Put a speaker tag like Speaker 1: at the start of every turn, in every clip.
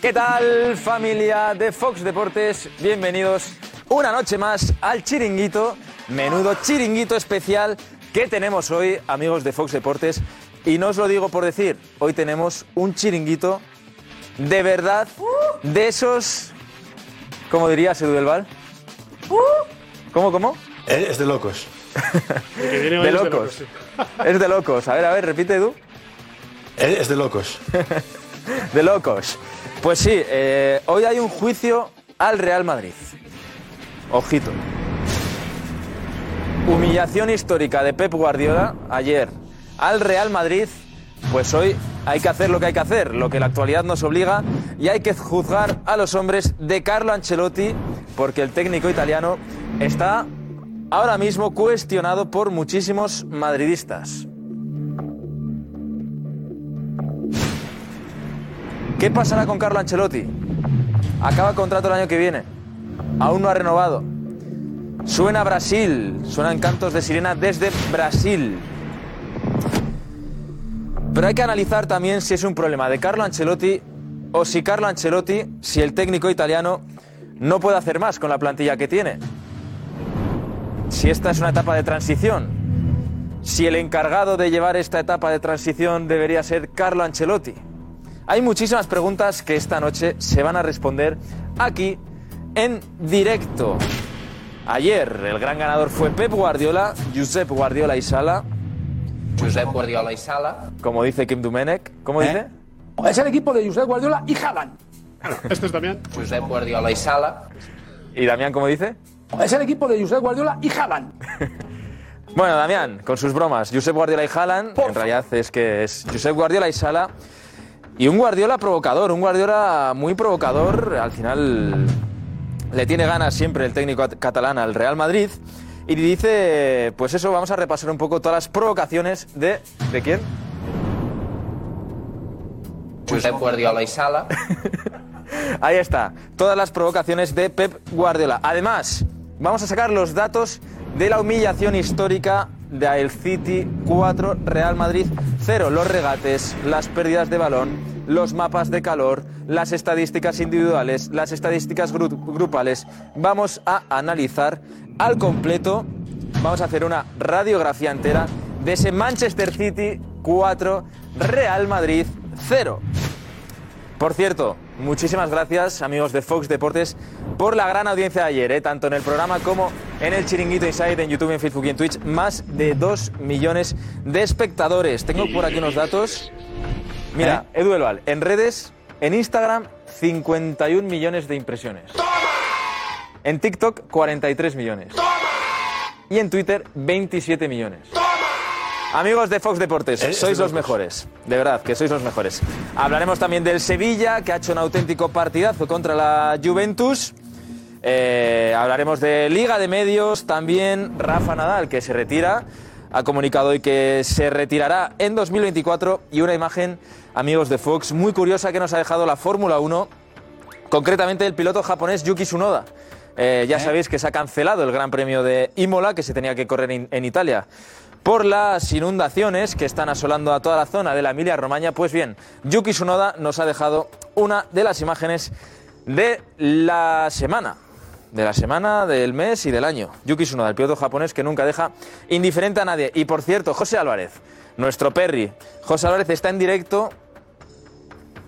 Speaker 1: ¿Qué tal familia de Fox Deportes? Bienvenidos una noche más al chiringuito, menudo chiringuito especial que tenemos hoy, amigos de Fox Deportes. Y no os lo digo por decir, hoy tenemos un chiringuito de verdad, de esos, ¿cómo dirías Edu del Val? ¿Cómo, cómo?
Speaker 2: Eh, Es de locos.
Speaker 3: viene hoy
Speaker 1: de
Speaker 3: es de
Speaker 1: locos. Es de locos. A ver, a ver, repite Edu.
Speaker 2: Es de locos.
Speaker 1: De locos. Pues sí, eh, hoy hay un juicio al Real Madrid. Ojito. Humillación histórica de Pep Guardiola ayer al Real Madrid. Pues hoy hay que hacer lo que hay que hacer, lo que la actualidad nos obliga, y hay que juzgar a los hombres de Carlo Ancelotti, porque el técnico italiano está ahora mismo cuestionado por muchísimos madridistas. ¿Qué pasará con Carlo Ancelotti? Acaba contrato el año que viene. Aún no ha renovado. Suena Brasil. Suenan cantos de sirena desde Brasil. Pero hay que analizar también si es un problema de Carlo Ancelotti o si Carlo Ancelotti, si el técnico italiano, no puede hacer más con la plantilla que tiene. Si esta es una etapa de transición. Si el encargado de llevar esta etapa de transición debería ser Carlo Ancelotti. Hay muchísimas preguntas que esta noche se van a responder aquí en directo. Ayer el gran ganador fue Pep Guardiola, Josep Guardiola y Sala,
Speaker 4: Josep Guardiola y Sala. ¿Eh?
Speaker 1: como dice Kim Dumenek. ¿Cómo dice?
Speaker 5: Es el equipo de Josep Guardiola y Haaland.
Speaker 3: Este es Damián.
Speaker 4: Josep Guardiola y Sala.
Speaker 1: ¿Y Damián cómo dice?
Speaker 5: Es el equipo de Josep Guardiola y Haaland.
Speaker 1: Bueno, Damián, con sus bromas, Josep Guardiola y Haaland, en realidad es que es Josep Guardiola y Sala. Y un Guardiola provocador, un Guardiola muy provocador. Al final le tiene ganas siempre el técnico at- catalán al Real Madrid. Y dice, pues eso, vamos a repasar un poco todas las provocaciones de... ¿De quién?
Speaker 4: Josep Guardiola y Sala.
Speaker 1: Ahí está, todas las provocaciones de Pep Guardiola. Además, vamos a sacar los datos de la humillación histórica de El City 4, Real Madrid 0. Los regates, las pérdidas de balón, los mapas de calor, las estadísticas individuales, las estadísticas gru- grupales. Vamos a analizar al completo, vamos a hacer una radiografía entera de ese Manchester City 4, Real Madrid 0. Por cierto, muchísimas gracias, amigos de Fox Deportes, por la gran audiencia de ayer, ¿eh? tanto en el programa como en el Chiringuito Inside, en YouTube, en Facebook y en Twitch. Más de 2 millones de espectadores. Tengo por aquí unos datos. Mira, Edu Elbal, en redes, en Instagram, 51 millones de impresiones. En TikTok, 43 millones. Y en Twitter, 27 millones. Amigos de Fox Deportes,
Speaker 2: Eh,
Speaker 1: sois
Speaker 2: estoy
Speaker 1: los
Speaker 2: locos.
Speaker 1: mejores. De verdad, que sois los mejores. Hablaremos también del Sevilla, que ha hecho un auténtico partidazo contra la Juventus. Eh, hablaremos de Liga de Medios, también Rafa Nadal, que se retira. Ha comunicado hoy que se retirará en 2024 y una imagen, amigos de Fox, muy curiosa que nos ha dejado la Fórmula 1 concretamente el piloto japonés Yuki Tsunoda. Eh, ya sabéis que se ha cancelado el Gran Premio de Imola, que se tenía que correr in- en Italia. Por las inundaciones que están asolando a toda la zona de la Emilia-Romaña, pues bien, Yuki Tsunoda nos ha dejado una de las imágenes de la semana. De la semana, del mes y del año. Yuki Tsunoda, el piloto japonés que nunca deja indiferente a nadie. Y por cierto, José Álvarez, nuestro Perry. José Álvarez está en directo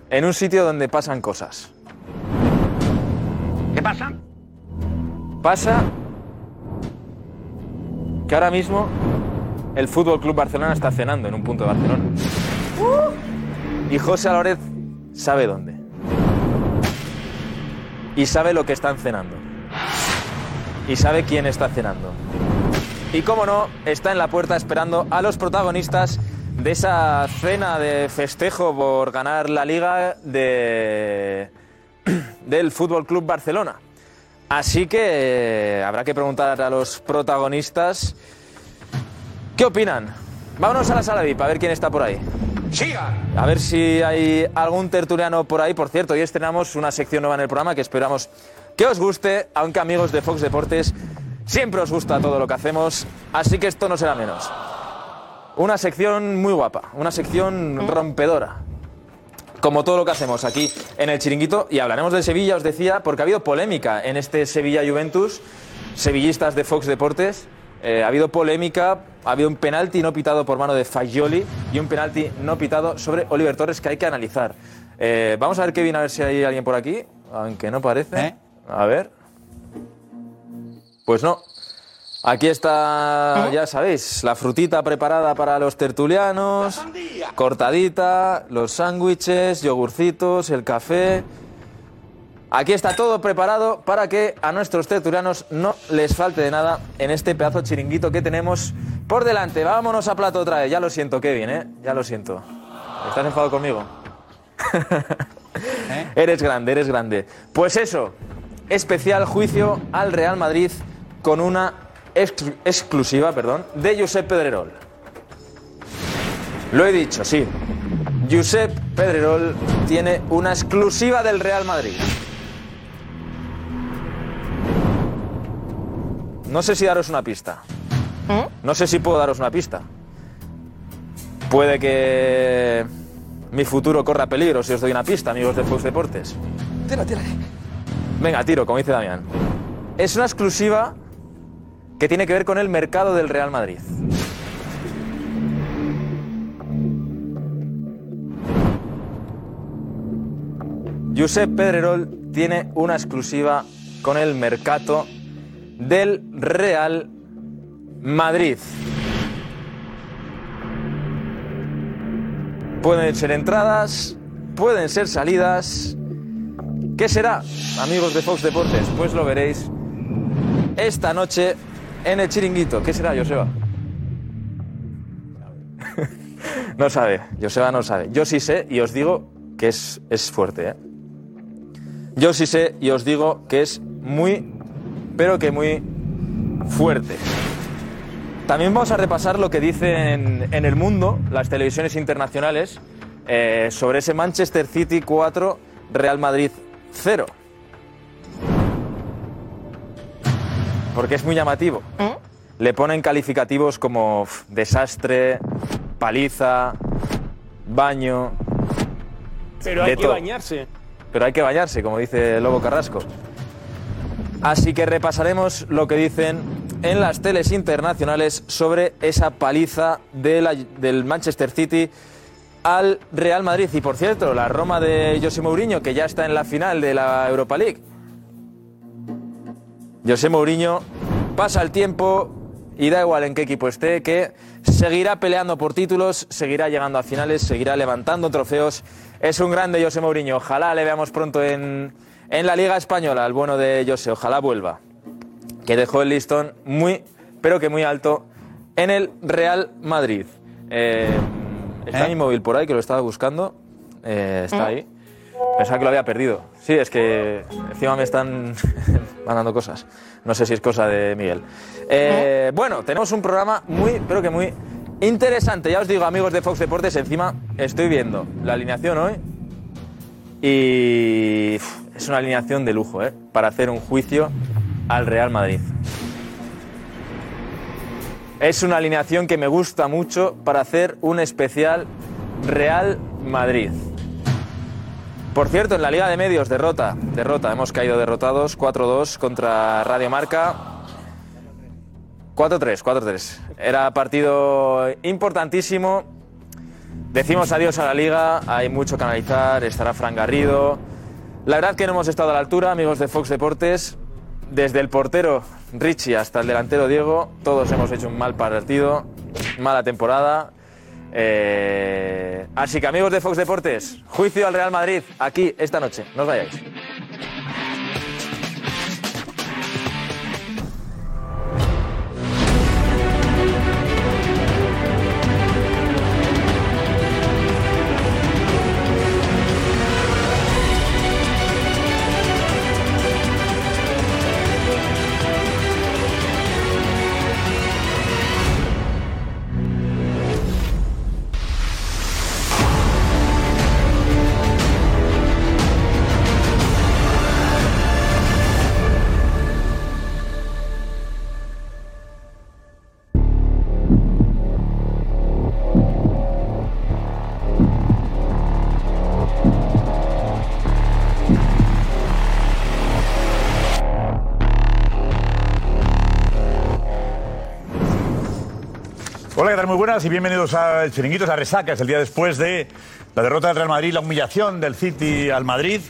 Speaker 1: en un sitio donde pasan cosas.
Speaker 6: ¿Qué pasa?
Speaker 1: Pasa que ahora mismo el Fútbol Club Barcelona está cenando en un punto de Barcelona. Y José Álvarez sabe dónde. Y sabe lo que están cenando. Y sabe quién está cenando. Y cómo no, está en la puerta esperando a los protagonistas de esa cena de festejo por ganar la liga de... del Fútbol Club Barcelona. Así que eh, habrá que preguntar a los protagonistas qué opinan. Vámonos a la sala VIP a ver quién está por ahí. A ver si hay algún tertuliano por ahí. Por cierto, hoy estrenamos una sección nueva en el programa que esperamos que os guste, aunque amigos de Fox Deportes, siempre os gusta todo lo que hacemos, así que esto no será menos. Una sección muy guapa, una sección rompedora. como todo lo que hacemos aquí en el chiringuito. Y hablaremos del Sevilla, os decía, porque ha habido polémica en este Sevilla-Juventus. Sevillistas de Fox Deportes. eh, ha habido polémica, ha habido un penalti no pitado por mano de Fagioli y un penalti no pitado sobre Oliver Torres que hay que analizar. Eh, vamos a ver, Kevin, a ver si hay alguien por aquí, aunque no parece. A ver. Pues no. Aquí está, ya sabéis, la frutita preparada para los tertulianos, cortadita, los sándwiches, yogurcitos, el café. Aquí está todo preparado para que a nuestros tertulianos no les falte de nada en este pedazo de chiringuito que tenemos por delante. Vámonos a plato otra vez. Ya lo siento, Kevin, ¿eh? Ya lo siento. ¿Estás enfadado conmigo? Eres grande, eres grande. Pues eso, especial juicio al Real Madrid con una exclu- exclusiva, perdón, de Josep Pedrerol. Lo he dicho, sí. Josep Pedrerol tiene una exclusiva del Real Madrid. No sé si daros una pista. No sé si puedo daros una pista. Puede que mi futuro corra peligro si os doy una pista, amigos de Fox Deportes.
Speaker 5: Tira, tira.
Speaker 1: Venga, tiro, como dice Damián. Es una exclusiva que tiene que ver con el mercado del Real Madrid. Josep Pedrerol tiene una exclusiva con el mercado del Real Madrid. Pueden ser entradas, pueden ser salidas. ¿Qué será, amigos de Fox Deportes? Pues lo veréis esta noche en el chiringuito. ¿Qué será, Joseba? No sabe, Joseba no sabe. Yo sí sé y os digo que es, es fuerte. ¿eh? Yo sí sé y os digo que es muy, pero que muy fuerte. También vamos a repasar lo que dicen en el mundo las televisiones internacionales eh, sobre ese Manchester City 4, Real Madrid 0. Porque es muy llamativo. Le ponen calificativos como pf, desastre, paliza, baño.
Speaker 6: Pero hay
Speaker 1: de
Speaker 6: que
Speaker 1: todo.
Speaker 6: bañarse.
Speaker 1: Pero hay que bañarse, como dice Lobo Carrasco. Así que repasaremos lo que dicen en las teles internacionales sobre esa paliza de la- del Manchester City al Real Madrid. Y por cierto, la Roma de José Mourinho, que ya está en la final de la Europa League. José Mourinho pasa el tiempo y da igual en qué equipo esté, que seguirá peleando por títulos, seguirá llegando a finales, seguirá levantando trofeos. Es un grande José Mourinho. Ojalá le veamos pronto en, en la Liga Española, el bueno de José. Ojalá vuelva. Que dejó el listón muy, pero que muy alto en el Real Madrid. Eh, está mi móvil por ahí, que lo estaba buscando. Eh, está ahí. Pensaba que lo había perdido. Sí, es que encima me están mandando cosas. No sé si es cosa de Miguel. Eh, Bueno, tenemos un programa muy, pero que muy interesante. Ya os digo, amigos de Fox Deportes, encima estoy viendo la alineación hoy y uf, es una alineación de lujo, ¿eh? Para hacer un juicio al Real Madrid. Es una alineación que me gusta mucho para hacer un especial Real Madrid. Por cierto, en la Liga de Medios, derrota, derrota. Hemos caído derrotados 4-2 contra Radio Marca. 4-3, 4-3. Era partido importantísimo. Decimos adiós a la Liga, hay mucho que analizar, estará Fran Garrido. La verdad que no hemos estado a la altura, amigos de Fox Deportes. Desde el portero Richie hasta el delantero Diego, todos hemos hecho un mal partido, mala temporada. Eh, así que amigos de Fox Deportes, juicio al Real Madrid aquí esta noche. No os vayáis.
Speaker 7: muy buenas y bienvenidos a Chiringuitos, a Resacas, el día después de la derrota del Real Madrid, la humillación del City al Madrid.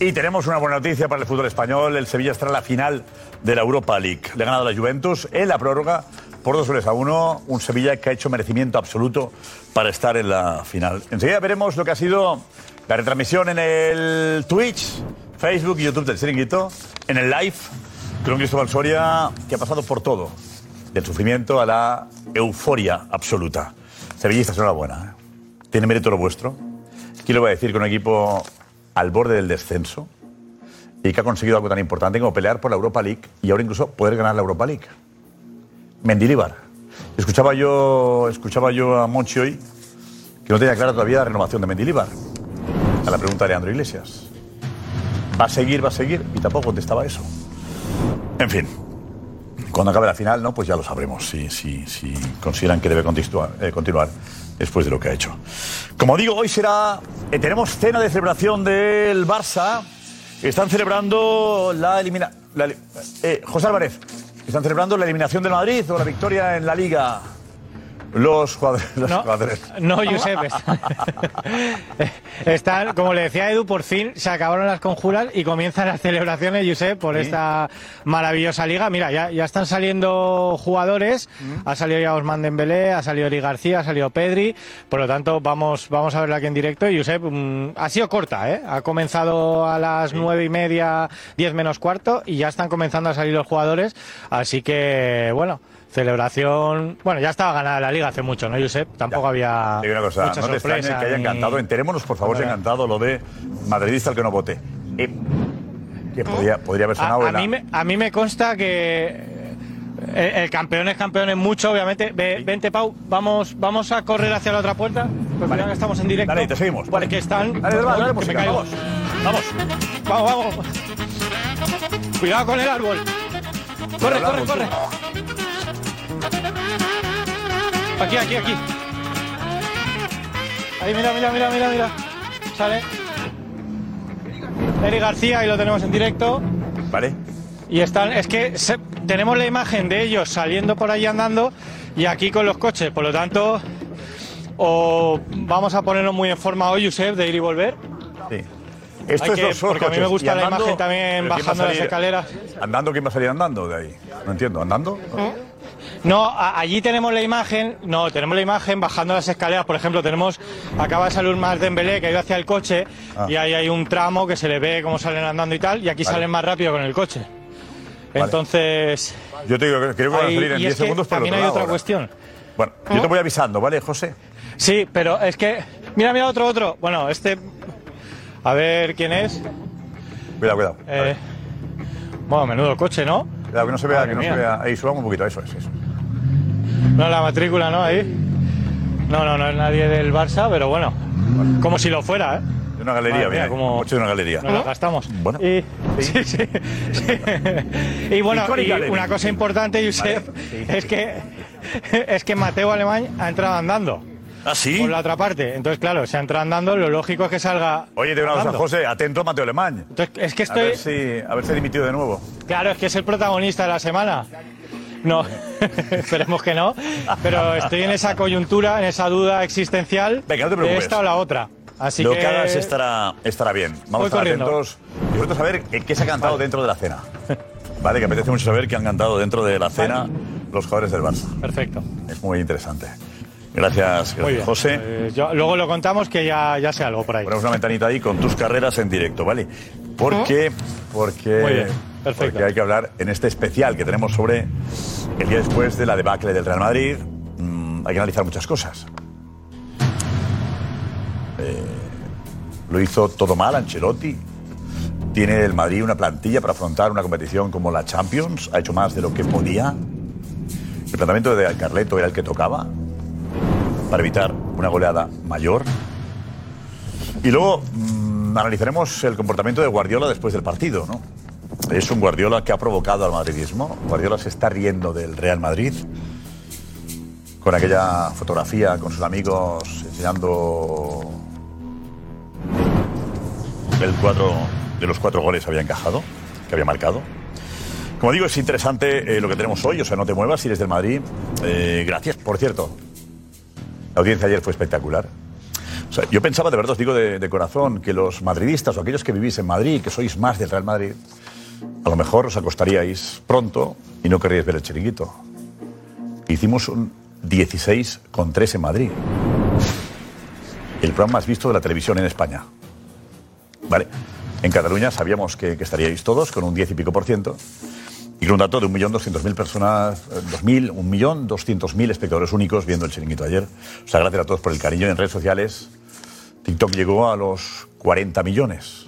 Speaker 7: Y tenemos una buena noticia para el fútbol español. El Sevilla estará en la final de la Europa League. Le ha ganado la Juventus en la prórroga por dos goles a uno. Un Sevilla que ha hecho merecimiento absoluto para estar en la final. Enseguida veremos lo que ha sido la retransmisión en el Twitch, Facebook y YouTube del Chiringuito, en el live con Cristóbal Soria, que ha pasado por todo, del sufrimiento a la euforia absoluta. Sevillistas, enhorabuena. ¿eh? Tiene mérito lo vuestro. Aquí lo voy a decir con un equipo al borde del descenso y que ha conseguido algo tan importante como pelear por la Europa League y ahora incluso poder ganar la Europa League. Mendilibar. Escuchaba yo, escuchaba yo a Monchi hoy que no tenía clara todavía la renovación de Mendilibar. A la pregunta de Leandro Iglesias. ¿Va a seguir, va a seguir? Y tampoco contestaba eso. En fin. Cuando acabe la final, ¿no? Pues ya lo sabremos si, si, si consideran que debe continuar, eh, continuar después de lo que ha hecho. Como digo, hoy será. eh, tenemos cena de celebración del Barça. Están celebrando la eliminación. José Álvarez, ¿están celebrando la eliminación del Madrid o la victoria en la Liga? Los jugadores. los jugadores.
Speaker 8: No, Josep. es- Están, como le decía Edu, por fin se acabaron las conjuras y comienzan las celebraciones, Josep, por esta maravillosa liga. Mira, ya, ya están saliendo jugadores. Ha salido ya Osman Dembélé, ha salido Eri García, ha salido Pedri. Por lo tanto, vamos, vamos a verla aquí en directo. Y, Josep, mm, ha sido corta, ¿eh? Ha comenzado a las nueve y media, diez menos cuarto, y ya están comenzando a salir los jugadores. Así que, bueno. Celebración. Bueno, ya estaba ganada la liga hace mucho, ¿no, Josep? Tampoco había.
Speaker 7: Te digo una cosa,
Speaker 8: Ah, mucha
Speaker 7: no te extrañe
Speaker 8: sorpresa
Speaker 7: que hayan
Speaker 8: ni-
Speaker 7: cantado. Enterémonos, por favor, si han
Speaker 8: Nada.
Speaker 7: cantado lo de madridista al que no vote. Eh, que podría, podría haber sonado
Speaker 8: A, a
Speaker 7: en la-
Speaker 8: mí me, a mí me consta que eh, el, el campeón es campeón en mucho, obviamente. Ve- Vente, Pau, vamos, vamos a correr hacia la otra puerta. Porque ya que estamos en directo.
Speaker 7: Dale, te seguimos.
Speaker 8: Porque están.
Speaker 7: Dale, dale, dale,
Speaker 8: Oye, que
Speaker 7: música,
Speaker 8: me caigo.
Speaker 7: vamos. Vamos.
Speaker 8: Vamos, vamos. Cuidado con el árbol. Corre, corre,
Speaker 7: Hablamos.
Speaker 8: corre. Aquí, aquí, aquí. Ahí, mira, mira, mira, mira, mira. Sale. Eri García, y lo tenemos en directo.
Speaker 7: ¿Vale?
Speaker 8: Y están, es que se- tenemos la imagen de ellos saliendo por ahí andando y aquí con los coches. Por lo tanto, o vamos a ponernos muy en forma hoy, Josep, de ir y volver.
Speaker 7: Sí.
Speaker 8: Hay
Speaker 7: Esto es
Speaker 8: que-
Speaker 7: los solo
Speaker 8: porque a mí me
Speaker 7: coches.
Speaker 8: gusta
Speaker 7: Y
Speaker 8: la imagen también
Speaker 7: ¿pero quién va a
Speaker 8: bajando las
Speaker 7: salir-
Speaker 8: escaleras.
Speaker 7: ¿Andando quién va a salir andando de ahí? No entiendo, ¿andando?
Speaker 8: No, a- allí tenemos la imagen, no, tenemos la imagen bajando las escaleras, por ejemplo, tenemos, acaba de salir más Dembélé que ha ido hacia el coche
Speaker 7: Ah.
Speaker 8: y ahí hay un tramo que se le ve cómo salen andando y tal, y aquí
Speaker 7: Vale.
Speaker 8: salen más rápido con el coche.
Speaker 7: Vale.
Speaker 8: Entonces,
Speaker 7: Yo te digo que creo que van a
Speaker 8: ahí-
Speaker 7: salir en
Speaker 8: y
Speaker 7: 10
Speaker 8: es que
Speaker 7: segundos por el
Speaker 8: también
Speaker 7: otro
Speaker 8: hay
Speaker 7: lado
Speaker 8: otra
Speaker 7: ahora.
Speaker 8: cuestión.
Speaker 7: Bueno, yo te voy avisando, ¿vale, José?
Speaker 8: Sí, pero es que. Mira, mira, otro, otro. Bueno, este. A ver quién es.
Speaker 7: Cuidado, cuidado.
Speaker 8: Eh, Bueno, menudo coche, ¿no?
Speaker 7: Cuidado, que no se vea,
Speaker 8: madre
Speaker 7: que no
Speaker 8: mía.
Speaker 7: se vea. Ahí, subamos un poquito, eso es, eso.
Speaker 8: No, la matrícula, ¿no? Ahí. No, no, no es nadie del Barça, pero bueno. Como si lo fuera, ¿eh?
Speaker 7: De una galería,
Speaker 8: Madre mía,
Speaker 7: mira,
Speaker 8: cómo-
Speaker 7: un coche de una galería.
Speaker 8: Nos la gastamos.
Speaker 7: Bueno.
Speaker 8: Y, sí, sí, sí. y bueno,
Speaker 7: Icónica
Speaker 8: y
Speaker 7: Levy.
Speaker 8: una cosa importante, Josep,
Speaker 7: Vale, sí.
Speaker 8: es que es que Mateo Alemán ha entrado andando
Speaker 7: ¿Ah, sí?
Speaker 8: por la otra parte. Entonces, claro, se ha entrado andando, lo lógico es que salga.
Speaker 7: Oye, te digo una cosa,
Speaker 8: andando.
Speaker 7: José, atento a Mateo Alemán.
Speaker 8: Entonces, es que
Speaker 7: A
Speaker 8: estoy.
Speaker 7: ver si, a ver si ha dimitido de nuevo.
Speaker 8: Claro, es que es el protagonista de la semana. No, esperemos que no. Pero estoy en esa coyuntura, en esa duda existencial
Speaker 7: Venga, no te
Speaker 8: de
Speaker 7: preocupes.
Speaker 8: esta o la otra. Así
Speaker 7: lo
Speaker 8: que,
Speaker 7: que hagas estará, estará bien. Vamos a
Speaker 8: Voy
Speaker 7: estar
Speaker 8: corriendo.
Speaker 7: atentos. Y vosotros a ver en qué se ha cantado dentro de la cena. Vale, que apetece mucho saber qué han cantado dentro de la cena los jugadores del Barça.
Speaker 8: Perfecto.
Speaker 7: Es muy interesante. Gracias,
Speaker 8: Muy bien.
Speaker 7: gracias José.
Speaker 8: Eh, yo- luego lo contamos que ya, ya sé algo por ahí.
Speaker 7: Ponemos una ventanita ahí con tus carreras en directo, ¿vale? Porque,
Speaker 8: Muy
Speaker 7: porque,
Speaker 8: bien, perfecto.
Speaker 7: porque hay que hablar en este especial que tenemos sobre el día después de la debacle del Real Madrid. Mm, hay que analizar muchas cosas. Eh, lo hizo todo mal Ancelotti. Tiene el Madrid una plantilla para afrontar una competición como la Champions. Ha hecho más de lo que podía. El planteamiento de Carleto era el que tocaba para evitar una goleada mayor. Y luego mm, analizaremos el comportamiento de Guardiola después del partido, ¿no? Es un Guardiola que ha provocado al madridismo. Guardiola se está riendo del Real Madrid con aquella fotografía con sus amigos enseñando el cuadro de los cuatro goles que había encajado, que había marcado. Como digo, es interesante eh, lo que tenemos hoy, o sea, no te muevas si eres del Madrid. Eh, gracias, por cierto, La audiencia ayer fue espectacular. O sea, yo pensaba, de verdad os digo de, de corazón, que los madridistas o aquellos que vivís en Madrid, que sois más del Real Madrid, a lo mejor os acostaríais pronto y no querríais ver el chiringuito. Hicimos un 16,3 en Madrid. El programa más visto de la televisión en España. Vale. En Cataluña sabíamos que, que estaríais todos con un 10 y pico por ciento. Y con un dato de 1.200.000 personas, eh, 2.000, 1.200.000 espectadores únicos viendo el chiringuito ayer. O sea, gracias a todos por el cariño en redes sociales. TikTok llegó a los 40 millones.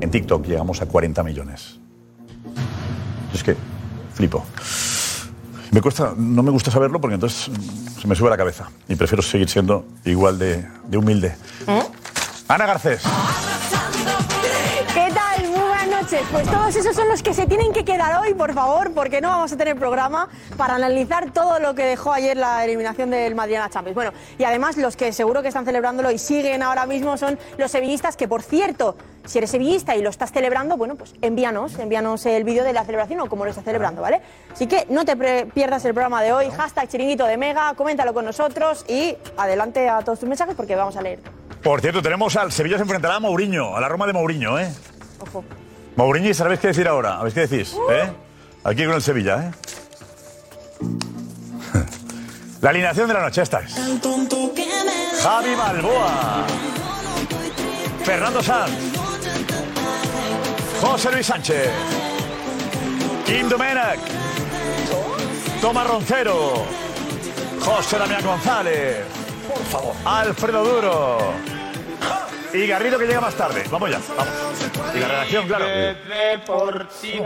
Speaker 7: En TikTok llegamos a 40 millones. Es que flipo. Me cuesta, no me gusta saberlo porque entonces mm, se me sube a la cabeza y prefiero seguir siendo igual de, de humilde. Ana Garcés.
Speaker 9: ¿Qué tal? Muy buenas noches. Pues todos esos son los que se tienen que quedar hoy, por favor, porque no vamos a tener programa para analizar todo lo que dejó ayer la eliminación del Madrid en la Champions. Bueno, y además los que seguro que están celebrándolo y siguen ahora mismo son los sevillistas, que por cierto, si eres sevillista y lo estás celebrando, bueno, pues envíanos, envíanos el vídeo de la celebración o cómo lo estás celebrando, ¿vale? Así que no te pre- pierdas el programa de hoy, hashtag chiringuito de Mega, coméntalo con nosotros y adelante a todos tus mensajes porque vamos a leer.
Speaker 7: Por cierto, tenemos al Sevilla se enfrentará a Mourinho, a la Roma de Mourinho, ¿eh?
Speaker 9: Ojo.
Speaker 7: Mourinho, ¿y ¿sabéis qué decir ahora? A ver qué decís, ¿eh? Aquí con el Sevilla, ¿eh? La alineación de la noche, esta es. Javi Balboa. Fernando Sanz. José Luis Sánchez. Kim Domenac. Tomás Roncero. José Damián González. Por favor. Alfredo Duro. Y Garrido que llega más tarde. Vamos ya, vamos. Y la redacción, claro.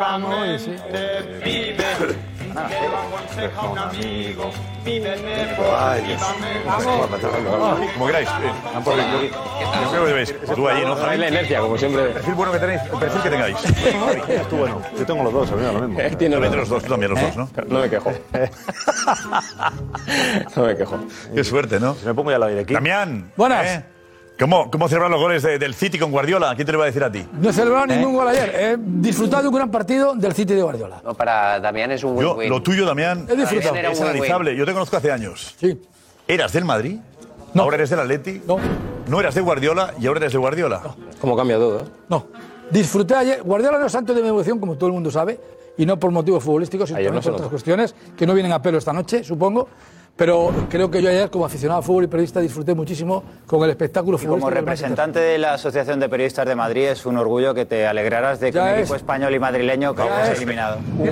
Speaker 10: Deportivamente vive. Te lo aconseja un amigo. Vive deportivamente.
Speaker 7: Como queráis. eh. Yo creo que veis. Tú allí, ¿no? Javi?
Speaker 11: la inercia, como siempre. El
Speaker 7: perfil bueno que tenéis, el perfil que tengáis. Tú bueno, yo tengo los dos, a mí lo mismo.
Speaker 11: Tiene
Speaker 7: Vete los dos, tú también los dos, ¿no?
Speaker 11: No me quejo.
Speaker 7: No me quejo. Qué suerte, ¿no? me pongo ya la dirección. Damián. Buenas. ¿Cómo, ¿Cómo celebran los goles de- del City con Guardiola? ¿Quién te lo iba a decir a ti? ¿Eh?
Speaker 5: No celebraron ningún gol ayer. He disfrutado de un gran partido del City de Guardiola.
Speaker 12: No, para Damián es un
Speaker 7: Yo,
Speaker 12: win-win.
Speaker 7: lo tuyo, Damián,
Speaker 5: He disfrutado.
Speaker 7: es analizable. Yo te conozco hace años.
Speaker 5: Sí.
Speaker 7: ¿Eras del Madrid? ¿Ahora eres del Atleti? No. ¿No eras de Guardiola y ahora eres de Guardiola?
Speaker 11: ¿Cómo cambia todo? eh?
Speaker 5: No. Disfruté ayer. Guardiola no es santo de mi devoción, como todo el mundo sabe, y no por motivos futbolísticos, sino
Speaker 11: Ayer
Speaker 5: también
Speaker 11: no se
Speaker 5: por otras
Speaker 11: notó.
Speaker 5: cuestiones que no vienen a pelo esta noche, supongo. Pero creo que yo ayer, como aficionado a fútbol y periodista, disfruté muchísimo con el espectáculo
Speaker 13: Y
Speaker 5: futbolístico.
Speaker 13: como
Speaker 5: del Manchester.
Speaker 13: Pues representante de la Asociación de Periodistas de Madrid es un orgullo que te alegrarás de que
Speaker 5: Ya
Speaker 13: un
Speaker 5: es.
Speaker 13: equipo español y madrileño que
Speaker 5: Ya
Speaker 13: hayas
Speaker 5: es.
Speaker 13: eliminado.
Speaker 5: No,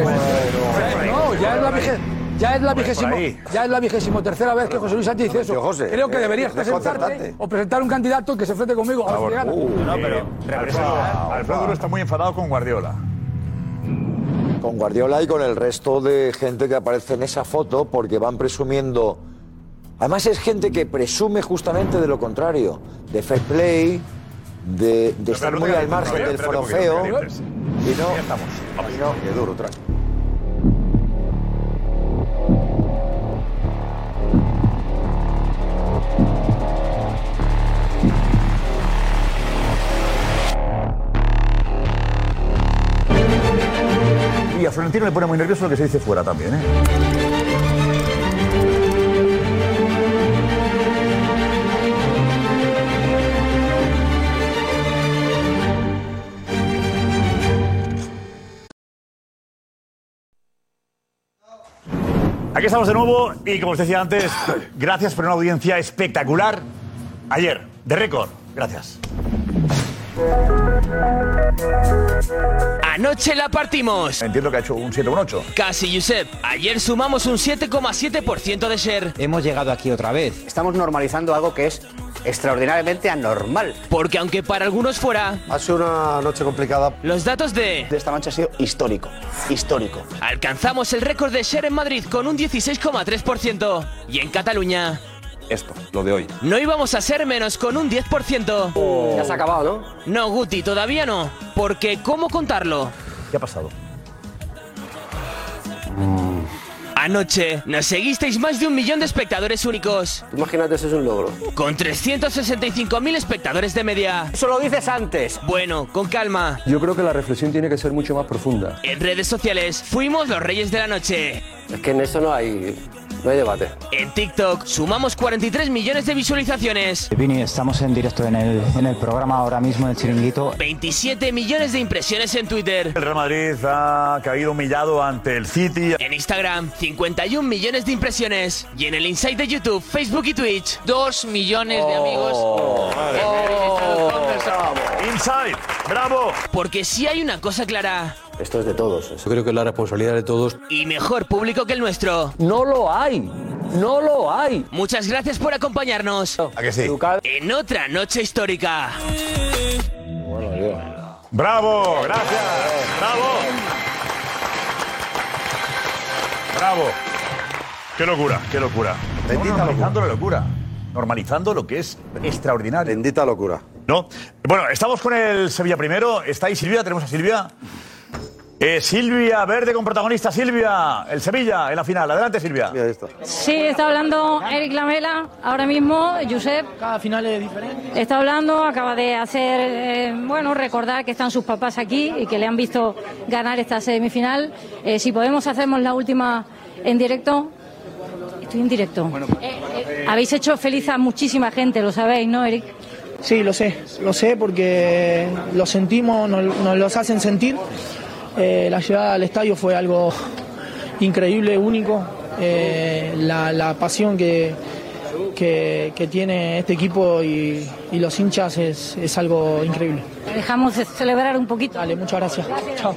Speaker 5: ya es la vigésima. Ya es la vigésimo, ya es la vigésimo tercera vez que José Luis Sánchez dice eso.
Speaker 13: José,
Speaker 5: Creo que
Speaker 13: eh,
Speaker 5: deberías
Speaker 13: desconcertante.
Speaker 5: presentarte o presentar un candidato que se enfrente conmigo. a ver si
Speaker 7: Por favor.
Speaker 5: gana.
Speaker 7: No,
Speaker 13: eh,
Speaker 7: pero Alfredo, Alfredo Duro está muy enfadado con Guardiola.
Speaker 14: Con Guardiola y con el resto de gente que aparece en esa foto porque van presumiendo. Además es gente que presume justamente de lo contrario, de fair play, de, de estar muy al margen del forofeo.
Speaker 7: Y
Speaker 14: no,
Speaker 7: estamos.
Speaker 14: y no, qué duro, trae.
Speaker 7: Y a Florentino le pone muy nervioso lo que se dice fuera también, ¿eh? Aquí estamos de nuevo y como os decía antes, gracias por una audiencia espectacular ayer, de récord. Gracias.
Speaker 15: Anoche la partimos.
Speaker 7: Entiendo que ha hecho un 7 un 8.
Speaker 15: Casi, Josep. Ayer sumamos un 7,7% de share. Hemos llegado aquí otra vez.
Speaker 16: Estamos normalizando algo que es extraordinariamente anormal.
Speaker 15: Porque aunque para algunos fuera...
Speaker 16: Ha sido una noche complicada.
Speaker 15: Los datos de...
Speaker 16: De esta noche ha sido histórico, histórico.
Speaker 15: Alcanzamos el récord de share en Madrid con un 16,3%. Y en Cataluña...
Speaker 17: Esto, lo de hoy.
Speaker 15: No íbamos a ser menos con un 10%.
Speaker 16: Ya se ha acabado,
Speaker 15: ¿no? No, Guti, todavía no. Porque, ¿cómo contarlo?
Speaker 7: ¿Qué ha pasado?
Speaker 15: Anoche nos seguisteis más de un millón de espectadores únicos. Imagínate, eso es un logro. Con 365.000 espectadores de media. Eso lo dices antes. Bueno, con calma.
Speaker 17: Yo creo que la reflexión tiene que ser mucho más profunda.
Speaker 15: En redes sociales fuimos los reyes de la noche.
Speaker 16: Es que en eso no hay
Speaker 18: No hay debate.
Speaker 15: En TikTok sumamos 43 millones de visualizaciones,
Speaker 19: Vini, estamos en directo en el, en el programa ahora mismo, en el chiringuito.
Speaker 15: 27 millones de impresiones en Twitter,
Speaker 7: El Real Madrid ha caído humillado ante el City.
Speaker 15: en Instagram 51 millones de impresiones y en el Insight de YouTube, Facebook y Twitch 2 millones de amigos.
Speaker 7: Oh. Inside, bravo.
Speaker 15: Oh. Porque si hay una cosa clara
Speaker 18: Esto es de todos. Yo creo que la responsabilidad de todos.
Speaker 15: y mejor público que el nuestro. No lo hay. No lo hay. Muchas gracias por acompañarnos.
Speaker 7: ¿A que sí?
Speaker 15: En otra noche histórica.
Speaker 7: Bravo, gracias. Bravo. Bravo. Qué locura, qué locura. normalizando la locura. Normalizando lo que es extraordinario. Bendita locura. No. Bueno, estamos con el Sevilla primero. Está ahí Silvia, tenemos a Silvia. Eh, Silvia, verde con protagonista Silvia. El Sevilla en la final. Adelante, Silvia.
Speaker 20: Sí, está hablando Eric Lamela ahora mismo, Josep. Cada final es diferente. Está hablando, acaba de hacer, eh, bueno, recordar que están sus papás aquí y que le han visto ganar esta semifinal. Eh, si podemos, hacemos la última en directo. Estoy en directo. Eh, Habéis hecho feliz a muchísima gente, lo sabéis, ¿no, Eric?
Speaker 21: Sí, lo sé, lo sé porque lo sentimos, nos, nos los hacen sentir. Eh, la llegada al estadio fue algo increíble, único. Eh, la, la pasión que, que- que tiene este equipo y, y los hinchas es, es algo increíble.
Speaker 20: Dejamos de celebrar un poquito.
Speaker 21: Vale, muchas gracias. Chao.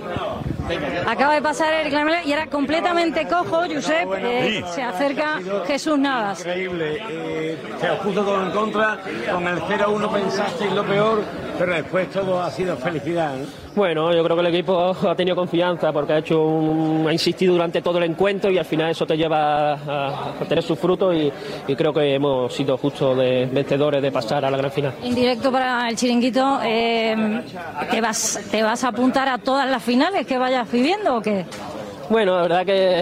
Speaker 20: Acaba de pasar Eric Lamela y era completamente cojo, Josep. eh,
Speaker 14: Sí.
Speaker 20: se acerca Jesús Navas.
Speaker 14: Increíble. eh, se os puso todo en contra. Con el 0-1 pensasteis lo peor, pero después todo ha sido felicidad. ¿eh? ¿no?
Speaker 22: Bueno, yo creo que el equipo ha tenido confianza porque ha hecho un- ha insistido durante todo el encuentro y al final eso te lleva a, a tener sus frutos y, y creo que hemos sido justos de vencedores de pasar a la gran final.
Speaker 20: En directo para el chiringuito, eh, ¿te, vas, ¿te vas a apuntar a todas las finales que vayas viviendo o qué?
Speaker 22: Bueno, la verdad que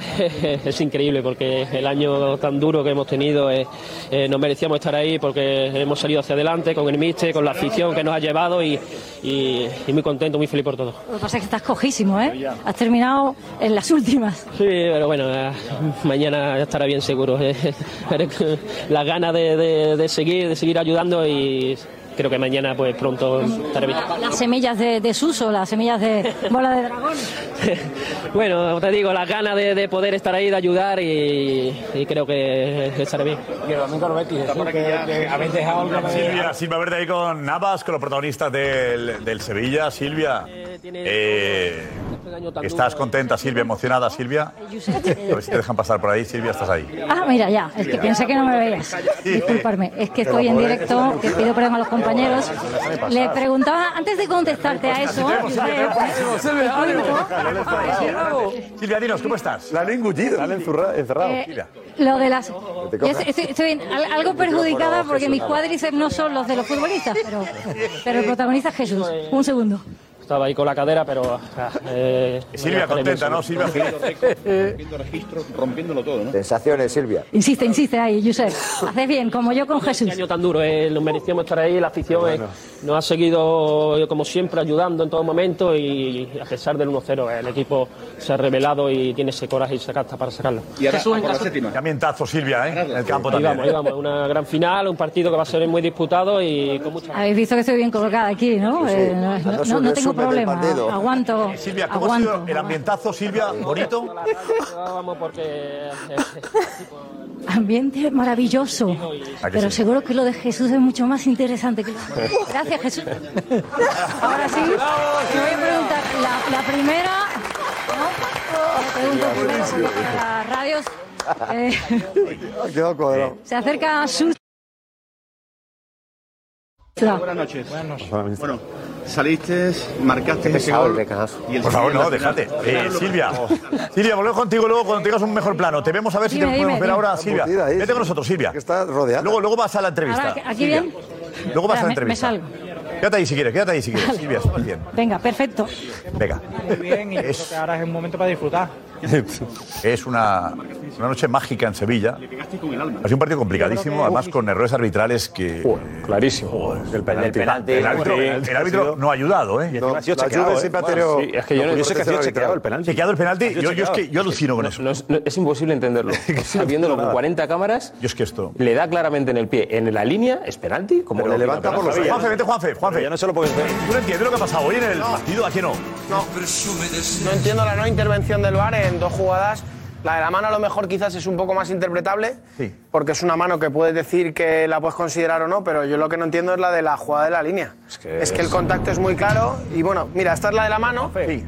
Speaker 22: es increíble porque el año tan duro que hemos tenido eh, eh, nos merecíamos estar ahí porque hemos salido hacia adelante con el Mister, con la afición que nos ha llevado y, y- y muy contento, muy feliz por todo.
Speaker 20: Lo que pasa es que estás cojísimo, ¿eh? Has terminado en las últimas.
Speaker 22: Sí, pero bueno, eh, mañana estará bien seguro. eh. Las ganas de, de- de seguir, de seguir ayudando y creo que mañana pues pronto estaré bien.
Speaker 20: Las semillas de, de suso, las semillas de bola de dragón.
Speaker 22: Bueno, como te digo, las ganas de, de poder estar ahí, de ayudar y, y creo que estaré bien.
Speaker 14: Y el domingo lo Betis, Jesús, que, que habéis dejado algo de-
Speaker 7: Silvia, Silvia Verde ahí con Navas, con los protagonistas del, del Sevilla. Silvia, eh,
Speaker 14: este ¿eh?
Speaker 7: ¿estás contenta, Silvia? ¿Emocionada, Silvia? A ver si te dejan pasar por ahí. Silvia, estás ahí.
Speaker 20: Ah, mira, ya, es que pensé que no me veías. Disculparme, es que estoy en directo, que pido perdón a los compañeros. Le preguntaba, antes de contestarte a eso,
Speaker 13: eh,
Speaker 20: eh, Josep,
Speaker 7: Silvia, dinos, ¿cómo estás? La han
Speaker 23: engullido. La han encerrado.
Speaker 20: Eh, lo de las. Ya estoy, estoy- estoy bien, al- algo perjudicada
Speaker 23: Jesús,
Speaker 20: porque mis
Speaker 23: nada.
Speaker 20: cuádriceps no son los de los futbolistas, pero, pero el protagonista es Jesús. Un segundo.
Speaker 22: Estaba ahí con la cadera, pero... ah, eh,
Speaker 7: Silvia,
Speaker 22: estaré bien
Speaker 7: contenta, ¿no,
Speaker 22: seguro.
Speaker 7: Silvia?
Speaker 23: Rompiendo registros, rompiéndolo todo, ¿no?
Speaker 24: Sensaciones, Silvia.
Speaker 20: Insiste, insiste ahí, Josep. Haces bien, como yo con Jesús.
Speaker 22: Este año tan duro, eh, nos merecíamos estar ahí, la afición eh, nos ha seguido, eh, como siempre, ayudando en todo momento y a pesar del 1-0, el equipo se ha revelado y tiene ese coraje y esa casta para sacarlo.
Speaker 7: También tazo, Silvia, ¿eh? En el campo
Speaker 22: Ahí
Speaker 7: también.
Speaker 22: vamos, ahí vamos, una gran final, un partido que va a ser muy disputado y con mucha...
Speaker 20: Habéis visto que estoy bien colocada aquí, ¿no? Eh, no- no, no tengo problema. Aguanto.
Speaker 7: Eh, Silvia, ¿cómo ha
Speaker 20: aguanto.
Speaker 7: sido el ambientazo, Silvia? ¿Bonito?
Speaker 22: Vamos porque... eh,
Speaker 20: Ambiente maravilloso.
Speaker 7: ¿A Ah, que
Speaker 20: Pero
Speaker 7: sí?
Speaker 20: seguro que lo de Jesús es mucho más interesante que lo Gracias, Jesús. Ahora sí, me voy a preguntar la, la primera. ¿no? Me pregunto primero por las radios. Eh,
Speaker 23: Quedó cuadrado.
Speaker 20: se acerca Sus.
Speaker 23: Buenas noches. Bueno, saliste, marcaste ese gol. y el
Speaker 7: Por favor, no,
Speaker 23: Sevilla en la
Speaker 7: déjate.
Speaker 23: final-
Speaker 7: Eh, Silvia, Silvia, volvemos contigo luego cuando tengas un mejor plano. Te vemos a ver si
Speaker 20: Dime,
Speaker 7: te podemos
Speaker 20: dime,
Speaker 7: ver
Speaker 20: dime.
Speaker 7: ahora, Silvia.
Speaker 23: Curtida ahí,
Speaker 7: Vete con nosotros, Silvia. Está rodeada. Luego, luego vas a la entrevista.
Speaker 20: Ahora, ¿aquí bien?
Speaker 7: Luego vas
Speaker 20: Espera,
Speaker 7: a la
Speaker 20: me- me
Speaker 7: entrevista.
Speaker 20: salgo.
Speaker 7: Quédate ahí si quieres, quédate ahí si quieres. Silvia, estás bien.
Speaker 20: Venga, perfecto.
Speaker 7: Venga.
Speaker 8: Muy bien, y creo que ahora es un momento para disfrutar.
Speaker 7: es una, una noche mágica en Sevilla.
Speaker 8: con el alma.
Speaker 7: Ha sido un partido complicadísimo, además con errores arbitrales que. clarísimo. el
Speaker 8: penalti. penalti.
Speaker 7: El árbitro,
Speaker 8: Sí.
Speaker 7: el árbitro no ha ayudado, ¿eh?
Speaker 8: Y encima ha sido No, la chequeado, Juve ¿eh? siempre ha tenido-
Speaker 11: Sí, es que yo, no- yo sé que ha sido chequeado el penalti.
Speaker 7: Chequeado el penalti,
Speaker 11: Ha sido
Speaker 7: yo- yo es
Speaker 11: chequeado.
Speaker 7: que- yo alucino con
Speaker 11: No,
Speaker 7: eso.
Speaker 11: no es, no- es imposible entenderlo. O sea, viéndolo con 40 cámaras,
Speaker 7: yo es que esto.
Speaker 11: le da claramente en el pie. En la línea, es penalti. Como lo- penalti.
Speaker 7: Juanfe, vete, Juanfe, Juanfe. Ya no se lo puedes ver. ¿Tú no entiendes lo que ha pasado hoy en el partido? ¿A qué no?
Speaker 2: No. No entiendo la no intervención del VAR en dos jugadas. La de la mano a lo mejor quizás es un poco más interpretable, porque es una mano que puedes decir que la puedes considerar o no, pero yo lo que no entiendo es la de la jugada de la línea. Es que, el contacto es muy claro y bueno, mira, esta es la de la mano, que,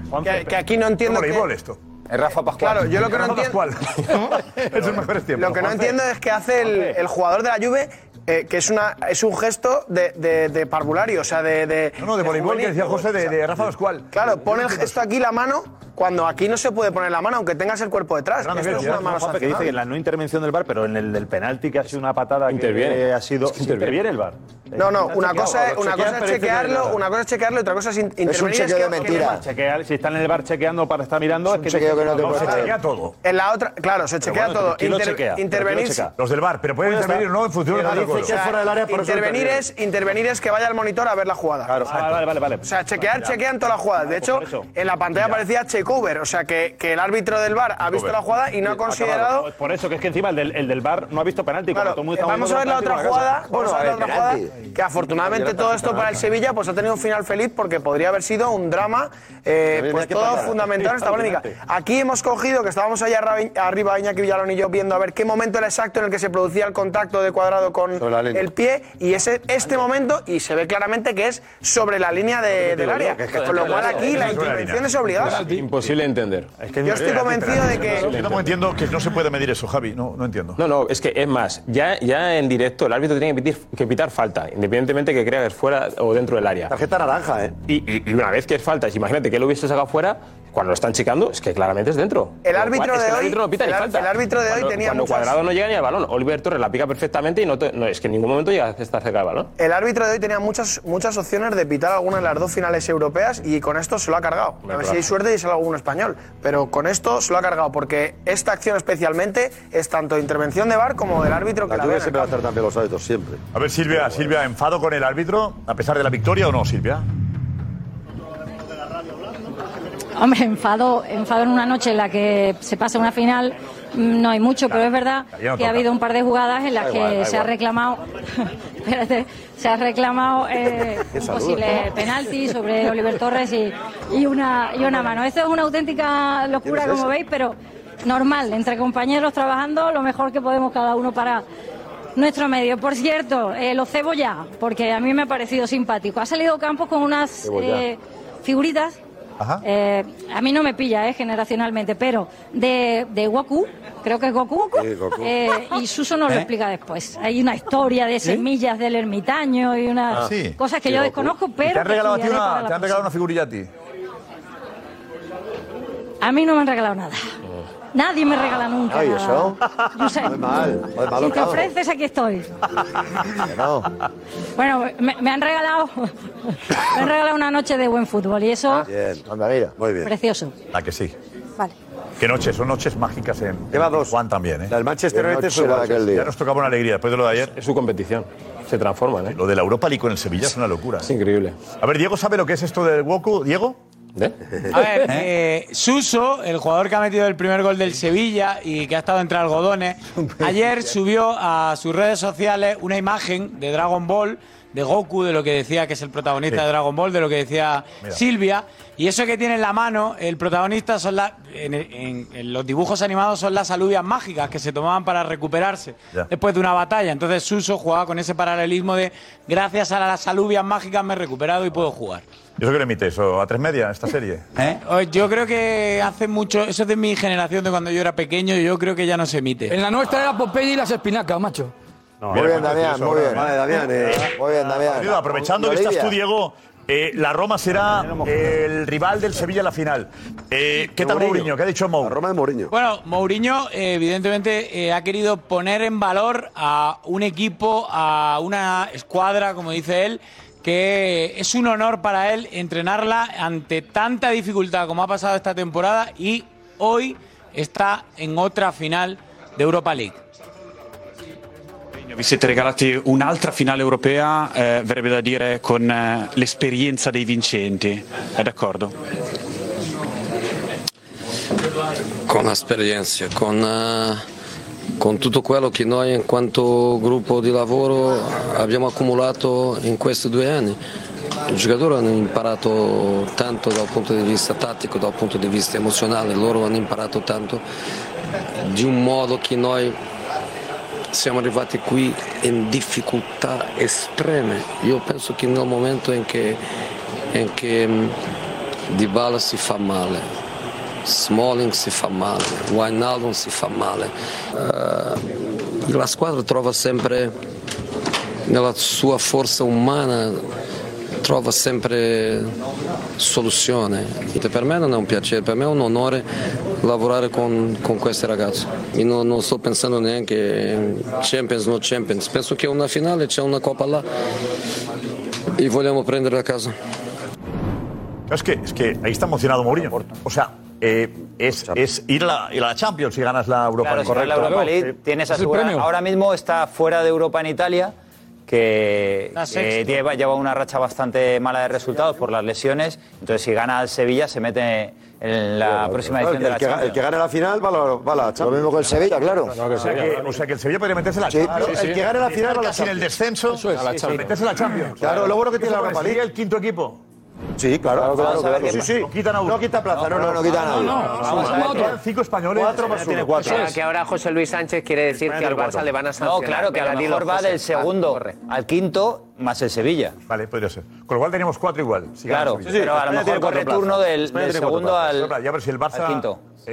Speaker 2: que aquí no entiendo...
Speaker 7: Es
Speaker 2: que-
Speaker 7: voleibol esto.
Speaker 2: Es Rafa Pascual. Claro, yo lo que no
Speaker 7: Rafa
Speaker 2: entiendo-
Speaker 7: Pascual. es el mejor tiempo.
Speaker 2: Lo que no entiendo es que hace el, el jugador de la Juve, eh, que es, una, es un gesto de, de- de parvulario, o sea, de... de
Speaker 7: No, no, de voleibol que decía José, de, de Rafa Pascual.
Speaker 2: Claro, pone el gesto aquí la mano cuando aquí no se puede poner la mano, aunque tengas el cuerpo detrás. Esto es una mano
Speaker 3: Juanfe, que dice que en la no intervención del bar, pero en el del penalti que ha sido una patada
Speaker 2: Interviene.
Speaker 3: que ha sido
Speaker 2: Es que
Speaker 3: interviene.
Speaker 2: interviene.
Speaker 3: el bar.
Speaker 2: No, no, una cosa, es- una cosa es chequearlo,
Speaker 3: una
Speaker 2: una cosa es chequearlo y otra cosa es in- intervenir.
Speaker 3: chequeo
Speaker 2: que-
Speaker 3: de mentira. Chequear, si están en el bar chequeando para estar mirando, es, que
Speaker 2: chequeo que no te
Speaker 3: se
Speaker 2: puede
Speaker 3: chequea
Speaker 2: hacer.
Speaker 3: todo.
Speaker 2: En la otra, claro, se chequea
Speaker 3: bueno,
Speaker 2: todo.
Speaker 3: ¿quién lo
Speaker 2: Inter-
Speaker 3: chequea? ¿Pero
Speaker 2: intervenir
Speaker 3: quién lo checa?
Speaker 7: Los del bar, pero pueden
Speaker 3: Pues ya
Speaker 7: intervenir
Speaker 3: está.
Speaker 7: no en función del
Speaker 3: Pero dice
Speaker 7: protocolo.
Speaker 3: que es fuera del área, por eso
Speaker 2: intervenir
Speaker 3: interviene.
Speaker 2: es, intervenir es que vaya al monitor a ver la jugada.
Speaker 3: Claro, Ah, vale, vale, vale.
Speaker 2: O sea, chequear,
Speaker 3: Vale, ya. Ah, pues
Speaker 2: chequean todas las jugadas. De hecho, en la pantalla aparecía check over, o sea, que, que el árbitro del bar ha visto la jugada y no ha
Speaker 3: Acabado.
Speaker 2: considerado.
Speaker 3: Por eso que es que encima el del, el del bar no ha visto penalti. cuando todo el mundo
Speaker 2: Eh,
Speaker 3: está
Speaker 2: Vamos a ver la
Speaker 3: viendo penalti
Speaker 2: otra
Speaker 3: en
Speaker 2: jugada.
Speaker 3: casa. eh,
Speaker 2: Vamos a ver la otra jugada. Que afortunadamente todo esto para el Sevilla pues ha tenido un final feliz porque podría haber sido un drama eh,
Speaker 3: Habría
Speaker 2: pues
Speaker 3: que
Speaker 2: todo
Speaker 3: parar.
Speaker 2: fundamental en esta polémica. Aquí hemos cogido que estábamos allá arra- arriba Iñaki Villalón y yo viendo a ver qué momento era exacto en el que se producía el contacto de cuadrado con
Speaker 3: la línea.
Speaker 2: el pie y es este momento y se ve claramente que es sobre la línea de- del área. Con lo cual aquí la intervención es obligada.
Speaker 11: Imposible entender.
Speaker 2: Yo estoy convencido de
Speaker 7: Yo
Speaker 2: que
Speaker 7: tampoco entiendo que no se puede medir eso, Javi. No, no entiendo.
Speaker 11: No, no, es que es más, ya, ya en directo el árbitro tiene que pitar, que pitar falta, independientemente que crea que es fuera o dentro del área. Tarjeta naranja, ¿eh? Y, y- y una vez que es falta, si imagínate que lo hubiese sacado fuera, cuando lo están checando, es que claramente es dentro.
Speaker 2: el
Speaker 11: Lo cual-
Speaker 2: árbitro
Speaker 11: es
Speaker 2: de
Speaker 11: que el
Speaker 2: hoy
Speaker 11: árbitro no pita
Speaker 2: el
Speaker 11: ni
Speaker 2: ar-
Speaker 11: falta.
Speaker 2: el árbitro de hoy
Speaker 11: Cuando-
Speaker 2: tenía
Speaker 11: Cuando
Speaker 2: muchas-
Speaker 11: Cuadrado no llega ni al balón, Oliver Torres la pica perfectamente y no, te- no- es que en ningún momento llega a estar cerca del balón.
Speaker 2: El árbitro de hoy tenía muchas, muchas opciones de pitar alguna de las dos finales europeas y con esto se lo ha cargado. A ver si hay suerte y sale algún español. Pero con esto se lo ha cargado porque esta acción especialmente es tanto intervención de VAR como del árbitro que la, ve.
Speaker 7: siempre va a estar también los árbitros, siempre. A ver, Silvia, Silvia, ¿enfado con el árbitro a pesar de la victoria o no, Silvia?
Speaker 20: Hombre, enfado, enfado en una noche en la que se pasa una final mm, no hay mucho, pero es verdad
Speaker 6: ya no
Speaker 20: que ha
Speaker 6: toca.
Speaker 20: habido un par de jugadas en las
Speaker 6: Da
Speaker 20: que
Speaker 6: igual, da
Speaker 20: se ha
Speaker 6: igual.
Speaker 20: reclamado, espérate, se ha reclamado eh,
Speaker 6: Qué
Speaker 20: un
Speaker 6: saludo.
Speaker 20: posible penalti sobre Oliver Torres y, y una y una mano. Esto es una auténtica locura,
Speaker 6: ¿Quién es
Speaker 20: como
Speaker 6: ese?
Speaker 20: veis, pero normal, entre compañeros trabajando lo mejor que podemos cada uno para nuestro medio. Por cierto, eh, lo cebo ya, porque a mí me ha parecido simpático. Ha salido Campos con unas
Speaker 6: Cebo ya.
Speaker 20: eh, figuritas
Speaker 7: Ajá.
Speaker 20: eh, a mí no me pilla, eh, generacionalmente, pero de, de Goku, creo que es Goku,
Speaker 6: Sí, Goku.
Speaker 20: eh, y Suso nos
Speaker 6: ¿Eh?
Speaker 20: lo explica después. Hay una historia de semillas del ermitaño y unas
Speaker 7: Ah, sí.
Speaker 20: cosas que
Speaker 7: Sí,
Speaker 20: yo
Speaker 7: Goku.
Speaker 20: desconozco,
Speaker 7: ¿Y
Speaker 20: pero
Speaker 7: ¿Te han
Speaker 20: que
Speaker 7: regalado a ti
Speaker 20: estudiaré
Speaker 7: una,
Speaker 20: para la
Speaker 7: te han regalado una figurilla a ti?
Speaker 20: próxima. A mí no me han regalado nada.
Speaker 7: Oh,
Speaker 20: Nadie me regala nunca.
Speaker 14: Ay,
Speaker 20: nada.
Speaker 14: eso.
Speaker 20: Yo sé.
Speaker 14: Muy mal. Muy mal
Speaker 20: Si te
Speaker 14: locado.
Speaker 20: ofreces, aquí estoy.
Speaker 14: Que no.
Speaker 20: Bueno, me, me han regalado me han regalado una noche de buen fútbol y eso
Speaker 7: Bien, anda, mira. Muy bien.
Speaker 20: precioso.
Speaker 7: La que sí.
Speaker 20: Vale.
Speaker 7: Qué noches, son noches mágicas en Lleva dos. Juan también, ¿eh? El
Speaker 11: Manchester Qué United noche fue la de igual. aquel día.
Speaker 7: Ya nos tocaba una alegría después de lo de ayer.
Speaker 11: Es su competición. Se transforman, ¿eh?
Speaker 7: Lo de la Europa League con el Sevilla es una locura. ¿eh?
Speaker 11: Es increíble.
Speaker 7: A ver, Diego sabe lo que es esto del Woku, Diego.
Speaker 25: A ver, eh, Suso, el jugador que ha metido el primer gol del Sevilla y que ha estado entre algodones, ayer subió a sus redes sociales una imagen de Dragon Ball, de Goku, de lo que decía que es el protagonista
Speaker 26: Sí.
Speaker 25: de Dragon Ball, de lo que decía
Speaker 26: Mira.
Speaker 25: Silvia. Y eso que tiene en la mano el protagonista son las. En, en- en los dibujos animados son las alubias mágicas que se tomaban para recuperarse
Speaker 7: Ya.
Speaker 25: después de una batalla. Entonces Suso jugaba con ese paralelismo de gracias a las alubias mágicas me he recuperado y puedo jugar.
Speaker 7: ¿Y eso que le emite? ¿Eso a tres media, esta serie?
Speaker 25: Eh, Yo creo que hace mucho, eso es de mi generación, de cuando yo era pequeño, y yo creo que ya no se emite.
Speaker 5: En la nuestra era Popeye y las espinacas, macho.
Speaker 7: Muy bien, Damián, muy bien.
Speaker 5: Vale, Damián, eh,
Speaker 14: muy bien, Damián.
Speaker 7: Diego, aprovechando que estás tú, Diego, eh, la Roma será el rival del Sevilla en la final. Eh, ¿Qué tal Mourinho? ¿Qué ha dicho Mou? La Roma de Mourinho.
Speaker 25: Bueno, Mourinho eh, evidentemente eh, ha querido poner en valor a un equipo, a una escuadra, como dice él, que es un honor para él entrenarla ante tanta dificultad como ha pasado esta temporada y hoy está en otra final de Europa League.
Speaker 27: Vi siete regalati un'altra finale europea, eh, verrebbe da dire con eh, l'esperienza dei vincenti, è d'accordo?
Speaker 6: con l'esperienza, con, eh, con tutto quello che noi in quanto gruppo di lavoro abbiamo accumulato in questi due anni. I giocatori hanno imparato tanto dal punto di vista tattico, dal punto di vista emozionale, loro hanno imparato tanto di un modo che noi siamo arrivati qui in difficoltà estreme. Io penso che nel momento in che, in che mh, Dybala si fa male, Smalling si fa male, Wijnaldum si fa male. Eh, la squadra trova sempre, nella sua forza umana, trova sempre soluzione. E per me non è un piacere, per me è un onore lavorare con, con questi ragazzi. Io non, non sto pensando neanche Champions, no Champions, penso che una finale c'è una coppa là e vogliamo prendere a casa.
Speaker 7: Claro, Es que, es que ahí está emocionado Mourinho. O sea, eh, es, es ir a la, ir a la Champions si ganas la Europa
Speaker 13: Claro,
Speaker 7: League.
Speaker 13: si la Europa League
Speaker 7: Eh,
Speaker 13: tienes
Speaker 7: es el
Speaker 13: asegurado.
Speaker 7: premio.
Speaker 13: Ahora mismo está fuera de Europa en Italia, que
Speaker 7: Está
Speaker 13: eh,
Speaker 7: sexto.
Speaker 13: lleva, lleva una racha bastante mala de resultados por las lesiones. Entonces, si gana el Sevilla, se mete en la próxima
Speaker 23: Claro,
Speaker 13: edición de
Speaker 23: el
Speaker 13: la
Speaker 23: que-
Speaker 13: Champions.
Speaker 23: el que gane la final va a la, va a la Champions. Lo mismo que el Sevilla, claro.
Speaker 7: o, sea que, o sea que el Sevilla podría meterse en la
Speaker 23: Sí,
Speaker 7: Champions.
Speaker 23: pero el que gane la final
Speaker 7: Estar
Speaker 23: va a la
Speaker 7: casi en el
Speaker 23: Champions.
Speaker 7: descenso,
Speaker 23: Eso es. A la
Speaker 7: sí,
Speaker 23: Champions.
Speaker 7: meterse en la Champions.
Speaker 23: Claro, lo bueno que tiene la Europa
Speaker 7: Sería
Speaker 23: League.
Speaker 7: el quinto equipo.
Speaker 23: Sí, claro, claro,
Speaker 7: Vamos a ver
Speaker 23: claro.
Speaker 7: qué
Speaker 23: Sí,
Speaker 7: pasa.
Speaker 23: sí.
Speaker 7: No quitan a uno.
Speaker 23: No quita plaza, no, no, no quita a nadie.
Speaker 7: Vamos a ver, quedan Cinco españoles.
Speaker 23: Cuatro más uno. Eso
Speaker 4: Espera,
Speaker 23: es.
Speaker 4: que ahora José Luis Sánchez quiere decir que al Barça le van a sancionar.
Speaker 13: No, claro, que a
Speaker 4: Venga,
Speaker 13: lo
Speaker 4: dilo,
Speaker 13: mejor va
Speaker 4: José.
Speaker 13: del segundo
Speaker 4: corre.
Speaker 13: al quinto más el Sevilla.
Speaker 7: Vale, podría ser. Con lo cual tenemos cuatro igual. Si gana
Speaker 13: Claro,
Speaker 7: el Sevilla.
Speaker 13: pero a lo mejor corre turno del,
Speaker 7: España
Speaker 13: del
Speaker 7: tiene cuatro
Speaker 13: segundo
Speaker 7: plazas.
Speaker 13: al,
Speaker 7: Sopla, ya ver si el Barça,
Speaker 13: al quinto. Pues
Speaker 7: eh, que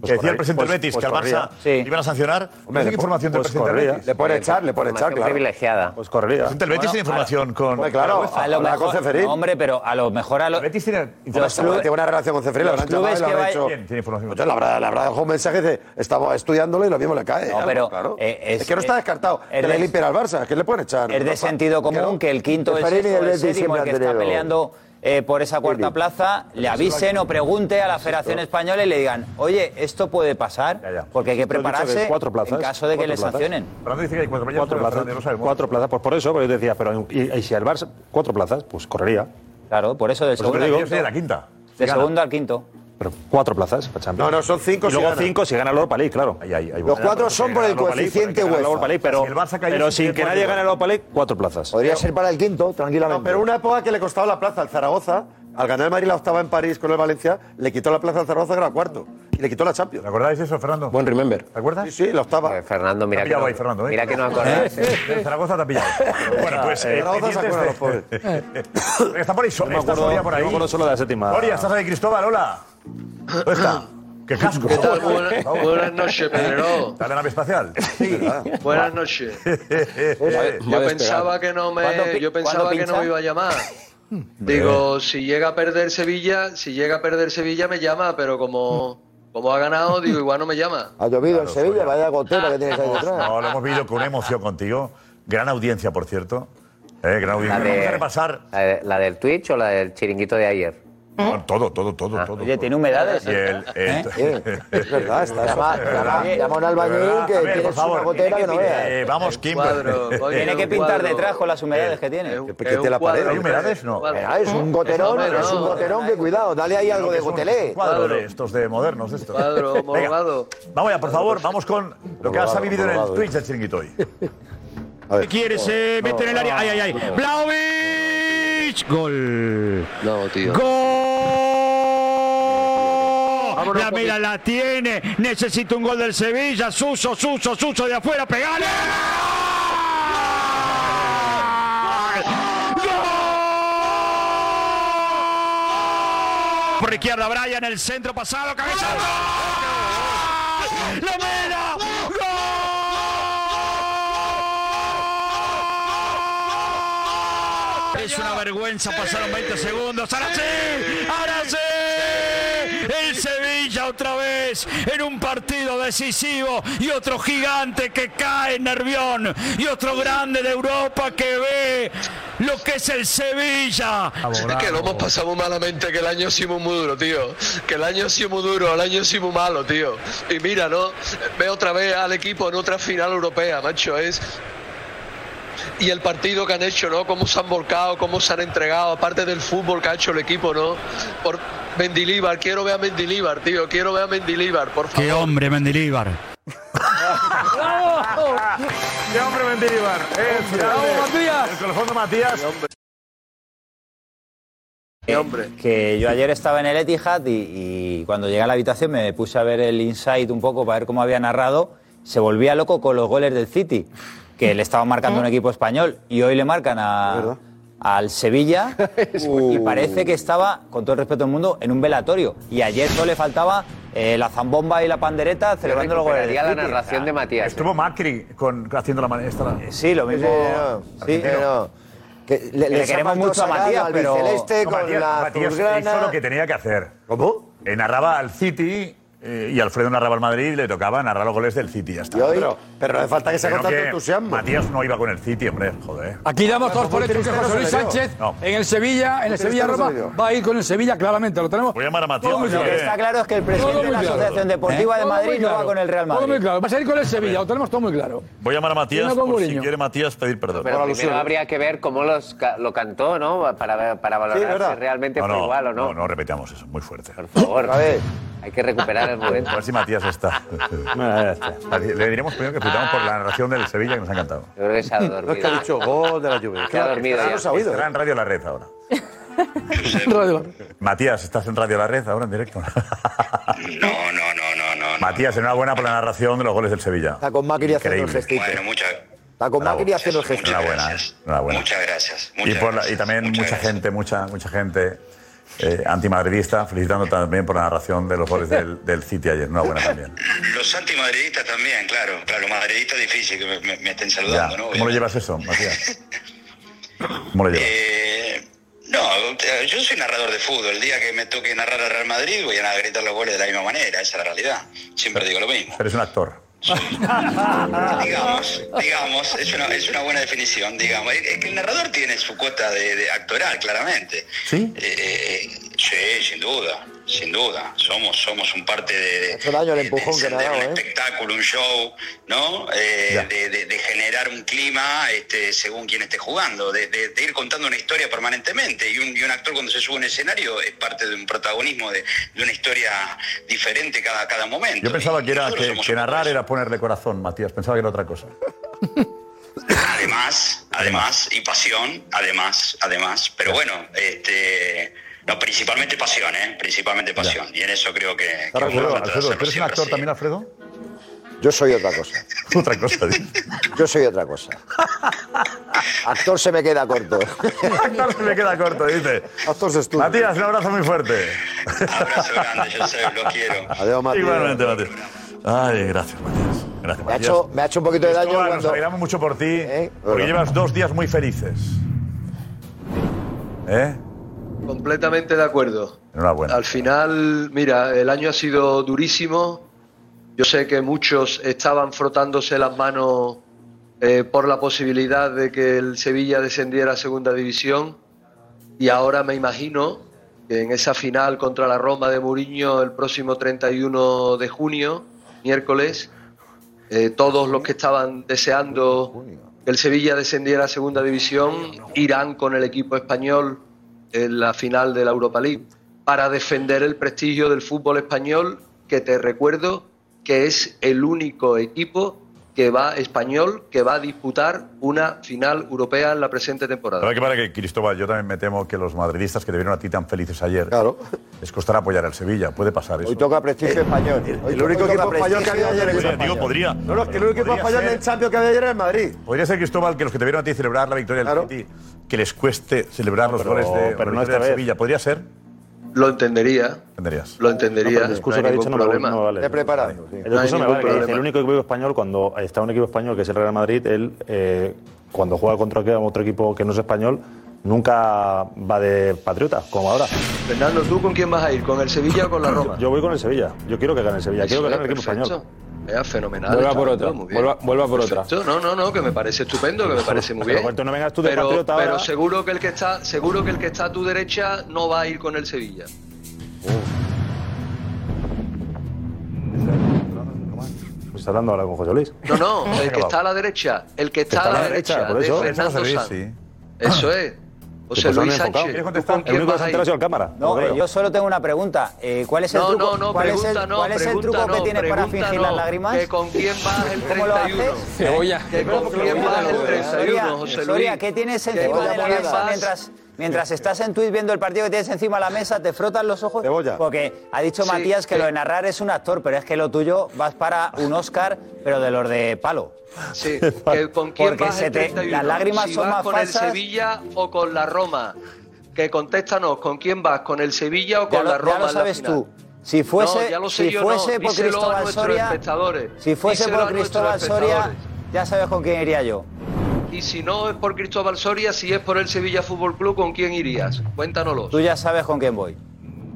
Speaker 7: decía
Speaker 13: corría.
Speaker 7: el presidente del
Speaker 13: Pues-
Speaker 7: Betis
Speaker 13: pues
Speaker 7: que al Barça
Speaker 13: corría. Sí.
Speaker 7: iban a sancionar.
Speaker 13: Hombre,
Speaker 7: ¿Tiene
Speaker 13: le-
Speaker 7: información del
Speaker 13: pues
Speaker 7: presidente del
Speaker 13: corría.
Speaker 7: Betis?
Speaker 13: Le puede echar, le puede echar,
Speaker 7: Información
Speaker 13: claro.
Speaker 7: privilegiada. Pues corría. El presidente del Betis tiene información con.
Speaker 13: a lo mejor- no, hombre, pero a lo mejor a lo, los
Speaker 23: Información,
Speaker 13: clubes-
Speaker 23: Tiene una relación con Cefré, lo
Speaker 13: los
Speaker 23: habrán llamado y
Speaker 13: clubes
Speaker 23: lo Pues
Speaker 13: que
Speaker 23: habrán
Speaker 13: va-
Speaker 23: hecho.
Speaker 13: Bien,
Speaker 7: tiene información.
Speaker 23: Entonces, le habrá, le habrá dejado un mensaje de estamos estudiándolo y lo mismo le cae.
Speaker 13: No,
Speaker 23: Algo,
Speaker 13: pero,
Speaker 23: claro.
Speaker 13: eh,
Speaker 23: es,
Speaker 13: es-
Speaker 23: que no está
Speaker 13: eh,
Speaker 23: descartado.
Speaker 13: es
Speaker 23: que le
Speaker 13: de-
Speaker 23: limpien al Barça, que le pueden echar.
Speaker 13: Es de sentido común que el quinto, el
Speaker 23: Cefré y
Speaker 13: sexto, el,
Speaker 23: Betis
Speaker 13: séptimo,
Speaker 23: siempre
Speaker 13: el
Speaker 23: han
Speaker 13: que está
Speaker 23: tenido-
Speaker 13: peleando eh, por esa cuarta plaza, le avisen o pregunte a la Federación Española y le digan, oye, esto puede pasar, porque hay que
Speaker 28: Tú has dicho que
Speaker 13: prepararse
Speaker 28: cuatro plazas,
Speaker 13: en caso de que
Speaker 28: cuatro
Speaker 13: le
Speaker 28: plazas.
Speaker 13: sancionen.
Speaker 7: Fernando dice que hay cuatro plazas.
Speaker 28: Cuatro plazas, cuatro plazas, pues por eso, pero yo decía, pero y, y si el Barça, cuatro plazas, pues correría.
Speaker 13: Claro, por eso del
Speaker 28: segundo
Speaker 13: segundo al
Speaker 28: digo,
Speaker 13: quinto.
Speaker 28: la quinta.
Speaker 13: De
Speaker 28: Gana.
Speaker 13: segundo al quinto.
Speaker 28: Pero cuatro plazas para Champions.
Speaker 23: No, no, son cinco
Speaker 28: Y
Speaker 23: si
Speaker 28: luego
Speaker 23: gana.
Speaker 28: cinco si gana el Europa League, claro. Ahí, ahí, ahí
Speaker 23: Los
Speaker 28: va.
Speaker 23: cuatro son por el
Speaker 28: Gana Europa League,
Speaker 23: coeficiente
Speaker 28: gana el Europa
Speaker 23: UEFA.
Speaker 28: League, pero,
Speaker 23: Si el Barça cayese,
Speaker 28: pero sin que
Speaker 23: tiene
Speaker 28: nadie
Speaker 23: cuatro.
Speaker 28: gane el Europa League, cuatro plazas.
Speaker 23: pues Podría ser para el quinto, tranquilamente. pero una época que le costaba la plaza al Zaragoza, al ganar el Madrid la octava en París con el Valencia, le quitó la plaza al Zaragoza que era cuarto. Y le quitó la Champions. ¿Te
Speaker 7: acordáis de eso, Fernando?
Speaker 23: Buen
Speaker 29: remember.
Speaker 7: ¿Te acuerdas? Sí,
Speaker 23: sí, la octava.
Speaker 4: Fernando, mira
Speaker 7: Te ha
Speaker 4: que
Speaker 7: pillado
Speaker 4: no-
Speaker 7: ahí, Fernando, ¿eh?
Speaker 4: mira que no acordáis.
Speaker 7: El Zaragoza te ha pillado. Bueno, pues. eh,
Speaker 23: Zaragoza se acuerda
Speaker 7: pendientes de- Está por ahí. so-
Speaker 28: Yo me
Speaker 7: Está
Speaker 28: acuerdo-
Speaker 7: Soria por
Speaker 28: yo
Speaker 7: ahí.
Speaker 28: me acuerdo solo de la séptima.
Speaker 23: Ah.
Speaker 7: Soria, estás ahí, Cristóbal, hola. ¿Dónde está? ¿Qué casco?
Speaker 17: ¿Qué tal?
Speaker 7: Por favor,
Speaker 17: Buena-
Speaker 7: por favor.
Speaker 17: buenas noches, Pedro.
Speaker 7: ¿Está en la nave espacial? Sí.
Speaker 17: Buenas noches. Yo pensaba que no ¿Cuándo me, pi- yo pensaba cuándo que no pincha? me iba a llamar. Digo, si llega a perder Sevilla, si llega a perder Sevilla me llama, pero como, como ha ganado, digo, igual no me llama.
Speaker 23: Ha llovido en Sevilla, vaya gotera que tienes ahí detrás.
Speaker 7: Pues, No, lo hemos vivido con una emoción contigo. Gran audiencia, por cierto. Eh, gran audiencia.
Speaker 4: La, de-
Speaker 7: Vamos a repasar.
Speaker 4: la de- la del Twitch o la del chiringuito de ayer. Ah.
Speaker 7: Bueno, todo, todo, todo, todo.
Speaker 4: Oye, tiene humedades.
Speaker 7: Y
Speaker 13: ¿eh?
Speaker 7: el, el-
Speaker 23: Es verdad, está
Speaker 7: Llama-
Speaker 23: eso.
Speaker 7: llama-
Speaker 23: Llama a un
Speaker 7: De
Speaker 23: albañil
Speaker 7: verdad.
Speaker 23: que
Speaker 7: A ver,
Speaker 23: tiene
Speaker 7: por favor.
Speaker 23: una gotera que no veas.
Speaker 7: Eh, vamos, Kim.
Speaker 13: Tiene que pintar detrás con las humedades que tiene.
Speaker 23: Que te la pared.
Speaker 7: ¿Hay humedades? No.
Speaker 23: Ah, es eh, un goterón,
Speaker 7: Más o menos.
Speaker 23: es un goterón que cuidado, dale ahí algo de
Speaker 7: Es un
Speaker 23: gotelé.
Speaker 7: Cuadro de estos de modernos, de estos.
Speaker 17: Cuadro
Speaker 7: Venga,
Speaker 17: homologado.
Speaker 7: Vamos ya, por favor, vamos con lo que has
Speaker 17: Homologado,
Speaker 7: vivido en el
Speaker 17: homologado.
Speaker 7: Twitch del chiringuito hoy.
Speaker 17: ¿Qué quieres? Eh, mete en el área. Ay, ay, eh, ay. Vlaovic. Gol. No, tío. Gol. La mira la tiene. Necesita un gol del Sevilla. Suso, Suso, Suso de afuera. Pegale. ¡Gol! Por izquierda Brian, el centro pasado, cabeza. ¡Gol! ¡La mera! ¡Gol! Es una vergüenza, pasaron 20 segundos. ¡Ahora sí! ¡Ahora sí! El Sevilla otra vez en un partido decisivo y otro gigante que cae en Nervión y otro grande de Europa que ve
Speaker 30: lo que es el Sevilla.
Speaker 17: que lo hemos pasado muy malamente, que el año ha sido muy duro, tío. Que el año ha sido muy duro, el año ha sido muy malo, tío. Y mira, ¿no? Ve otra vez al equipo en otra final europea, macho. Es y el partido que han hecho, ¿no? Cómo se han volcado, cómo se han entregado, aparte del fútbol que ha hecho el equipo, ¿no? Por Mendilíbar, quiero ver a Mendilíbar, tío, quiero ver a Mendilíbar, por favor.
Speaker 30: Qué hombre, Mendilíbar.
Speaker 7: ¡Qué hombre Mendilibar! ¡Es
Speaker 23: Eh.
Speaker 7: Matías! El corazón de Matías.
Speaker 13: Eh, Que yo ayer estaba en el Etihad y, y cuando llegué a la habitación me puse a ver el insight un poco para ver cómo había narrado. Se volvía loco con los goles del City, que le estaban marcando un equipo español y hoy le marcan a, al Sevilla y parece que estaba, con todo el respeto del mundo, en un velatorio. Y ayer solo le faltaba eh, la zambomba y la pandereta celebrando los goles del City.
Speaker 7: Estuvo Macri con, haciendo la manera.
Speaker 13: Eh, Sí, lo mismo. Sí, no.
Speaker 7: le,
Speaker 13: le queremos mucho a Matías, pero...
Speaker 7: Matías- Matías hizo lo que tenía que hacer. ¿Cómo? narraba al City eh, y Alfredo narraba al Madrid y le tocaba narrar los goles del City. Ya está.
Speaker 5: Pero- pero no hace falta que se haga
Speaker 7: Creo
Speaker 5: tanto entusiasmo.
Speaker 7: Matías no iba con el City, hombre, joder.
Speaker 5: Aquí damos todos por hecho que José Luis Sánchez
Speaker 7: No.
Speaker 13: Eh,
Speaker 5: en el Sevilla, en el
Speaker 7: Triste
Speaker 5: Sevilla
Speaker 7: no se
Speaker 5: Roma,
Speaker 7: le dio.
Speaker 5: va a ir con el Sevilla, claramente, lo tenemos.
Speaker 7: Voy a llamar a Matías.
Speaker 5: todo muy
Speaker 13: Lo que está claro es que el presidente
Speaker 5: Todo muy
Speaker 13: de la
Speaker 5: claro. ¿Eh?
Speaker 13: Asociación Deportiva de
Speaker 5: Todo muy
Speaker 13: Madrid no va
Speaker 5: claro.
Speaker 13: con el Real
Speaker 5: Todo
Speaker 13: Madrid.
Speaker 5: muy claro, vas a ir con el Sevilla, lo tenemos todo muy claro.
Speaker 7: Voy a llamar a Matías
Speaker 5: Venga con
Speaker 7: por si
Speaker 5: Mourinho.
Speaker 7: quiere Matías pedir perdón.
Speaker 4: Pero primero habría que ver cómo los, ca- lo cantó, ¿no? Para, ver- para valorar si realmente
Speaker 7: No,
Speaker 4: fue
Speaker 7: no,
Speaker 4: igual o no.
Speaker 7: No, no, repetamos eso, muy fuerte. Por
Speaker 4: favor. Hay que recuperar el momento.
Speaker 7: A ver si Matías está. Le diremos primero que flipamos por la narración del Sevilla que nos ha encantado. Yo
Speaker 4: Ah. creo que se ha dormido.
Speaker 3: No es que ha dicho gol de la lluvia.
Speaker 7: Se ha dormido
Speaker 3: Estará-
Speaker 7: ya.
Speaker 3: nos ha oído.
Speaker 7: Estará en Radio La Red ahora.
Speaker 5: Radio
Speaker 7: Matías, estás en Radio La Red ahora en directo. no, no, no, no, no. Matías, enhorabuena por la narración de los goles del Sevilla. Está
Speaker 14: con Macri haciendo el
Speaker 7: Increíble.
Speaker 14: gestito.
Speaker 7: Bueno,
Speaker 14: Está con Macri haciendo el gestito.
Speaker 7: Enhorabuena, enhorabuena. Muchas gracias. y, por la- y también mucha gente, mucha, mucha gente eh, antimadridista, felicitando también por la narración de los goles del, del City ayer. Enhorabuena Ah, también.
Speaker 31: Los antimadridistas también, claro. Para los madridistas es difícil que me, me- me estén
Speaker 7: Ya.
Speaker 31: saludando, ¿no?
Speaker 7: ¿Cómo lo llevas eso, Matías? ¿Cómo lo llevas?
Speaker 31: Eh, no, eh, yo soy narrador de fútbol. El día que me toque narrar al Real Madrid voy a gritar los goles de la misma manera. Esa es la realidad. Siempre digo lo mismo.
Speaker 7: Eres un actor.
Speaker 31: digamos, digamos, es una, es una buena definición, digamos. Es que el narrador tiene su cuota de, de actoral, claramente.
Speaker 14: ¿Sí?
Speaker 31: Eh, eh, sí, sin duda, sin duda. Somos, somos un parte de, de-
Speaker 14: Hace daño el empujón que le ha dado, ¿eh?
Speaker 31: espectáculo, un show, ¿no? Eh,
Speaker 14: Ya.
Speaker 31: de, de- de generar un clima este, según quien esté jugando, de, de- de ir contando una historia permanentemente. Y un, y un actor cuando se sube a un escenario es parte de un protagonismo, de, de una historia diferente cada, cada momento.
Speaker 7: Yo pensaba que, era,
Speaker 31: Nosotros
Speaker 7: que,
Speaker 31: somos
Speaker 7: que narrar era ponerle corazón, Matías. Pensaba que era otra cosa.
Speaker 31: Además, además, y pasión, además, además. Pero bueno, este, no, principalmente pasión, ¿eh? Principalmente pasión. Y en eso creo que... que
Speaker 7: Ahora, Alfredo,
Speaker 31: vamos
Speaker 7: Alfredo,
Speaker 31: a hacerlo
Speaker 7: ¿tú eres un
Speaker 31: siempre
Speaker 7: actor
Speaker 31: así.
Speaker 7: también, Alfredo?
Speaker 14: Yo soy otra cosa.
Speaker 7: otra cosa,
Speaker 14: Yo soy otra cosa. Actor se me queda corto.
Speaker 7: actor se me queda corto, dice.
Speaker 14: Actor se estudia.
Speaker 7: Matías, un abrazo muy fuerte.
Speaker 31: Abrazo grande, yo sé, lo quiero.
Speaker 14: Adiós, Matías.
Speaker 7: Igualmente, Matías. Ay, gracias, Matías. Gracias,
Speaker 14: Me ha,
Speaker 7: Matías.
Speaker 14: hecho, me ha hecho un poquito de daño
Speaker 7: Cristóbal, Nos
Speaker 14: cuando... ¿Eh?
Speaker 7: alegramos mucho por ti, porque llevas dos días muy felices. ¿Eh?
Speaker 17: Completamente de acuerdo.
Speaker 7: Enhorabuena.
Speaker 17: Al final, mira, el año ha sido durísimo. Yo sé que muchos estaban frotándose las manos eh, por la posibilidad de que el Sevilla descendiera a segunda división. Y ahora me imagino que en esa final contra la Roma de Mourinho el próximo 31 de junio, miércoles, eh, todos los que estaban deseando que el Sevilla descendiera a segunda división irán con el equipo español en la final de la Europa League para defender el prestigio del fútbol español, que te recuerdo que es el único equipo que va español que va a disputar una final europea en la presente temporada.
Speaker 7: Ahora que para que, Cristóbal, yo también me temo que los madridistas que te vieron a ti tan felices ayer, claro. les costará apoyar al Sevilla. Puede pasar eso. Eh, Hoy
Speaker 14: toca prestigio español.
Speaker 7: Hoy
Speaker 14: el único
Speaker 7: toca
Speaker 14: equipo español que había ayer es
Speaker 7: Podría,
Speaker 14: español.
Speaker 7: digo, podría.
Speaker 14: No, no, es que el único equipo
Speaker 7: Podría
Speaker 14: español
Speaker 7: ser-
Speaker 14: en Champions que había ayer es el Madrid.
Speaker 7: Podría ser, Cristóbal, que los que te vieron a ti celebrar la victoria del City, que les cueste celebrar los
Speaker 17: pero-
Speaker 7: goles de,
Speaker 17: pero
Speaker 7: la
Speaker 17: no
Speaker 7: victoria
Speaker 17: esta
Speaker 7: de
Speaker 17: vez.
Speaker 7: Sevilla. ¿Podría ser?
Speaker 17: Lo entendería.
Speaker 7: Entenderías.
Speaker 17: Lo entendería.
Speaker 28: No, pero el discurso
Speaker 17: No
Speaker 28: que
Speaker 17: hay
Speaker 28: ha dicho
Speaker 17: ningún
Speaker 28: no me,
Speaker 17: problema.
Speaker 28: no me vale.
Speaker 17: Te he preparado, sí.
Speaker 28: El
Speaker 17: No hay
Speaker 28: discurso me
Speaker 17: ningún
Speaker 28: vale. que dice,
Speaker 17: problema.
Speaker 28: el único equipo español, cuando está un equipo español que es el Real Madrid, él, eh, cuando juega contra otro equipo que no es español, nunca va de patriota, como ahora.
Speaker 17: Fernando, ¿tú con quién vas a ir? ¿Con el Sevilla o con la Roma?
Speaker 28: Yo voy con el Sevilla. Yo quiero que gane el Sevilla.
Speaker 17: Eso
Speaker 28: quiero que
Speaker 17: es,
Speaker 28: gane el equipo
Speaker 17: perfecto.
Speaker 28: español.
Speaker 17: Vea, fenomenal.
Speaker 11: Vuelva
Speaker 17: está
Speaker 11: por
Speaker 17: hablando,
Speaker 11: otra.
Speaker 17: muy bien.
Speaker 11: Vuelva, vuelva por otra.
Speaker 17: Perfecto, No, no, no, que me parece estupendo, que me parece muy
Speaker 11: Pero,
Speaker 17: bien.
Speaker 11: Roberto, no vengas tú de
Speaker 17: Pero-
Speaker 11: patriota
Speaker 17: pero
Speaker 11: ahora.
Speaker 17: seguro que el que está, seguro que el que está a tu derecha no va a ir con el Sevilla.
Speaker 28: Me está hablando ahora con José Luis.
Speaker 17: No, no, el que está a la derecha, el que está, a la derecha,
Speaker 28: por
Speaker 17: de
Speaker 28: eso.
Speaker 17: Fernando Sanz. Eso es. José
Speaker 28: Pues lo han
Speaker 17: Luis
Speaker 28: enfocado.
Speaker 17: Sánchez.
Speaker 28: ¿Quieres
Speaker 17: ¿Con
Speaker 28: contestar? El
Speaker 17: quién
Speaker 28: único que
Speaker 17: vas
Speaker 28: se ha
Speaker 17: ahí?
Speaker 28: enterado ha sido el cámara.
Speaker 13: No,
Speaker 28: lo creo.
Speaker 13: eh, yo solo tengo una pregunta. Eh, ¿Cuál es el
Speaker 17: No,
Speaker 13: truco?
Speaker 17: no, no,
Speaker 13: ¿Cuál es el,
Speaker 17: pregunta no,
Speaker 13: cuál es el
Speaker 17: pregunta
Speaker 13: truco que
Speaker 17: no,
Speaker 13: tienes para
Speaker 17: pregunta
Speaker 13: fingir
Speaker 17: no,
Speaker 13: las lágrimas?
Speaker 17: que con quién vas el 31.
Speaker 13: ¿Eh?
Speaker 17: Que con quién vas el 31, José Luis.
Speaker 13: Soria, ¿qué tienes encima
Speaker 17: voy a
Speaker 13: de la
Speaker 17: poner
Speaker 13: mesa
Speaker 17: más.
Speaker 13: mientras, mientras estás en Twitch viendo el partido que tienes encima de la mesa? ¿Te frotas los ojos? Porque ha dicho
Speaker 17: Sí,
Speaker 13: Matías que
Speaker 17: sí.
Speaker 13: lo de narrar es un actor, pero es que lo tuyo vas para un Oscar, pero de los de palo.
Speaker 17: Sí, que con quién
Speaker 13: Porque
Speaker 17: vas
Speaker 13: se
Speaker 17: el
Speaker 13: te-
Speaker 17: 31.
Speaker 13: las lágrimas
Speaker 17: si
Speaker 13: son
Speaker 17: vas
Speaker 13: más
Speaker 17: con
Speaker 13: falsas.
Speaker 17: el Sevilla o con la Roma. Que contéstanos, ¿con quién vas? ¿Con el Sevilla o con
Speaker 13: Ya lo-
Speaker 17: la
Speaker 13: ya
Speaker 17: Roma?
Speaker 13: lo
Speaker 17: en la
Speaker 13: sabes
Speaker 17: final?
Speaker 13: tú. Si fuese-
Speaker 17: No, ya lo sé
Speaker 13: si
Speaker 17: yo, no.
Speaker 13: fuese por
Speaker 17: Díselo
Speaker 13: Cristóbal
Speaker 17: a nuestros
Speaker 13: Soria-
Speaker 17: espectadores.
Speaker 13: Si fuese
Speaker 17: Díselo a
Speaker 13: por
Speaker 17: nuestros
Speaker 13: Cristóbal Soria,
Speaker 17: espectadores.
Speaker 13: ya sabes con quién iría yo.
Speaker 17: Y si no es por Cristóbal Soria, si es por el Sevilla Fútbol Club, ¿con quién irías? Cuéntanoslo.
Speaker 13: Tú ya sabes con quién voy.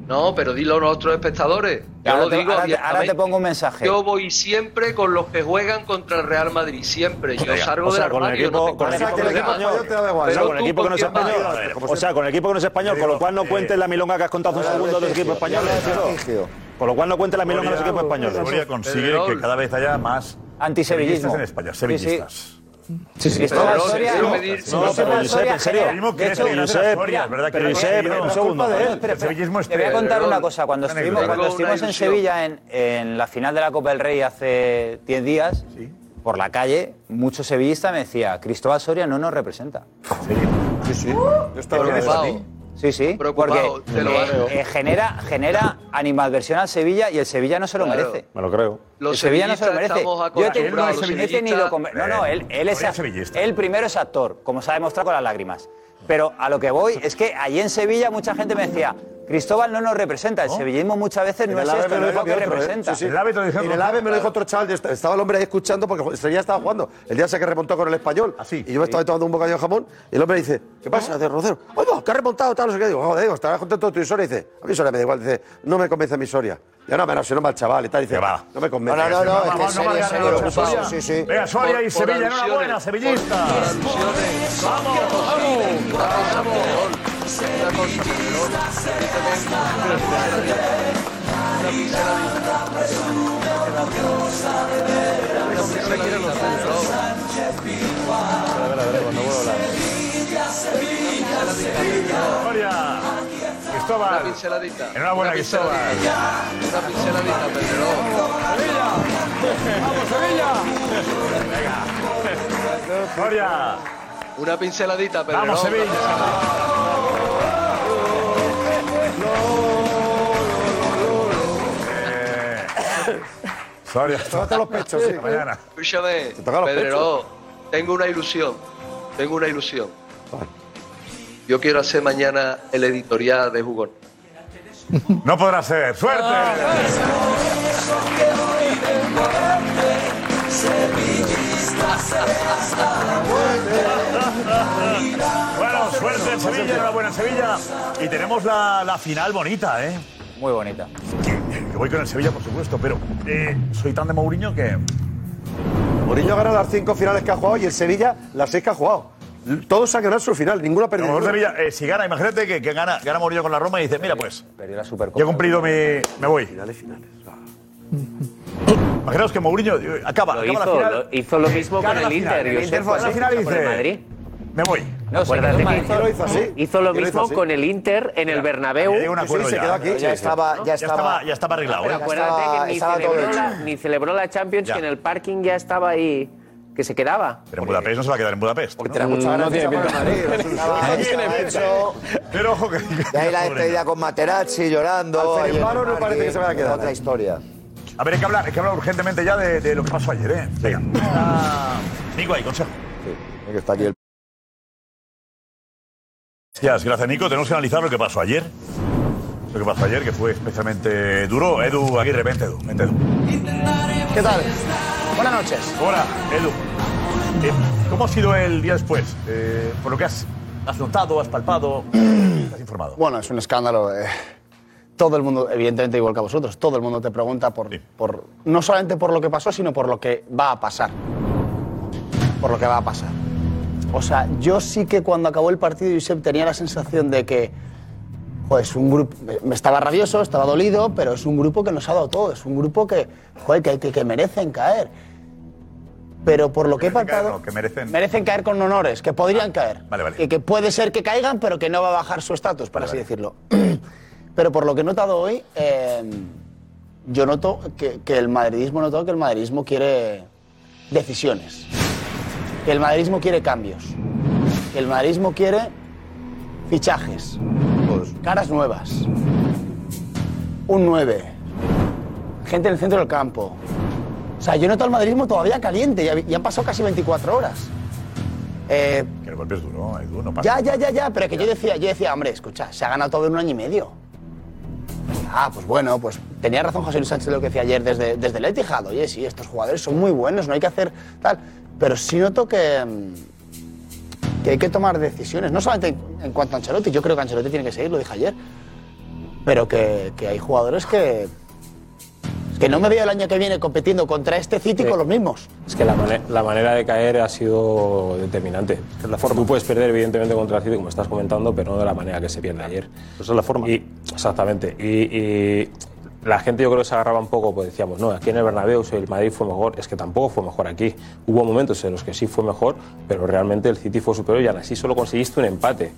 Speaker 17: No, pero dilo a nuestros espectadores. Yo
Speaker 13: Ahora
Speaker 17: lo
Speaker 13: te-
Speaker 17: digo
Speaker 13: ahora te- ahora
Speaker 17: abiertamente.
Speaker 13: te pongo un mensaje.
Speaker 17: Yo voy siempre con los que juegan contra el Real Madrid, siempre. Yo
Speaker 28: Venga,
Speaker 17: salgo
Speaker 28: o sea,
Speaker 17: del
Speaker 28: con el
Speaker 17: armario.
Speaker 28: equipo-
Speaker 17: no
Speaker 28: con el
Speaker 17: tengo
Speaker 28: equipo
Speaker 17: nada.
Speaker 28: que no es español, te da igual. O sea,
Speaker 17: Pero
Speaker 28: con el
Speaker 17: tú
Speaker 28: equipo que no es
Speaker 17: quién vas?
Speaker 28: español. O sea, con el equipo que no es español, con lo cual no cuentes la milonga que has contado hace un segundo de los equipos españoles. eso. Con lo cual no cuentes la milonga de los equipos españoles.
Speaker 7: Soria consigue que cada vez haya más
Speaker 13: Antisevillismo.
Speaker 7: sevillistas en España, sevillistas.
Speaker 13: Sí, sí. Cristóbal Soria.
Speaker 7: No,
Speaker 13: Cristóbal
Speaker 7: pero Josep,
Speaker 13: Soria
Speaker 7: en serio.
Speaker 13: genera-
Speaker 7: Primo
Speaker 13: de
Speaker 7: crece,
Speaker 13: hecho,
Speaker 7: gracias a
Speaker 13: Josep,
Speaker 7: Soria,
Speaker 13: mira,
Speaker 7: es verdad que
Speaker 13: pero
Speaker 7: Josep,
Speaker 13: no,
Speaker 7: un
Speaker 13: no,
Speaker 7: segundo.
Speaker 13: culpa de él,
Speaker 7: ¿eh?
Speaker 13: espera,
Speaker 7: El
Speaker 13: espera.
Speaker 7: sevillismo es
Speaker 13: Te voy a
Speaker 7: tremendo.
Speaker 13: contar una cosa. Cuando
Speaker 7: Una
Speaker 13: estuvimos,
Speaker 7: anécdota.
Speaker 13: cuando estuvimos en Sevilla en, en la final de la Copa del Rey hace 10 días, por la calle, muchos sevillistas me decían, Cristóbal Soria no nos representa. Sí, sí. Yo
Speaker 17: estaba preocupado.
Speaker 13: Sí, sí,
Speaker 17: Preocupado,
Speaker 13: porque
Speaker 17: te lo
Speaker 13: eh,
Speaker 17: hago.
Speaker 13: eh, genera, genera animadversión al Sevilla y el Sevilla no se lo
Speaker 17: Claro.
Speaker 13: merece.
Speaker 28: Me lo creo.
Speaker 13: El Sevilla no se lo merece. Yo he tenido,
Speaker 17: acostumbrados,
Speaker 13: he
Speaker 17: los
Speaker 13: tenido con- No, no,
Speaker 7: Eh,
Speaker 17: sevillistas-
Speaker 13: él, él es. Él primero es actor, como se ha demostrado con las lágrimas. Pero a lo que voy es que allí en Sevilla mucha gente me decía. Cristóbal no nos representa, el sevillismo muchas veces no es esto, no es lo que representa.
Speaker 23: ¿eh? En el AVE me lo dijo otro chaval, est- estaba el hombre ahí escuchando porque el Sevilla estaba jugando. El día ese que remontó con el español. Y yo me estaba tomando un bocadillo de jamón y el hombre dice, ¿qué pasa, de Rocero? Oiga, que ha remontado, tal, no sé qué. Digo, joder, digo, estarás contento de tu Soria. Y Dice, a mí Soria me da igual. Dice, no me convence mi Soria. Y ahora me no, si no mal chaval y tal. Dice, va. No me
Speaker 14: No,
Speaker 23: convence.
Speaker 14: no, no, no, es que en serio, en serio,
Speaker 23: Pero,
Speaker 14: Soria.
Speaker 23: Sí, sí.
Speaker 7: Venga, Soria y Sevilla, enhorabuena, sevillistas.
Speaker 17: ¡Vamos,
Speaker 7: Cristóbal.
Speaker 17: Una pinceladita.
Speaker 7: Enhorabuena,
Speaker 17: Una
Speaker 7: Cristóbal.
Speaker 17: pinceladita. Una pinceladita, Pedrerol.
Speaker 7: Soria.
Speaker 17: Una pinceladita, Pedrerol.
Speaker 7: Vamos, Sevilla. Eh, Soria.
Speaker 23: Tócate los pechos, sí.
Speaker 7: Mañana.
Speaker 17: Escúchame,
Speaker 7: toca los
Speaker 17: Pedrerol, tengo una ilusión. Tengo una ilusión. Yo quiero hacer mañana el editorial de Jugón.
Speaker 7: No podrá ser. ¡Suerte! Bueno, suerte en Sevilla, enhorabuena Sevilla. Y tenemos la, la final bonita, ¿eh?
Speaker 13: Muy bonita.
Speaker 7: Yo voy con el Sevilla, por supuesto, pero eh, soy tan de Mourinho que...
Speaker 23: Mourinho ha ganado las cinco finales que ha jugado y el Sevilla las seis que ha jugado. Todos han ganado su final, ninguno ha
Speaker 7: A lo
Speaker 23: perdido.
Speaker 7: mejor
Speaker 23: ninguna.
Speaker 7: Sevilla, eh, si gana, imagínate que, que gana, gana Mourinho con la Roma y dice, mira pues,
Speaker 13: Perdió la Supercopa.
Speaker 7: ya he cumplido mi... me voy. Finales, finales. Imaginaos que Mourinho eh, acaba,
Speaker 4: Lo
Speaker 7: acaba la
Speaker 4: hizo,
Speaker 7: final.
Speaker 4: lo, hizo lo mismo
Speaker 7: Gana
Speaker 4: con
Speaker 7: la
Speaker 4: el
Speaker 7: final.
Speaker 4: Inter.
Speaker 7: El
Speaker 4: Josep,
Speaker 7: Inter fue
Speaker 4: cuando
Speaker 7: así, final y
Speaker 4: fichó por el
Speaker 7: dice,
Speaker 4: Madrid.
Speaker 7: Me voy.
Speaker 4: No, Acuérdate que hizo,
Speaker 7: lo hizo así.
Speaker 4: hizo lo
Speaker 7: Lo hizo
Speaker 4: mismo
Speaker 7: así.
Speaker 4: con el Inter en el Bernabéu.
Speaker 7: Llega un acuerdo ya.
Speaker 4: Ya
Speaker 7: ¿no? ya estaba, ya estaba arreglado.
Speaker 4: Pero
Speaker 7: ¿eh?
Speaker 4: acuérdate que ni celebró, la,
Speaker 7: hecho.
Speaker 4: ni celebró la Champions,
Speaker 7: Ya.
Speaker 4: que en el parking ya estaba ahí, que se quedaba.
Speaker 7: Pero en Budapest no se va a quedar en Budapest. Porque
Speaker 4: tenía mucha ganas de fichar por el Madrid.
Speaker 7: Pero ojo que.
Speaker 14: Y ahí la despedida con Materazzi llorando.
Speaker 7: Al
Speaker 14: ahí en el
Speaker 7: Fenerbahce no parece que se vaya a quedar. eh.
Speaker 14: Otra historia.
Speaker 7: A ver, hay que hablar, hay que hablar urgentemente ya de, de lo que pasó ayer, ¿eh? Venga. Ah, Nico, ahí, consejo.
Speaker 14: Que está aquí el
Speaker 7: Gracias, gracias, Nico. Tenemos que analizar lo que pasó ayer. Lo que pasó ayer, que fue especialmente duro. Edu, Aguirre, vente, Edu. Vente, Edu.
Speaker 32: ¿Qué tal?
Speaker 7: Buenas noches. Hola, Edu. Eh, ¿Cómo ha sido el día después? Eh, por lo que has, has notado, has palpado, has informado.
Speaker 32: Bueno, es un escándalo. eh, todo el mundo, evidentemente igual que a vosotros, todo el mundo te pregunta por, por no solamente por lo que pasó, sino por lo que va a pasar. Por lo que va a pasar. O sea, yo sí que cuando acabó el partido, Josep, tenía la sensación de que, joder, es un grupo, me estaba rabioso, estaba dolido, pero es un grupo que nos ha dado todo, es un grupo que, joder, que, que- que merecen caer. Pero por lo que he palpado,
Speaker 7: Que merecen.
Speaker 32: merecen caer con honores, que podrían caer.
Speaker 7: Ah, Vale, vale.
Speaker 32: Que, que puede ser que caigan, pero que no va a bajar su estatus, por así decirlo. Pero por lo que he notado hoy, eh, yo noto que, que el madridismo, he notado que el madridismo quiere decisiones. Que el madridismo quiere cambios. Que el madridismo quiere fichajes.
Speaker 7: Pues-
Speaker 32: Caras nuevas. Un 9. Gente en el centro del campo. O sea, yo noto al madridismo todavía caliente y han pasado casi 24 horas. Eh,
Speaker 7: Que el golpe es duro, es duro.
Speaker 32: ya, ya, ya, ya, pero que yo decía, yo decía, hombre, escucha, se ha ganado todo en un año y medio. Ah, pues bueno, pues tenía razón José Luis Sánchez lo que decía ayer desde, desde el Etihad. Oye, sí, estos jugadores son muy buenos, no hay que hacer tal. Pero sí noto que, mm, que hay que tomar decisiones, no solamente en, en cuanto a Ancelotti, yo creo que Ancelotti tiene que seguir, lo dije ayer, pero que, que hay jugadores que... Que no me veo el año que viene compitiendo contra este City con los mismos.
Speaker 11: Es que la, mane- la manera de caer ha sido determinante. La forma. Tú puedes perder, evidentemente, contra el City, como estás comentando, pero no de la manera que se pierde ayer. Esa Pues es la forma. Y, exactamente. Y, y la gente yo creo que se agarraba un poco, pues decíamos, no, aquí en el Bernabéu si el Madrid fue mejor. Es que tampoco fue mejor aquí. Hubo momentos en los que sí fue mejor, pero realmente el City fue superior y aún así solo conseguiste un empate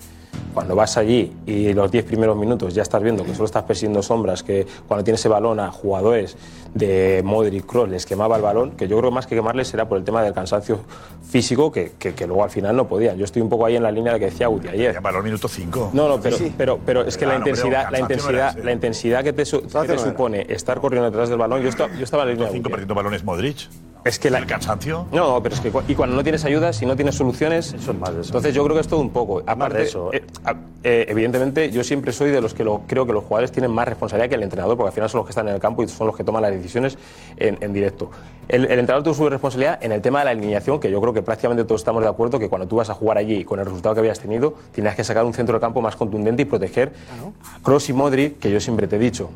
Speaker 11: cuando vas allí y los 10 primeros minutos ya estás viendo que solo estás persiguiendo sombras, que cuando tienes ese balón a jugadores de Modric, Kroos, les quemaba el balón, que yo creo que más que quemarles era por el tema del cansancio físico que, que- que luego al final no podían. Yo estoy un poco ahí en la línea de la que decía Guti ayer.
Speaker 7: Balón minuto 5.
Speaker 11: No, no, pero,
Speaker 7: Sí, sí.
Speaker 11: pero, pero es que la
Speaker 7: Ah, no, pero
Speaker 11: intensidad, la
Speaker 7: cansancio no era
Speaker 11: intensidad,
Speaker 7: ese.
Speaker 11: la intensidad que te, su- que te
Speaker 7: no era.
Speaker 11: supone estar corriendo detrás del balón, yo, esta- yo estaba en la línea. 5 perdiendo
Speaker 7: balones Modric.
Speaker 11: Es que la, el
Speaker 7: cansancio.
Speaker 11: No, pero es que cu- y cuando no tienes ayudas, si no tienes soluciones, entonces yo creo que es todo un poco. Aparte
Speaker 28: de eso,
Speaker 11: eh, a- eh, evidentemente yo siempre soy de los que lo, creo que los jugadores tienen más responsabilidad que el entrenador, porque al final son los que están en el campo y son los que toman las decisiones en, en directo. El, el entrenador tuvo su responsabilidad en el tema de la alineación, que yo creo que prácticamente todos estamos de acuerdo que cuando tú vas a jugar allí con el resultado que habías tenido, tienes que sacar un centro de campo más contundente y proteger a Kroos y Modric, que yo siempre te he dicho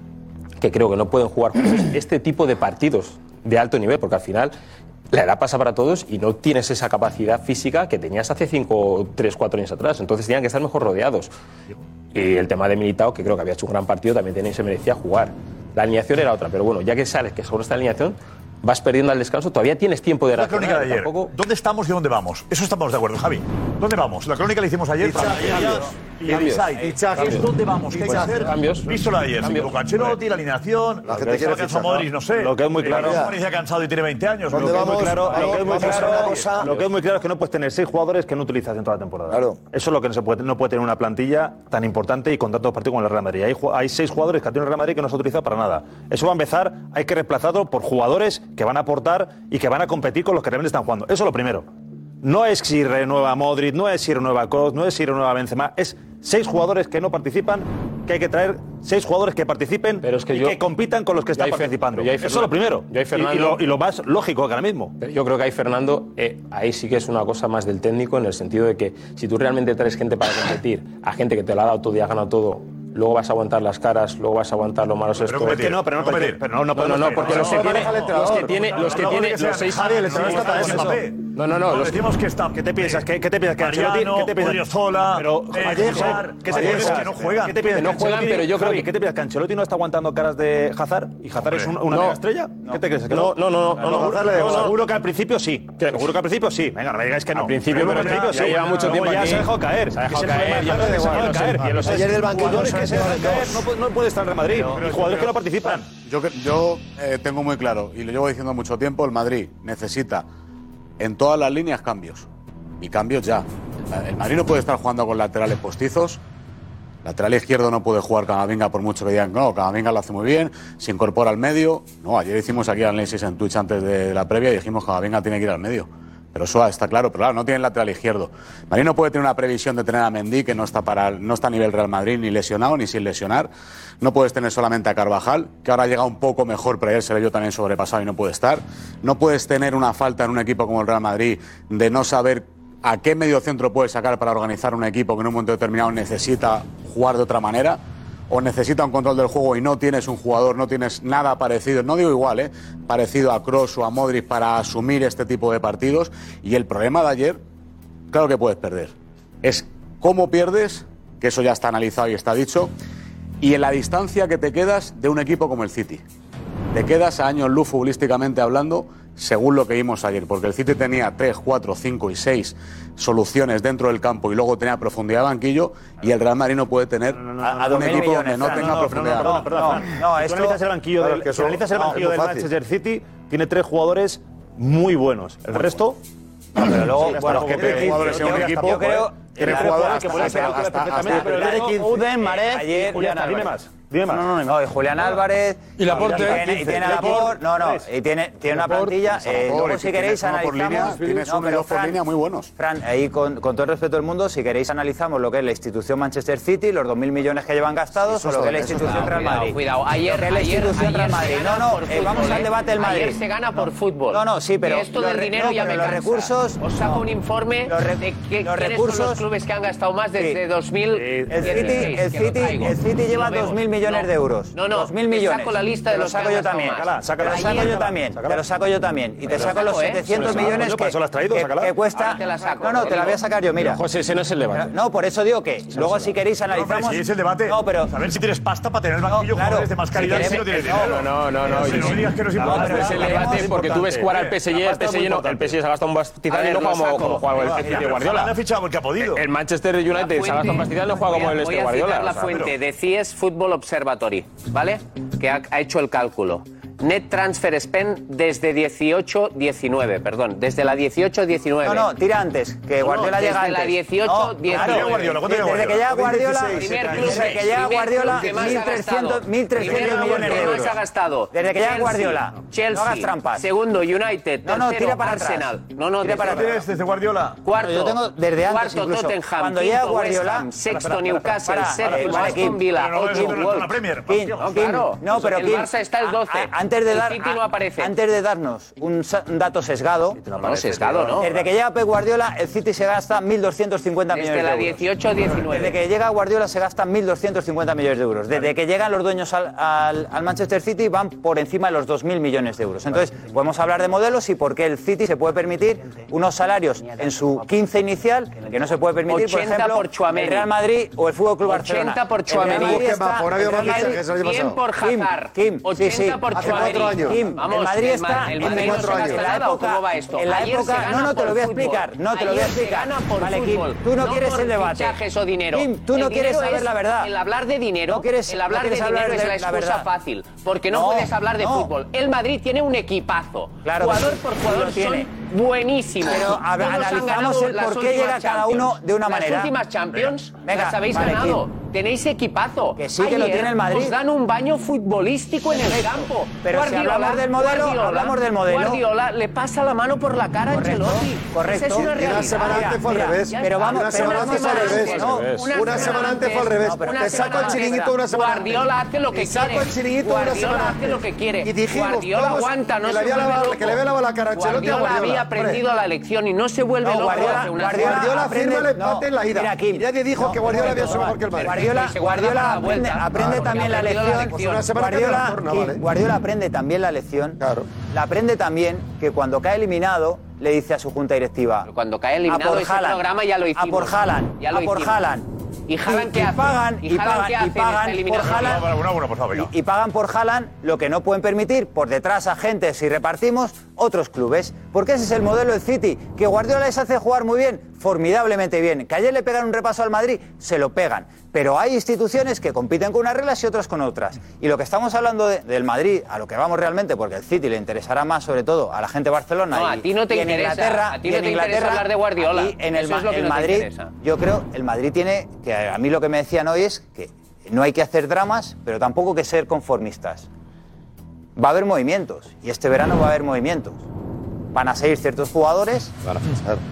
Speaker 11: que creo que no pueden jugar juntos este tipo de partidos de alto nivel, porque al final la edad pasa para todos y no tienes esa capacidad física que tenías hace 5, 3, 4 años atrás. Entonces tenían que estar mejor rodeados. Y el tema de Militao, que creo que había hecho un gran partido, también tenía, se merecía jugar. La alineación era otra, pero bueno, ya que sales que sobre esta alineación vas perdiendo al descanso, todavía tienes tiempo de
Speaker 7: La
Speaker 11: reaccionar.
Speaker 7: crónica de ayer.
Speaker 11: Tampoco-
Speaker 7: ¿Dónde estamos y dónde vamos? Eso estamos de acuerdo, Javi. ¿Dónde vamos? La crónica la hicimos ayer. Fran. Y el insight. Es ¿Dónde vamos? ¿Qué hay que hacer? Visto la de ayer. Se equivocó Ancelotti, la alineación.
Speaker 28: La gente
Speaker 7: estaba
Speaker 28: quiere
Speaker 7: cansado
Speaker 28: fichar, ¿no?
Speaker 7: Modric, no sé.
Speaker 28: Lo que es muy
Speaker 7: Eh,
Speaker 28: claro-
Speaker 7: Raúl Morales ya cansado y tiene 20 años.
Speaker 28: Lo que, es muy claro, lo, que es muy claro-
Speaker 7: cosa-
Speaker 28: lo que es muy claro es que no puedes tener seis jugadores que no utilizas en toda la temporada. Eso es lo que no, se puede, no puede tener una plantilla tan importante y con tantos partidos como el Real Madrid. Hay, ju- hay seis jugadores que ha tenido el Real Madrid que no se utiliza para nada. Eso va a empezar, hay que reemplazarlo por jugadores que van a aportar y que van a competir con los que realmente están jugando. Eso es lo primero. No es si renueva Modric, no es si renueva Kroos, no es si renueva Benzema, es seis jugadores que no participan, que hay que traer seis jugadores que participen y que compitan con los
Speaker 11: Yo
Speaker 28: que están
Speaker 11: ahí, Fer-
Speaker 28: participando.
Speaker 11: yo ahí,
Speaker 28: Eso es lo
Speaker 11: Fernando-
Speaker 28: primero.
Speaker 11: yo ahí,
Speaker 28: Y- y
Speaker 11: Fernando-
Speaker 28: lo- y lo más lógico que ahora mismo.
Speaker 11: Pero yo creo que ahí, Fernando, eh, ahí sí que es una cosa más del técnico, en el sentido de que si tú realmente traes gente para competir, a gente que te la ha dado todo y ha ganado todo, luego vas a aguantar las caras, luego vas a aguantar los malos estos.
Speaker 28: competir, no, pero no competir, pero no- no podemos
Speaker 11: no,
Speaker 28: competir.
Speaker 11: porque los que
Speaker 28: No,
Speaker 11: tiene,
Speaker 28: no, no, no,
Speaker 11: los que
Speaker 28: no,
Speaker 11: tiene,
Speaker 28: no,
Speaker 11: los que
Speaker 28: no, no,
Speaker 11: tiene,
Speaker 28: no,
Speaker 11: los seis.
Speaker 28: Javi, el entrenador está
Speaker 11: Sí,
Speaker 28: para
Speaker 11: eso.
Speaker 28: eso.
Speaker 11: No, no, no. los-
Speaker 7: decimos que está. ¿Qué
Speaker 28: te piensas? ¿Qué, qué te piensas? ¿Que
Speaker 7: Mariano,
Speaker 28: ¿Qué te piensas?
Speaker 7: Odriozola,
Speaker 28: pero,
Speaker 7: eh,
Speaker 28: Vallejo,
Speaker 7: Hazard,
Speaker 28: ¿qué te
Speaker 7: Vallejo,
Speaker 28: piensas?
Speaker 7: que no juegan.
Speaker 28: ¿Qué te piensas?
Speaker 7: Que no
Speaker 28: ¿Que
Speaker 7: juegan,
Speaker 28: Ancelotti-
Speaker 7: pero yo creo
Speaker 28: Javi,
Speaker 7: que-
Speaker 28: ¿Qué te piensas? ¿Que Ancelotti no está aguantando caras de Hazard? ¿Y Hazard es un- una
Speaker 11: No.
Speaker 28: mega estrella? ¿Qué te crees? ¿Que
Speaker 11: No, no, no, no, no,
Speaker 28: Hazard
Speaker 11: no,
Speaker 28: le da
Speaker 11: no,
Speaker 28: igual.
Speaker 11: no.
Speaker 28: Seguro que al principio sí. Seguro que al principio sí. Venga, no me digáis que no.
Speaker 11: Al principio,
Speaker 28: Seguro que
Speaker 11: pero ya-
Speaker 28: al
Speaker 11: ya lleva mucho
Speaker 28: Luego
Speaker 11: tiempo
Speaker 28: ya
Speaker 11: aquí.
Speaker 28: se ha dejado caer.
Speaker 11: Se ha dejado
Speaker 28: Ese es el
Speaker 11: caer,
Speaker 28: problema,
Speaker 11: ya
Speaker 28: se ha dejado
Speaker 11: no sé.
Speaker 28: caer. Y en los
Speaker 11: Ayer del banquillo
Speaker 28: jugadores
Speaker 11: se
Speaker 28: que se
Speaker 11: metió
Speaker 28: dejan
Speaker 11: dos.
Speaker 28: caer no pu- no puede estar en el Madrid. Y jugadores que no participan.
Speaker 18: Yo, cre- yo eh, tengo muy claro, y lo llevo diciendo mucho tiempo, el Madrid necesita en todas las líneas cambios. Y cambios ya. El Madrid no puede estar jugando con laterales postizos. Lateral izquierdo no puede jugar Camavinga por mucho que digan, no, Camavinga lo hace muy bien, se incorpora al medio. No, ayer hicimos aquí el análisis en Twitch antes de la previa y dijimos, Camavinga tiene que ir al medio. Pero eso está claro, pero claro, no tiene lateral izquierdo. Madrid no puede tener una previsión de tener a Mendy, que no está, para, no está a nivel Real Madrid, ni lesionado, ni sin lesionar. No puedes tener solamente a Carvajal, que ahora llega un poco mejor, pero ayer se le vio también sobrepasado y no puede estar. No puedes tener una falta en un equipo como el Real Madrid de no saber ¿A qué medio centro puedes sacar para organizar un equipo que en un momento determinado necesita jugar de otra manera? o necesita un control del juego y no tienes un jugador, no tienes nada parecido, no digo igual, ¿eh? parecido a Cross o a Modric para asumir este tipo de partidos. Y el problema de ayer, claro que puedes perder. Es cómo pierdes, que eso ya está analizado y está dicho, y en la distancia que te quedas de un equipo como el City. Te quedas a años luz futbolísticamente hablando, según lo que vimos ayer, porque el City tenía 3, 4, 5 y 6 soluciones dentro del campo y luego tenía profundidad de banquillo, y el Real Madrid no puede tener
Speaker 13: a
Speaker 18: un equipo
Speaker 13: 2.000
Speaker 18: donde
Speaker 13: millones,
Speaker 18: no
Speaker 13: Fran,
Speaker 18: tenga
Speaker 13: no, no,
Speaker 18: profundidad.
Speaker 13: no, no,
Speaker 28: Perdona,
Speaker 13: no,
Speaker 28: Fran.
Speaker 13: no,
Speaker 28: si
Speaker 13: esto-
Speaker 28: tú analizas el banquillo,
Speaker 13: Claro,
Speaker 28: del,
Speaker 13: que
Speaker 28: si
Speaker 13: son-
Speaker 28: analizas el
Speaker 13: no,
Speaker 28: banquillo
Speaker 13: es
Speaker 28: del
Speaker 13: muy fácil.
Speaker 28: Manchester City, tiene tres jugadores muy buenos. El resto.
Speaker 13: pero luego, bueno,
Speaker 28: los
Speaker 13: que tiene jugadores en un equipo,
Speaker 28: Yo creo.
Speaker 13: joder,
Speaker 28: Tiene
Speaker 13: tiene
Speaker 28: jugadores
Speaker 13: jugadores
Speaker 28: que
Speaker 13: hasta-
Speaker 28: pueden ser
Speaker 13: hasta-
Speaker 28: titulares
Speaker 13: hasta-
Speaker 28: perfectamente,
Speaker 13: hasta-
Speaker 28: pero
Speaker 13: hasta- hasta-
Speaker 28: luego-
Speaker 13: Uden, Marez
Speaker 28: Eh, Ayer,
Speaker 13: y Julián
Speaker 28: Julián, dime
Speaker 13: Álvarez.
Speaker 28: más. Dime más.
Speaker 13: No, no, no, no, y Julián Álvarez.
Speaker 28: Y Laporte.
Speaker 13: Y tiene, y tiene a Laporte. No, no. Y tiene, tiene una
Speaker 18: Laporte,
Speaker 13: plantilla.
Speaker 18: tienes a
Speaker 13: Eh,
Speaker 18: Laporte,
Speaker 13: luego, si
Speaker 18: tienes
Speaker 13: queréis,
Speaker 18: uno por línea,
Speaker 13: analizamos.
Speaker 18: tienes
Speaker 13: No,
Speaker 18: uno y
Speaker 13: pero
Speaker 18: dos por
Speaker 13: Fran,
Speaker 18: línea muy buenos.
Speaker 13: Fran, ahí con, con todo el respeto del mundo, si queréis, analizamos lo que es la institución Manchester City, los 2.000 millones que llevan gastados,
Speaker 32: Sí, eso
Speaker 13: o lo que es
Speaker 32: está
Speaker 13: la
Speaker 32: bien, eso
Speaker 13: institución
Speaker 32: está
Speaker 13: Real
Speaker 32: bien.
Speaker 13: Madrid.
Speaker 32: Cuidado, cuidado.
Speaker 13: Lo
Speaker 32: Ayer-
Speaker 13: que es la
Speaker 32: ayer-
Speaker 13: institución
Speaker 32: ayer
Speaker 13: Real
Speaker 32: se
Speaker 13: Madrid.
Speaker 32: gana
Speaker 13: No, no,
Speaker 32: por
Speaker 13: eh, vamos
Speaker 32: fútbol,
Speaker 13: al
Speaker 32: ¿eh?
Speaker 13: debate del Madrid.
Speaker 32: Ayer se gana
Speaker 13: No.
Speaker 32: por fútbol.
Speaker 13: No, no, sí, pero.
Speaker 32: Y esto
Speaker 13: los
Speaker 32: del
Speaker 13: re-
Speaker 32: dinero
Speaker 13: no,
Speaker 32: ya
Speaker 13: pero
Speaker 32: me
Speaker 13: Los
Speaker 32: cansa.
Speaker 13: recursos.
Speaker 32: Os saco
Speaker 13: no.
Speaker 32: un informe
Speaker 13: Los re-
Speaker 32: de qué-
Speaker 13: los
Speaker 32: quiénes son
Speaker 13: recursos-
Speaker 32: los clubes que han gastado más desde
Speaker 13: Sí. Eh,
Speaker 32: 2000.
Speaker 13: El City, el City, el City lleva 2.000 millones de euros.
Speaker 32: No, no.
Speaker 13: 2.000
Speaker 32: te
Speaker 13: millones.
Speaker 32: Saco la lista
Speaker 13: Te
Speaker 32: de
Speaker 13: lo
Speaker 32: los
Speaker 13: saco
Speaker 32: que
Speaker 13: yo
Speaker 32: han gastado
Speaker 13: también.
Speaker 32: más.
Speaker 13: Te lo saco yo también. Te lo saco yo también. Y te saco los
Speaker 32: ¿eh?
Speaker 13: 700 millones
Speaker 7: pues
Speaker 13: que, que- que cuesta. no, no, te la voy a sacar yo, mira.
Speaker 11: José, ese no es el debate.
Speaker 13: No, por eso digo que luego si queréis analizamos.
Speaker 7: No, hombre, si es el debate.
Speaker 13: No, pero
Speaker 7: A ver si tienes pasta para tener el banquillo
Speaker 13: claro.
Speaker 7: jugadores de más calidad
Speaker 13: Si
Speaker 7: si no tienes
Speaker 13: queremos-
Speaker 7: dinero.
Speaker 13: no, no, no,
Speaker 7: Si
Speaker 13: yo-
Speaker 7: no digas que no es
Speaker 13: No,
Speaker 7: importante.
Speaker 13: pero
Speaker 11: es el debate porque tú ves jugar al PSG, el PSG no, el PSG se ha gastado un pastizal y no juega como, como juega el PSG de Guardiola.
Speaker 7: ha fichado el que ha podido.
Speaker 11: El Manchester United se ha gastado un pastizal y no juega como el
Speaker 4: Voy
Speaker 11: este
Speaker 4: a
Speaker 11: Guardiola.
Speaker 4: citar la
Speaker 11: o sea, pero-
Speaker 4: fuente de CIES Football Observatory, ¿vale? Que ha, ha hecho el cálculo. Net Transfer Spend desde 18-19, perdón, desde la 18-19.
Speaker 13: No, no, tira antes, que Guardiola
Speaker 4: desde
Speaker 13: llega antes.
Speaker 4: la 18,
Speaker 13: No,
Speaker 4: 19.
Speaker 13: claro. Desde que llega Guardiola, desde que llega
Speaker 4: Primer
Speaker 13: Guardiola,
Speaker 4: club que más ha
Speaker 13: 1.300
Speaker 4: gastado.
Speaker 13: 1.300
Speaker 4: Primer club
Speaker 13: millones de
Speaker 4: que más
Speaker 13: euros.
Speaker 4: ha gastado.
Speaker 13: Desde que llega
Speaker 4: Chelsea,
Speaker 13: Guardiola.
Speaker 4: Chelsea.
Speaker 13: No hagas trampas.
Speaker 4: Segundo, United.
Speaker 13: No, no,
Speaker 4: Tercero,
Speaker 13: tira para atrás.
Speaker 4: Arsenal. No, no,
Speaker 13: Tira para
Speaker 4: desde-
Speaker 13: atrás.
Speaker 7: Desde Guardiola.
Speaker 4: Cuarto,
Speaker 13: Yo tengo desde antes
Speaker 4: cuarto
Speaker 13: incluso.
Speaker 4: Tottenham,
Speaker 13: Cuando
Speaker 4: quinto,
Speaker 13: llega Guardiola,
Speaker 4: West Ham, sexto
Speaker 13: Para, para, para,
Speaker 4: Newcastle,
Speaker 13: para,
Speaker 4: séptimo
Speaker 13: para,
Speaker 4: Aston
Speaker 13: Kim.
Speaker 4: Villa,
Speaker 13: Pero no,
Speaker 4: octavo
Speaker 13: eso no es
Speaker 4: Wolves.
Speaker 13: la Premier,
Speaker 4: Kim,
Speaker 13: Kim,
Speaker 4: no,
Speaker 13: Kim,
Speaker 4: claro.
Speaker 13: no, pero
Speaker 4: el
Speaker 13: Kim,
Speaker 4: Barça está el 12.
Speaker 13: a- antes de
Speaker 4: el
Speaker 13: dar-
Speaker 4: City no aparece.
Speaker 13: Antes de darnos un, sa- un dato sesgado,
Speaker 4: No, sesgado, ¿no?
Speaker 13: desde que llega Pep Guardiola, el City se gasta 1.250 millones de
Speaker 4: la
Speaker 13: euros.
Speaker 4: 18-19.
Speaker 13: Desde que llega Guardiola se gastan 1.250 millones de euros. Desde que llegan los dueños al, al- al Manchester City van por encima de los 2.000 millones de euros. Entonces, podemos hablar de modelos y por qué el City se puede permitir unos salarios en su 15 inicial que no se puede permitir, por
Speaker 4: 80
Speaker 13: ejemplo,
Speaker 4: por Tchouaméni.
Speaker 13: el Real Madrid o el Fútbol Club
Speaker 4: 80
Speaker 13: Barcelona.
Speaker 4: por
Speaker 13: El Real
Speaker 4: Chuamení.
Speaker 13: Madrid está- el Real Madrid-
Speaker 4: 100 por
Speaker 13: Kim,
Speaker 4: Hazard.
Speaker 13: Kim, sí,
Speaker 4: 80
Speaker 13: sí.
Speaker 4: por
Speaker 13: Hace
Speaker 4: Chuamení.
Speaker 13: cuatro años. Kim,
Speaker 4: Vamos,
Speaker 13: el Madrid está
Speaker 4: el Madrid
Speaker 13: en
Speaker 4: no se
Speaker 13: cuatro
Speaker 4: gasta
Speaker 13: años.
Speaker 4: nada,
Speaker 13: En la
Speaker 4: ¿o cómo va esto?
Speaker 13: época- en la
Speaker 4: Ayer se
Speaker 13: época-
Speaker 4: gana
Speaker 13: no, no, te
Speaker 4: por
Speaker 13: lo voy a
Speaker 4: fútbol.
Speaker 13: explicar, no te lo voy a
Speaker 4: Ayer se
Speaker 13: explicar.
Speaker 4: gana por
Speaker 13: Vale, Kim,
Speaker 4: fútbol,
Speaker 13: tú no quieres
Speaker 4: por
Speaker 13: el debate.
Speaker 4: fichajes o dinero.
Speaker 13: Kim, tú no
Speaker 4: El
Speaker 13: quieres
Speaker 4: dinero
Speaker 13: saber
Speaker 4: es-
Speaker 13: la verdad.
Speaker 4: El hablar de dinero,
Speaker 13: No quieres-
Speaker 4: el hablar
Speaker 13: no quieres
Speaker 4: de
Speaker 13: hablar
Speaker 4: dinero es
Speaker 13: de
Speaker 4: la
Speaker 13: la
Speaker 4: excusa
Speaker 13: verdad.
Speaker 4: fácil, porque no,
Speaker 13: No,
Speaker 4: puedes hablar de
Speaker 13: no.
Speaker 4: fútbol. El Madrid tiene un equipazo.
Speaker 13: Claro que
Speaker 4: jugador
Speaker 13: sí,
Speaker 4: por
Speaker 13: lo
Speaker 4: jugador
Speaker 13: tiene.
Speaker 4: son buenísimos.
Speaker 13: Pero a-
Speaker 4: Todos han
Speaker 13: analizamos
Speaker 4: ganado
Speaker 13: el
Speaker 4: las
Speaker 13: por qué
Speaker 4: últimas
Speaker 13: llega cada uno
Speaker 4: Champions.
Speaker 13: de una manera.
Speaker 4: Las últimas Champions
Speaker 13: Venga,
Speaker 4: las habéis
Speaker 13: vale,
Speaker 4: ganado.
Speaker 13: Kim.
Speaker 4: Tenéis equipazo.
Speaker 13: Que sí, que lo tiene el Madrid.
Speaker 4: Os dan un baño futbolístico en el
Speaker 13: Perfecto.
Speaker 4: campo.
Speaker 13: Pero si hablamos del modelo, hablamos del modelo.
Speaker 4: Guardiola le pasa la mano por la cara a Ancelotti. Esa
Speaker 13: correcto.
Speaker 4: es una
Speaker 13: Y una
Speaker 4: realidad.
Speaker 13: semana antes fue al Ya revés. está. Pero vamos,
Speaker 4: Una
Speaker 13: pero
Speaker 4: semana
Speaker 13: vamos
Speaker 4: antes fue
Speaker 13: al
Speaker 4: al
Speaker 13: revés.
Speaker 4: revés.
Speaker 13: No,
Speaker 4: Una
Speaker 13: una
Speaker 4: semana antes fue al revés. Te saco el chiringuito una semana antes. Guardiola hace lo que
Speaker 23: Te saco
Speaker 4: quiere.
Speaker 23: el chiringuito una
Speaker 4: Guardiola
Speaker 23: semana
Speaker 4: hace
Speaker 23: antes.
Speaker 4: lo que quiere.
Speaker 23: Y dijimos
Speaker 4: Guardiola
Speaker 23: todos
Speaker 4: aguanta, no
Speaker 23: que le
Speaker 4: se
Speaker 23: había
Speaker 4: vuelve
Speaker 23: lavado-
Speaker 4: loco.
Speaker 23: que le había lavado la cara a Ancelotti a
Speaker 4: Guardiola había
Speaker 23: Guardiola,
Speaker 4: aprendido
Speaker 23: hombre.
Speaker 4: la lección y no se vuelve
Speaker 23: No,
Speaker 4: loco.
Speaker 23: Guardiola-
Speaker 4: hace una
Speaker 23: Guardiola
Speaker 4: semana.
Speaker 23: firma el empate en la ida.
Speaker 13: Mira, Kim.
Speaker 23: Nadie dijo que
Speaker 13: un momento,
Speaker 23: Guardiola había sido mejor que el Madrid.
Speaker 13: Guardiola,
Speaker 23: Se guarda
Speaker 13: Guardiola
Speaker 23: la
Speaker 13: aprende,
Speaker 23: vuelta.
Speaker 13: aprende
Speaker 23: Claro,
Speaker 13: también
Speaker 23: porque
Speaker 13: la
Speaker 23: aprendió la
Speaker 13: lección.
Speaker 23: lección. Pues Una semana que
Speaker 13: Guardiola,
Speaker 23: no la torna,
Speaker 13: Kim,
Speaker 23: vale.
Speaker 13: Guardiola aprende también la lección. La aprende también que cuando cae eliminado le dice a su junta directiva.
Speaker 4: Cuando cae eliminado,
Speaker 13: a por
Speaker 4: ese
Speaker 13: Haaland,
Speaker 4: programa ya lo hicimos.
Speaker 13: A por Haaland.
Speaker 4: Ya lo
Speaker 13: a por
Speaker 4: hicimos.
Speaker 13: Haaland.
Speaker 4: ¿Y Haaland qué
Speaker 13: y
Speaker 4: hace?
Speaker 13: pagan,
Speaker 4: ¿Y
Speaker 13: y
Speaker 4: Haaland
Speaker 13: pagan,
Speaker 4: qué
Speaker 13: y
Speaker 4: hace en esta
Speaker 13: pagan por
Speaker 4: eliminatoria?
Speaker 13: Haaland.
Speaker 7: Bueno, bueno, bueno, por favor, venga.
Speaker 13: y pagan por Haaland lo que no pueden permitir por detrás agentes y repartimos otros clubes. Porque ese es el modelo del City, que Guardiola les hace jugar muy bien, formidablemente bien. Que ayer le pegan un repaso al Madrid, se lo pegan. Pero hay instituciones que compiten con unas reglas y otras con otras. Y lo que estamos hablando de- del Madrid, a lo que vamos realmente, porque el City le interesará más sobre todo a la gente de Barcelona
Speaker 4: No,
Speaker 13: y,
Speaker 4: a ti no te
Speaker 13: y en
Speaker 4: interesa,
Speaker 13: Inglaterra.
Speaker 4: a ti
Speaker 13: y
Speaker 4: no
Speaker 13: en
Speaker 4: te interesa
Speaker 13: Inglaterra,
Speaker 4: hablar de Guardiola.
Speaker 13: a ti en el,
Speaker 4: Eso
Speaker 13: Ma-
Speaker 4: es lo que
Speaker 13: el
Speaker 4: no te
Speaker 13: Madrid,
Speaker 4: interesa.
Speaker 13: yo creo, el Madrid tiene, que a mí lo que me decían hoy es que no hay que hacer dramas, pero tampoco que ser conformistas. Va a haber movimientos, y este verano va a haber movimientos. Van a salir ciertos jugadores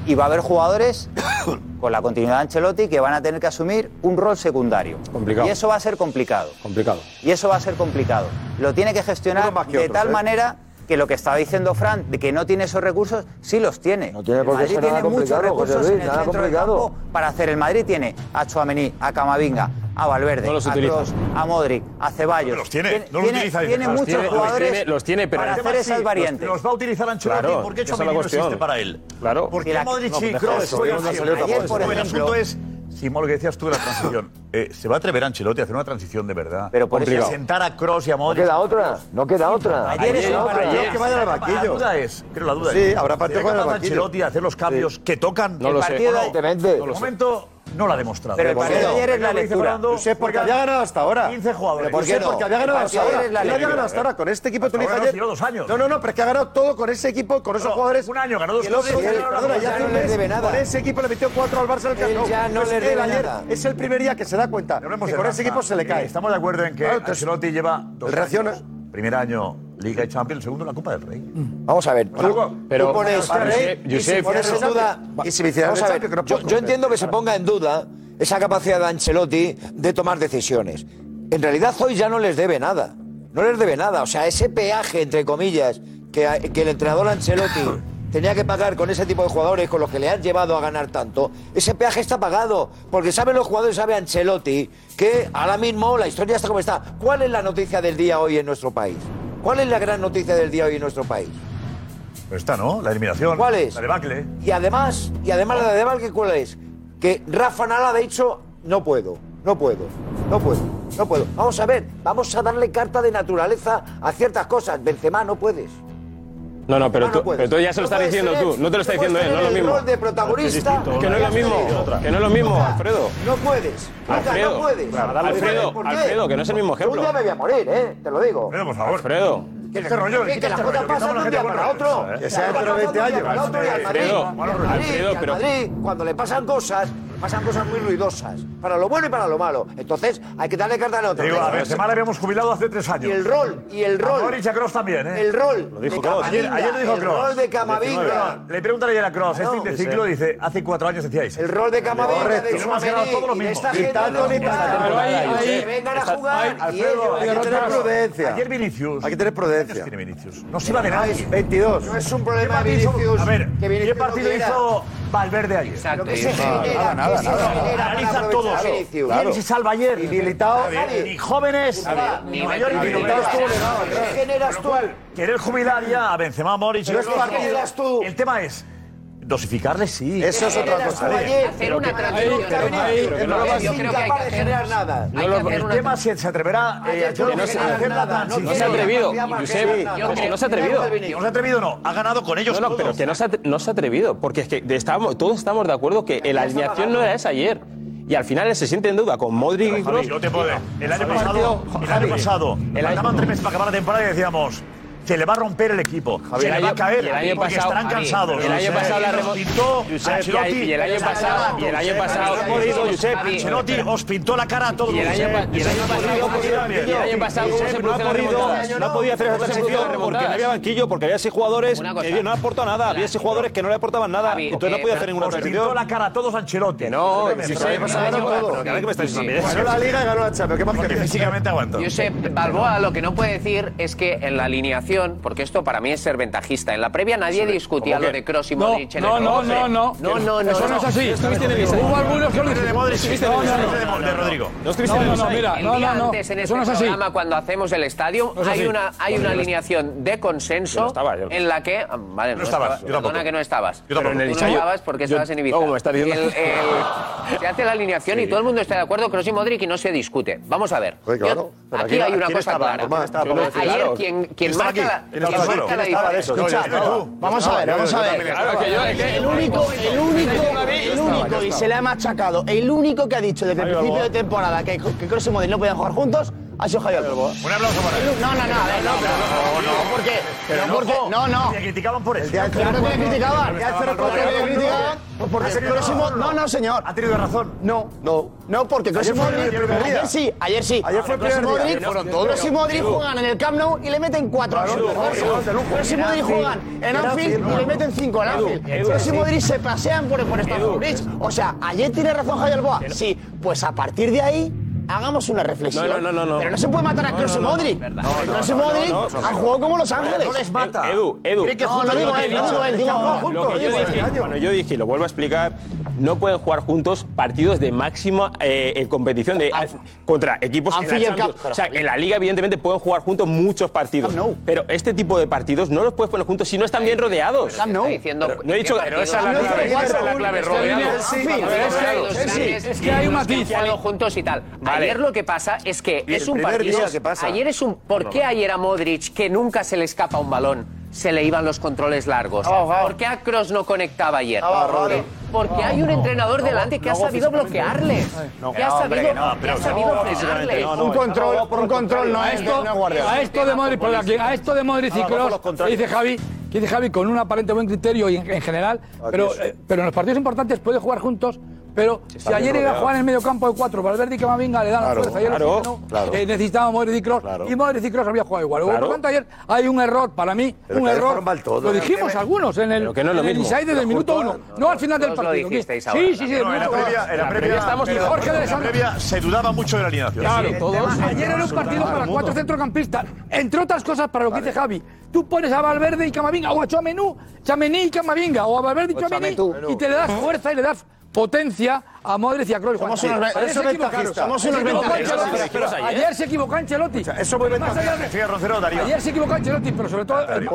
Speaker 13: y va a haber jugadores con la continuidad de Ancelotti que van a tener que asumir un rol secundario.
Speaker 28: Complicado.
Speaker 13: Y eso va a ser complicado.
Speaker 28: Complicado.
Speaker 13: Y eso va a ser complicado. Lo tiene que gestionar de
Speaker 28: que otros,
Speaker 13: tal
Speaker 28: ¿eh?
Speaker 13: manera que lo que estaba diciendo Fran, de que no tiene esos recursos, sí los tiene. No
Speaker 14: tiene por qué ser nada
Speaker 13: tiene muchos
Speaker 14: complicado, José
Speaker 13: recursos
Speaker 14: Luis,
Speaker 13: en el
Speaker 14: nada
Speaker 13: centro del
Speaker 14: complicado.
Speaker 13: campo para hacer. El Madrid tiene a Chuamení, a Camavinga, a Valverde, Ah,
Speaker 11: No los
Speaker 13: a
Speaker 11: utiliza.
Speaker 13: Kroos, a Modric, a Ceballos.
Speaker 7: Pues
Speaker 11: Los tiene,
Speaker 13: Tiene,
Speaker 11: no los
Speaker 13: tiene-
Speaker 11: utiliza.
Speaker 13: tiene
Speaker 11: Los
Speaker 13: muchos
Speaker 11: tiene, los
Speaker 13: jugadores
Speaker 11: tiene, los tiene, pero-
Speaker 13: para
Speaker 11: El tema
Speaker 13: hacer
Speaker 11: sí,
Speaker 13: esas
Speaker 11: los-
Speaker 13: variantes.
Speaker 11: los va a utilizar
Speaker 7: Ancelotti,
Speaker 11: Claro,
Speaker 7: ¿por qué
Speaker 11: esa es la
Speaker 7: Chomini no
Speaker 11: cuestión.
Speaker 7: existe para él?
Speaker 11: Claro.
Speaker 7: ¿Por
Speaker 11: Y
Speaker 7: qué
Speaker 11: la-
Speaker 7: Modric
Speaker 11: no,
Speaker 7: y
Speaker 11: deja
Speaker 7: Kroos
Speaker 11: eso,
Speaker 7: juegan
Speaker 11: no salió
Speaker 7: siempre?
Speaker 11: tampoco. Ayer, por
Speaker 7: El
Speaker 11: ejemplo-
Speaker 7: asunto es, Simón, lo que decías tú de la transición, eh, ¿se va a atrever Ancelotti a hacer una transición de verdad?
Speaker 14: Pero por
Speaker 7: Porque
Speaker 14: eso-
Speaker 7: sentar a Kroos y a
Speaker 14: No
Speaker 7: Modric...
Speaker 14: queda otra, no queda otra.
Speaker 7: Ayer es
Speaker 14: No queda otra.
Speaker 7: que vayan al banquillo. La duda es, creo la duda
Speaker 14: Sí,
Speaker 7: es,
Speaker 14: habrá partido
Speaker 7: ¿será
Speaker 14: con el
Speaker 7: capaz
Speaker 14: banquillo.
Speaker 7: Ancelotti de hacer los cambios que tocan?
Speaker 14: No El lo sé. partido de-
Speaker 7: Evidentemente. No lo sé. De momento no lo ha demostrado.
Speaker 14: Pero el partido de ayer es la
Speaker 7: Lo que dice
Speaker 14: lectura.
Speaker 7: Fernando,
Speaker 14: No sé por qué
Speaker 7: juega
Speaker 14: había ganado hasta ahora.
Speaker 7: 15 jugadores.
Speaker 14: Pero por
Speaker 7: No
Speaker 14: qué
Speaker 7: sé
Speaker 14: no.
Speaker 23: Porque había ganado
Speaker 14: El
Speaker 23: hasta
Speaker 14: partido
Speaker 23: ahora.
Speaker 14: ayer es la
Speaker 23: Él había
Speaker 14: alegría,
Speaker 23: ganado hasta
Speaker 14: ¿eh?
Speaker 23: ahora. Con este equipo tú
Speaker 14: Hasta
Speaker 23: eliges
Speaker 14: ahora
Speaker 23: ayer.
Speaker 14: no, lleva dos años.
Speaker 23: No, no, no, pero es que ha ganado todo con ese equipo, con esos jugadores.
Speaker 7: Un año, ganó dos
Speaker 23: Y el otro,
Speaker 14: cosas,
Speaker 23: día,
Speaker 14: y ahora
Speaker 23: perdona,
Speaker 14: no,
Speaker 23: ya
Speaker 14: ya
Speaker 23: hace
Speaker 14: no
Speaker 23: un
Speaker 14: les
Speaker 23: mes,
Speaker 14: debe nada.
Speaker 23: Con ese equipo le metió cuatro al Barça en el Camp
Speaker 14: Él
Speaker 23: Nou.
Speaker 14: ya no
Speaker 23: Pues
Speaker 14: les
Speaker 23: él
Speaker 14: debe
Speaker 23: ayer
Speaker 14: nada.
Speaker 23: Es el primer día que se da cuenta que
Speaker 7: de
Speaker 23: con ese
Speaker 7: Barça.
Speaker 23: equipo se le
Speaker 7: Eh,
Speaker 23: cae.
Speaker 7: Estamos de acuerdo en que
Speaker 23: Claro, entonces,
Speaker 7: Ancelotti lleva dos
Speaker 23: él reacciona.
Speaker 7: años. Primer año Liga y Champions, segundo la Copa del Rey.
Speaker 14: Mm. Vamos a ver.
Speaker 7: Pero-
Speaker 14: tú
Speaker 7: pero-
Speaker 14: pones
Speaker 7: Vale,
Speaker 14: Rey y
Speaker 7: Josep,
Speaker 14: si pones en
Speaker 7: Josep,
Speaker 14: duda.
Speaker 7: y si me hicieras
Speaker 14: Vamos
Speaker 7: el
Speaker 14: a ver,
Speaker 7: cambio, que no
Speaker 14: yo,
Speaker 7: puedo
Speaker 14: yo
Speaker 7: coger.
Speaker 14: entiendo que se ponga en duda esa capacidad de Ancelotti de tomar decisiones. En realidad hoy ya no les debe nada. No les debe nada. O sea, ese peaje, entre comillas, que, que el entrenador Ancelotti tenía que pagar con ese tipo de jugadores, con los que le han llevado a ganar tanto, ese peaje está pagado. Porque saben los jugadores, sabe Ancelotti, que ahora mismo la historia está como está. ¿Cuál es la noticia del día hoy en nuestro país? ¿Cuál es la gran noticia del día hoy en nuestro país?
Speaker 7: Pero esta, ¿no? La eliminación.
Speaker 14: ¿Cuál es?
Speaker 7: La debacle.
Speaker 14: Y además, y además
Speaker 11: Oh.
Speaker 14: la de Deval, ¿cuál es? Que Rafa Nala ha dicho, no puedo, no puedo, no puedo, no puedo. Vamos a ver, vamos a darle carta de naturaleza a ciertas cosas. Benzema, no puedes.
Speaker 11: No, no, pero,
Speaker 14: No, no
Speaker 11: tú,
Speaker 14: puedes.
Speaker 11: pero tú ya se lo
Speaker 14: No
Speaker 11: estás
Speaker 14: puedes
Speaker 11: diciendo
Speaker 14: tener-
Speaker 11: tú, no te lo está
Speaker 14: puedes
Speaker 11: diciendo él, no es lo
Speaker 14: tener el
Speaker 11: mismo.
Speaker 14: rol de protagonista.
Speaker 11: Que no es lo mismo, que no es lo mismo, Alfredo.
Speaker 14: No puedes, nunca
Speaker 11: Alfredo,
Speaker 14: no puedes.
Speaker 11: claro,
Speaker 14: No puedes,
Speaker 11: Alfredo,
Speaker 14: ¿por qué?
Speaker 11: Alfredo, que no es el mismo
Speaker 14: Yo
Speaker 11: ejemplo.
Speaker 14: un día me voy a morir, ¿eh? Te lo digo.
Speaker 7: Pero por favor.
Speaker 11: Alfredo.
Speaker 14: Que,
Speaker 7: Este rollo,
Speaker 14: que
Speaker 7: este
Speaker 14: las cosas
Speaker 7: rollo, que estamos
Speaker 14: pasan de
Speaker 7: la
Speaker 14: un
Speaker 7: gente
Speaker 14: día
Speaker 7: buena
Speaker 14: para otro.
Speaker 7: persona, ¿eh?
Speaker 14: Que
Speaker 7: sea
Speaker 14: las cosas
Speaker 7: dentro de
Speaker 14: pasan de
Speaker 7: 20
Speaker 14: un día para
Speaker 7: años.
Speaker 14: otro y al Madrid,
Speaker 7: Alfredo,
Speaker 14: al
Speaker 7: Alfredo,
Speaker 14: Madrid,
Speaker 7: Alfredo,
Speaker 14: y al
Speaker 7: pero-
Speaker 14: Madrid, cuando le pasan cosas, pasan cosas muy ruidosas. Para lo bueno y para lo malo. Entonces, hay que darle carta a otro.
Speaker 7: Te digo, a Benzema le habíamos jubilado hace tres años.
Speaker 14: Y el rol, y el rol.
Speaker 7: A Modric y a Kroos también, ¿eh?
Speaker 14: El rol
Speaker 7: Lo dijo
Speaker 14: de
Speaker 7: Kroos. Ayer,
Speaker 14: Camavinga,
Speaker 7: ayer lo dijo
Speaker 14: el
Speaker 7: Kroos.
Speaker 14: rol de Camavinga.
Speaker 7: 19. Le preguntan ayer a Kroos,
Speaker 14: No,
Speaker 7: este indeciclo,
Speaker 14: sí.
Speaker 7: dice, hace cuatro años decíais.
Speaker 14: El rol de Camavinga, de
Speaker 7: Hemos ganado todos los
Speaker 14: Tchouaméni, y de
Speaker 7: mismos.
Speaker 14: esta gente no
Speaker 7: Gritándole
Speaker 14: juega.
Speaker 7: para la temporada,
Speaker 14: Ahí,
Speaker 7: yo
Speaker 14: ahí,
Speaker 7: sé.
Speaker 14: vengan a
Speaker 7: Está-
Speaker 14: jugar
Speaker 7: Ay,
Speaker 14: y
Speaker 7: Alfredo,
Speaker 14: ellos-
Speaker 7: hay que
Speaker 14: Hay que
Speaker 7: tener
Speaker 14: tener
Speaker 7: prudencia.
Speaker 14: prudencia.
Speaker 7: Ayer Vinicius.
Speaker 14: Hay que tener prudencia.
Speaker 7: ¿Cuántos años tiene Vinicius? No se va de
Speaker 14: No
Speaker 7: nadie.
Speaker 14: es- 22. No es un problema de Vinicius,
Speaker 7: A ver,
Speaker 14: que
Speaker 7: ¿qué
Speaker 14: Vinicius no
Speaker 7: partido
Speaker 14: quiera.
Speaker 7: hizo Valverde ayer?
Speaker 14: Lo que se genera,
Speaker 7: nada,
Speaker 14: que se
Speaker 7: nada.
Speaker 14: genera para
Speaker 7: Analiza
Speaker 14: aprovechar
Speaker 7: todos.
Speaker 14: a Vinicius.
Speaker 7: ¿Quién se salva ayer?
Speaker 14: Y militado,
Speaker 7: Ni jóvenes, ni mayores, ni
Speaker 14: Militao estuvo
Speaker 7: veteranos.
Speaker 14: legado, ¿Qué generas tú?
Speaker 7: Querer jubilar ya a Benzema, Modric... y
Speaker 14: Pero es
Speaker 7: Kroos,
Speaker 14: partido.
Speaker 7: generas tú? El tema es... Dosificarle sí.
Speaker 14: Eso es otra cosa.
Speaker 7: Pero que-
Speaker 14: transición.
Speaker 7: pero que- pero que no lo va a
Speaker 14: Es
Speaker 7: hacer.
Speaker 14: incapaz de generar nada.
Speaker 7: No lo- el tema es si se atreverá eh,
Speaker 14: Ayer
Speaker 7: yo creo
Speaker 14: no
Speaker 7: que
Speaker 14: se
Speaker 7: se hacer
Speaker 14: atrevió
Speaker 7: la
Speaker 14: nada, no
Speaker 7: transición.
Speaker 11: No se ha atrevido, Josep,
Speaker 7: Sí.
Speaker 11: no, es que no se ha atrevido.
Speaker 7: No se ha atrevido, no. Ha ganado con ellos
Speaker 11: No, no,
Speaker 7: todos.
Speaker 11: pero que no se ha, no se ha atrevido, porque es que de- estábamos, todos estamos de acuerdo que la alineación no era esa ayer. Y al final él se siente en duda con Modric y
Speaker 7: Javi,
Speaker 11: Kroos.
Speaker 7: yo te puedo. El año
Speaker 11: Javi,
Speaker 7: pasado,
Speaker 11: Javi,
Speaker 7: el año
Speaker 11: Javi,
Speaker 7: pasado,
Speaker 11: el
Speaker 7: nos
Speaker 11: año-
Speaker 7: faltaban tres meses para acabar la temporada y decíamos. Se le va a romper el equipo,
Speaker 11: Javi,
Speaker 7: se
Speaker 11: el
Speaker 7: le va a
Speaker 11: año-
Speaker 7: caer,
Speaker 11: y el año
Speaker 7: porque
Speaker 11: pasado-
Speaker 7: estarán
Speaker 11: Javi,
Speaker 7: cansados.
Speaker 11: el año
Speaker 7: Josep,
Speaker 11: pasado la
Speaker 7: nos
Speaker 11: remo-
Speaker 7: pintó
Speaker 11: Josep,
Speaker 7: Ancelotti,
Speaker 11: y el- y el año
Speaker 7: nos
Speaker 11: pasado-
Speaker 7: ganó
Speaker 11: y el año
Speaker 7: Josep,
Speaker 11: pasado-
Speaker 7: nos hemos ido, Josep,
Speaker 11: Javi,
Speaker 7: Ancelotti
Speaker 11: espera.
Speaker 7: os pintó la cara a todos.
Speaker 11: Y el año
Speaker 7: Josep,
Speaker 11: pa- y el año
Speaker 7: Josep,
Speaker 11: pasado,
Speaker 7: no
Speaker 11: ¿cómo se-
Speaker 7: podía bien.
Speaker 11: y el año pasado, ¿cómo
Speaker 7: Josep,
Speaker 11: se
Speaker 7: no ha
Speaker 11: producen las
Speaker 7: podido-
Speaker 11: remontadas?
Speaker 7: no ha podido hacer esa
Speaker 11: ¿Cómo se producen las
Speaker 7: transición porque
Speaker 11: remontadas?
Speaker 28: Porque no había banquillo, porque había seis jugadores
Speaker 11: Una cosa.
Speaker 28: que no aportó nada. Había seis jugadores que no le aportaban nada.
Speaker 11: Javi,
Speaker 28: Entonces
Speaker 11: eh,
Speaker 28: no podía hacer ninguna
Speaker 7: Os
Speaker 28: transición.
Speaker 7: pintó la cara a todos Ancelotti.
Speaker 11: no,
Speaker 7: Pero
Speaker 11: sí,
Speaker 7: el
Speaker 11: sí,
Speaker 7: año pasado
Speaker 11: sí,
Speaker 7: ganó
Speaker 11: sí,
Speaker 7: todo.
Speaker 11: sí, sí.
Speaker 7: me estáis diciendo?
Speaker 11: Ganó la Liga
Speaker 23: y ganó la Champions. ¿Qué más
Speaker 7: Porque físicamente aguantó.
Speaker 4: Josep Balboa lo que no puede decir es que en la alineación, porque esto para mí es ser ventajista, en la previa nadie discutía
Speaker 11: ¿Cómo
Speaker 4: lo
Speaker 11: que?
Speaker 4: de Cross y
Speaker 11: No,
Speaker 4: Modric en
Speaker 11: no,
Speaker 4: el
Speaker 11: no,
Speaker 4: roce.
Speaker 11: no, no.
Speaker 4: no, no, no.
Speaker 11: Eso no es así. Estuviste en el Elisa. Hubo algunos que lo dijeron. Estuviste en el Elisa.
Speaker 7: De Rodrigo.
Speaker 11: No estuviste en el
Speaker 4: no,
Speaker 11: Elisa.
Speaker 4: no, mira,
Speaker 11: El
Speaker 4: no,
Speaker 11: día
Speaker 4: no, no.
Speaker 11: antes en
Speaker 4: Eso
Speaker 11: este
Speaker 4: no es así.
Speaker 11: programa,
Speaker 4: cuando hacemos el estadio,
Speaker 11: No es
Speaker 4: hay
Speaker 11: así.
Speaker 4: una, hay
Speaker 11: Bueno,
Speaker 4: una
Speaker 11: yo no
Speaker 4: alineación de consenso
Speaker 11: Yo no estaba, yo no.
Speaker 4: en la que. ah, Vale,
Speaker 11: Yo no
Speaker 4: no,
Speaker 11: estabas,
Speaker 4: estabas.
Speaker 11: yo tampoco.
Speaker 4: Perdona que no estabas.
Speaker 11: Yo tampoco.
Speaker 4: Pero en el
Speaker 11: Tú no
Speaker 4: ensayo-
Speaker 11: estabas porque
Speaker 4: yo-
Speaker 11: estabas en Ibiza.
Speaker 4: no, como me estás diciendo.
Speaker 11: El- el-
Speaker 4: se hace la alineación y todo el mundo está de acuerdo, Kroos y Modric, y no se discute. Vamos a ver.
Speaker 23: Oye,
Speaker 4: Yo-
Speaker 23: claro, pero
Speaker 4: aquí
Speaker 23: ¿quién-
Speaker 4: hay una
Speaker 23: quién
Speaker 4: cosa
Speaker 23: estaba?
Speaker 4: clara.
Speaker 23: Normal, estaba por decir,
Speaker 4: Ayer
Speaker 23: claro.
Speaker 4: quien,
Speaker 23: ¿Quién
Speaker 4: quien
Speaker 23: estaba
Speaker 4: marca
Speaker 23: aquí?
Speaker 4: la,
Speaker 23: ¿Quién estaba
Speaker 4: quien
Speaker 23: aquí?
Speaker 4: marca la
Speaker 23: ¿Quién estaba de
Speaker 4: diferencia-
Speaker 23: esos? Yo, yo
Speaker 4: Escucha,
Speaker 23: estaba.
Speaker 4: no, vamos a ver,
Speaker 23: Yo, yo
Speaker 4: vamos a
Speaker 23: también
Speaker 4: ver.
Speaker 23: estaba.
Speaker 4: Claro que yo- es que-
Speaker 32: El único, el único, el único, y se le ha machacado, el único que ha dicho desde el principio de temporada que, que Kroos y Modric no podían jugar juntos ha sido Javier Alboa. Un aplauso para él. No, no, no, a ver, no, pero- no, porque,
Speaker 7: Pero
Speaker 32: no, porque, no, no.
Speaker 7: Le criticaban por eso.
Speaker 32: Claro que le criticaban. Porque le criticaban, porque
Speaker 7: Ha tenido
Speaker 32: Kroos y Mo-
Speaker 7: razón,
Speaker 32: No, no, señor.
Speaker 7: Ha tenido razón.
Speaker 32: No, no, no, porque Kroos y
Speaker 23: Ayer fue el
Speaker 32: Modric.
Speaker 23: primer día.
Speaker 32: Ayer sí, ayer sí.
Speaker 23: Ayer fue el
Speaker 32: Kroos y
Speaker 23: primer día.
Speaker 32: Modric-
Speaker 23: Que fueron todos.
Speaker 32: Kroos y Modric juegan en el Camp Nou y le meten cuatro.
Speaker 23: Claro,
Speaker 32: Kroos
Speaker 23: claro, de lujo.
Speaker 32: y
Speaker 23: En
Speaker 32: Modric
Speaker 23: Anfield,
Speaker 32: juegan en
Speaker 23: en
Speaker 32: Anfield
Speaker 23: Anfield,
Speaker 32: y le
Speaker 23: claro.
Speaker 32: meten cinco en
Speaker 23: Edu,
Speaker 32: Anfield.
Speaker 23: Edu,
Speaker 32: Kroos y
Speaker 23: sí.
Speaker 32: Modric se pasean por, por Stamford Bridge. O sea, ayer tiene razón Javier Alboa. Sí, pues a partir de ahí hagamos una reflexión.
Speaker 11: No, no, no, no, no.
Speaker 32: Pero no se puede matar a
Speaker 11: No,
Speaker 32: Kroos
Speaker 11: no,
Speaker 32: y
Speaker 11: no,
Speaker 32: Modric.
Speaker 11: no, no,
Speaker 32: Porque
Speaker 11: no,
Speaker 32: Kroos y
Speaker 11: no, no,
Speaker 32: Modric
Speaker 11: no, no,
Speaker 32: han
Speaker 11: no.
Speaker 32: jugado como Los Ángeles.
Speaker 11: No les mata. Edu, Edu.
Speaker 32: Cree que
Speaker 11: No,
Speaker 32: juegan-
Speaker 11: no,
Speaker 32: lo digo
Speaker 11: no,
Speaker 32: él,
Speaker 11: no,
Speaker 32: digo él, digo
Speaker 11: no,
Speaker 32: juegan
Speaker 11: no,
Speaker 32: juntos,
Speaker 11: lo que yo
Speaker 32: digo él.
Speaker 11: dije- Bueno, yo dije, y lo vuelvo a explicar, no pueden jugar juntos partidos de máxima eh, eh, competición de, contra equipos en la
Speaker 32: Anfield y el
Speaker 11: Champions.
Speaker 32: Camp-
Speaker 11: O sea, en la Liga, evidentemente, pueden jugar juntos muchos partidos. Pero este tipo de partidos no los puedes poner juntos si no están bien rodeados.
Speaker 4: no. Diciendo,
Speaker 11: Pero no he dicho- pero esa es la clave, esa es la clave,
Speaker 4: Es que
Speaker 11: rodeado.
Speaker 4: viene-
Speaker 11: Sí,
Speaker 4: Anfield,
Speaker 11: pero es que-
Speaker 4: rodeado.
Speaker 11: sí,
Speaker 4: Los grandes
Speaker 11: es que hay un
Speaker 4: equipos que han
Speaker 11: matiz.
Speaker 4: jugado juntos y tal.
Speaker 11: Vale.
Speaker 4: Ayer lo que pasa es que
Speaker 11: Y
Speaker 4: es
Speaker 11: el
Speaker 4: un
Speaker 11: primer
Speaker 4: partido.
Speaker 11: día que pasa.
Speaker 4: Ayer es un. ¿Por qué ayer a Modric, que nunca se le escapa un balón, se le iban los controles largos? ¿Por qué a Cross no conectaba ayer?
Speaker 11: Ah,
Speaker 4: Porque, porque hay un entrenador delante que ha sabido bloquearle.
Speaker 11: No.
Speaker 4: Que ha
Speaker 11: No, hombre,
Speaker 4: sabido,
Speaker 11: que no,
Speaker 4: que ha
Speaker 11: pero
Speaker 4: sabido
Speaker 11: no,
Speaker 4: frenarle.
Speaker 11: físicamente no, no, Un control-
Speaker 5: Por un control no
Speaker 4: A
Speaker 5: es
Speaker 4: esto-
Speaker 5: esto, a esto de Modric, por aquí, a esto de Modric y
Speaker 4: Abajo los
Speaker 5: Kroos, que
Speaker 4: contrarios.
Speaker 5: dice Javi, que dice Javi con un aparente buen criterio y en, en general, pero,
Speaker 4: sí.
Speaker 5: eh, pero en los partidos importantes puede jugar juntos, pero si
Speaker 11: está bien
Speaker 5: ayer iba a
Speaker 11: rodeado.
Speaker 5: jugar en el medio campo de cuatro, Valverde y Camavinga le dan la
Speaker 11: Claro,
Speaker 5: fuerza, ayer
Speaker 11: claro,
Speaker 5: no,
Speaker 11: claro.
Speaker 5: eh, necesitaba Modric y Kroos, y Modric y Kroos había jugado igual. Por
Speaker 11: Claro.
Speaker 5: lo tanto, ayer hay un error para mí,
Speaker 11: Pero
Speaker 5: un
Speaker 11: que ayer
Speaker 5: error,
Speaker 11: fueron mal todos.
Speaker 5: lo dijimos algunos en el,
Speaker 11: Pero que no es lo
Speaker 5: en el
Speaker 11: mismo.
Speaker 5: inside desde
Speaker 11: Pero
Speaker 5: el minuto
Speaker 11: justo-
Speaker 5: uno, no al final del
Speaker 11: todos lo
Speaker 5: partido. aquí.
Speaker 11: dijisteis ahora
Speaker 5: Sí, sí, sí,
Speaker 11: también.
Speaker 5: del
Speaker 11: No, en la
Speaker 5: minuto uno.
Speaker 11: previa- en la previa estamos
Speaker 5: Pero
Speaker 11: todos-
Speaker 5: Jorge
Speaker 11: en la
Speaker 5: de Santos-
Speaker 7: previa se dudaba mucho de la alineación.
Speaker 5: Claro, todos.
Speaker 7: El tema-
Speaker 5: Ayer era un partido para cuatro centrocampistas. Entre otras cosas, para lo que dice Javi. Tú pones a Valverde y Camavinga, o a Chamenú, Chamení y Camavinga, o a Valverde y
Speaker 32: O
Speaker 5: Chamení,
Speaker 32: Tchouaméni.
Speaker 5: y te le das fuerza y le das potencia a Modric y a Kroos.
Speaker 32: Somos
Speaker 5: Sí,
Speaker 32: unos ve-
Speaker 5: ayer
Speaker 32: eso
Speaker 5: se
Speaker 32: es
Speaker 5: equivocaron,
Speaker 32: ventajista.
Speaker 5: somos
Speaker 32: Se
Speaker 5: unos
Speaker 32: equivocó
Speaker 5: ventajistas.
Speaker 32: Ancelotti.
Speaker 5: Pero
Speaker 32: Ayer.
Speaker 5: Ayer se equivocó Ancelotti.
Speaker 32: eso muy
Speaker 5: Más
Speaker 32: ventajista.
Speaker 5: allá de-
Speaker 32: Fíjate, Rocero, Darío.
Speaker 5: Ayer se equivocó Ancelotti, pero sobre todo... eh,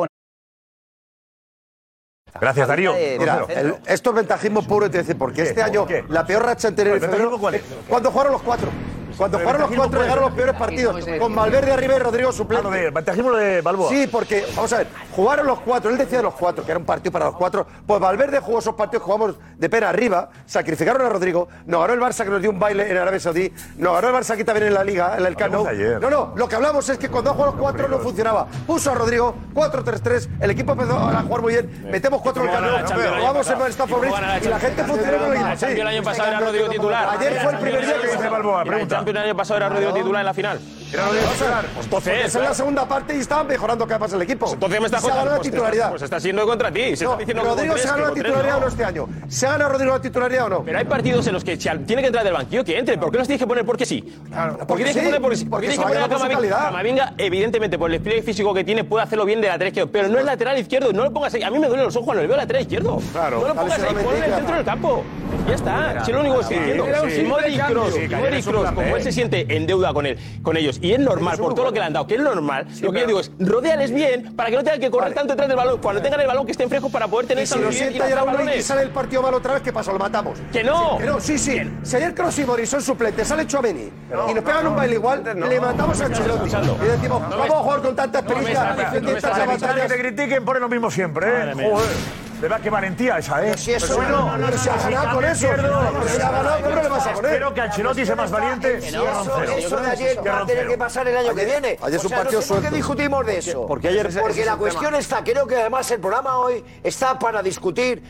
Speaker 7: Gracias, Darío.
Speaker 23: Mira,
Speaker 7: Rocero.
Speaker 23: el- esto es ventajismo puro y te dice, porque este año la peor racha anterior en
Speaker 7: ¿El
Speaker 23: febrero,
Speaker 7: ventajismo cuál es?
Speaker 23: cuando jugaron los cuatro. Cuando
Speaker 7: ¿El
Speaker 23: jugaron los cuatro
Speaker 7: ventajismo cuál es?
Speaker 23: llegaron los peores partidos. Con Valverde arriba y Rodrigo suplente.
Speaker 7: de- ventajismo lo de Balboa.
Speaker 23: Sí, porque, vamos a ver, jugaron los cuatro. Él decía los cuatro, que era un partido para los cuatro. Pues Valverde jugó esos partidos, jugamos de pena arriba, sacrificaron a Rodrigo, nos ganó el Barça que nos dio un baile en Arabia Saudí, nos ganó el Barça aquí también en la Liga, en el Camp Nou.
Speaker 7: Hablamos ayer.
Speaker 23: No, no, lo que hablamos es que cuando jugó los cuatro no funcionaba. Puso a Rodrigo, 4-3-3, el equipo empezó a jugar muy bien, metemos cuatro en el Camp
Speaker 11: Jugaban a la
Speaker 23: Nou,
Speaker 11: Champions el año
Speaker 23: jugamos en
Speaker 11: pasado.
Speaker 23: el Stamford Bridge
Speaker 11: Jugaban a la
Speaker 23: y la
Speaker 11: Champions.
Speaker 23: gente funcionó con el
Speaker 11: La
Speaker 23: equipo.
Speaker 11: Champions el año
Speaker 23: Sí.
Speaker 11: pasado era Rodrigo titular.
Speaker 23: Ayer fue el primer día que
Speaker 11: dice Balboa, pregunta. El Champions el año pasado era Rodrigo titular en la final. Era Rodrigo titular.
Speaker 23: Porque
Speaker 11: Entonces,
Speaker 23: esa Pues es la segunda parte y estaban mejorando cada paso el equipo.
Speaker 11: entonces me estás
Speaker 23: se ha ganado
Speaker 11: contando.
Speaker 23: la titularidad.
Speaker 11: Pues está siendo contra ti. Se
Speaker 23: No,
Speaker 11: está diciendo
Speaker 23: Rodrigo
Speaker 11: como
Speaker 23: se
Speaker 11: tres,
Speaker 23: ganó la
Speaker 11: como tres,
Speaker 23: titularidad
Speaker 11: no.
Speaker 23: o no este año. ¿Se ha ganado Rodrigo la titularidad o no?
Speaker 11: Pero hay partidos en los que si al- tiene que entrar del banquillo, que entre. ¿Por qué los tienes que poner porque sí? ¿Por qué
Speaker 23: porque
Speaker 11: tienes que
Speaker 23: sí,
Speaker 11: poner porque sí?
Speaker 23: porque
Speaker 11: Porque tienes
Speaker 23: se
Speaker 11: que poner
Speaker 23: vaya
Speaker 11: a
Speaker 23: por su
Speaker 11: Camavinga.
Speaker 23: calidad.
Speaker 11: Camavinga, evidentemente, por el despliegue físico que tiene, puede hacerlo bien de lateral izquierdo, pero no es lateral izquierdo. No lo pongas ahí. A mí me duelen los ojos cuando le veo lateral izquierdo.
Speaker 7: Claro.
Speaker 11: No lo pongas ahí.
Speaker 7: Dale,
Speaker 11: Ponlo en el
Speaker 7: Sebastián.
Speaker 11: centro del campo. Ya está. Ah, Si es lo único que estoy
Speaker 7: Sí,
Speaker 11: diciendo.
Speaker 7: era un
Speaker 11: Si
Speaker 7: simple
Speaker 11: Modric y
Speaker 7: cambio.
Speaker 11: Kroos,
Speaker 7: Sí, que ayer
Speaker 11: Modric y
Speaker 7: es un
Speaker 11: Kroos,
Speaker 7: plan
Speaker 11: como
Speaker 7: B.
Speaker 11: él se siente en deuda con él, con ellos, y es normal por todo lo que le han dado, que es normal, lo que yo digo es, rodéales bien para que no tengan que correr tanto detrás del balón. Cuando tengan el balón, que estén frescos para poder tener
Speaker 23: Y si lo
Speaker 11: solidez
Speaker 23: sienta y
Speaker 11: lanzar
Speaker 23: ahora uno y
Speaker 11: balones.
Speaker 23: sale el partido mal otra vez, ¿qué pasa? Lo matamos.
Speaker 11: Que no.
Speaker 23: Sí, que no, sí, sí. Si ayer Kroos y Modric son suplentes, sale Chouameni y nos pegan un baile igual, le matamos a Ancelotti. Y decimos, vamos a jugar con tanta experiencia defendiendo esta batalla.
Speaker 7: que te critiquen ponen lo mismo siempre, ¿eh? Joder. De verdad, qué valentía esa, ¿eh?
Speaker 23: si eso-
Speaker 7: bueno,
Speaker 23: no, no, no, no,
Speaker 7: si
Speaker 23: no,
Speaker 7: al
Speaker 23: no,
Speaker 7: final
Speaker 23: con eso.
Speaker 7: pierdo,
Speaker 23: No, no,
Speaker 7: pues
Speaker 23: si ha ganado, ¿cómo le vas a poner?
Speaker 7: Espero que Ancelotti sea más valiente.
Speaker 23: Si
Speaker 7: que
Speaker 23: eso-
Speaker 7: Roncero.
Speaker 23: eso de ayer
Speaker 7: Que
Speaker 23: va a tener
Speaker 7: Roncero.
Speaker 23: que
Speaker 14: pasar el año que viene.
Speaker 23: Ayer es
Speaker 14: o
Speaker 23: un
Speaker 14: sea,
Speaker 23: partido
Speaker 14: no sé por qué
Speaker 23: suelto.
Speaker 14: discutimos de eso.
Speaker 23: Porque ayer- Ese- ese
Speaker 14: Porque
Speaker 23: es
Speaker 14: la
Speaker 23: el
Speaker 14: cuestión
Speaker 23: tema.
Speaker 14: está, creo que además el programa hoy está para discutir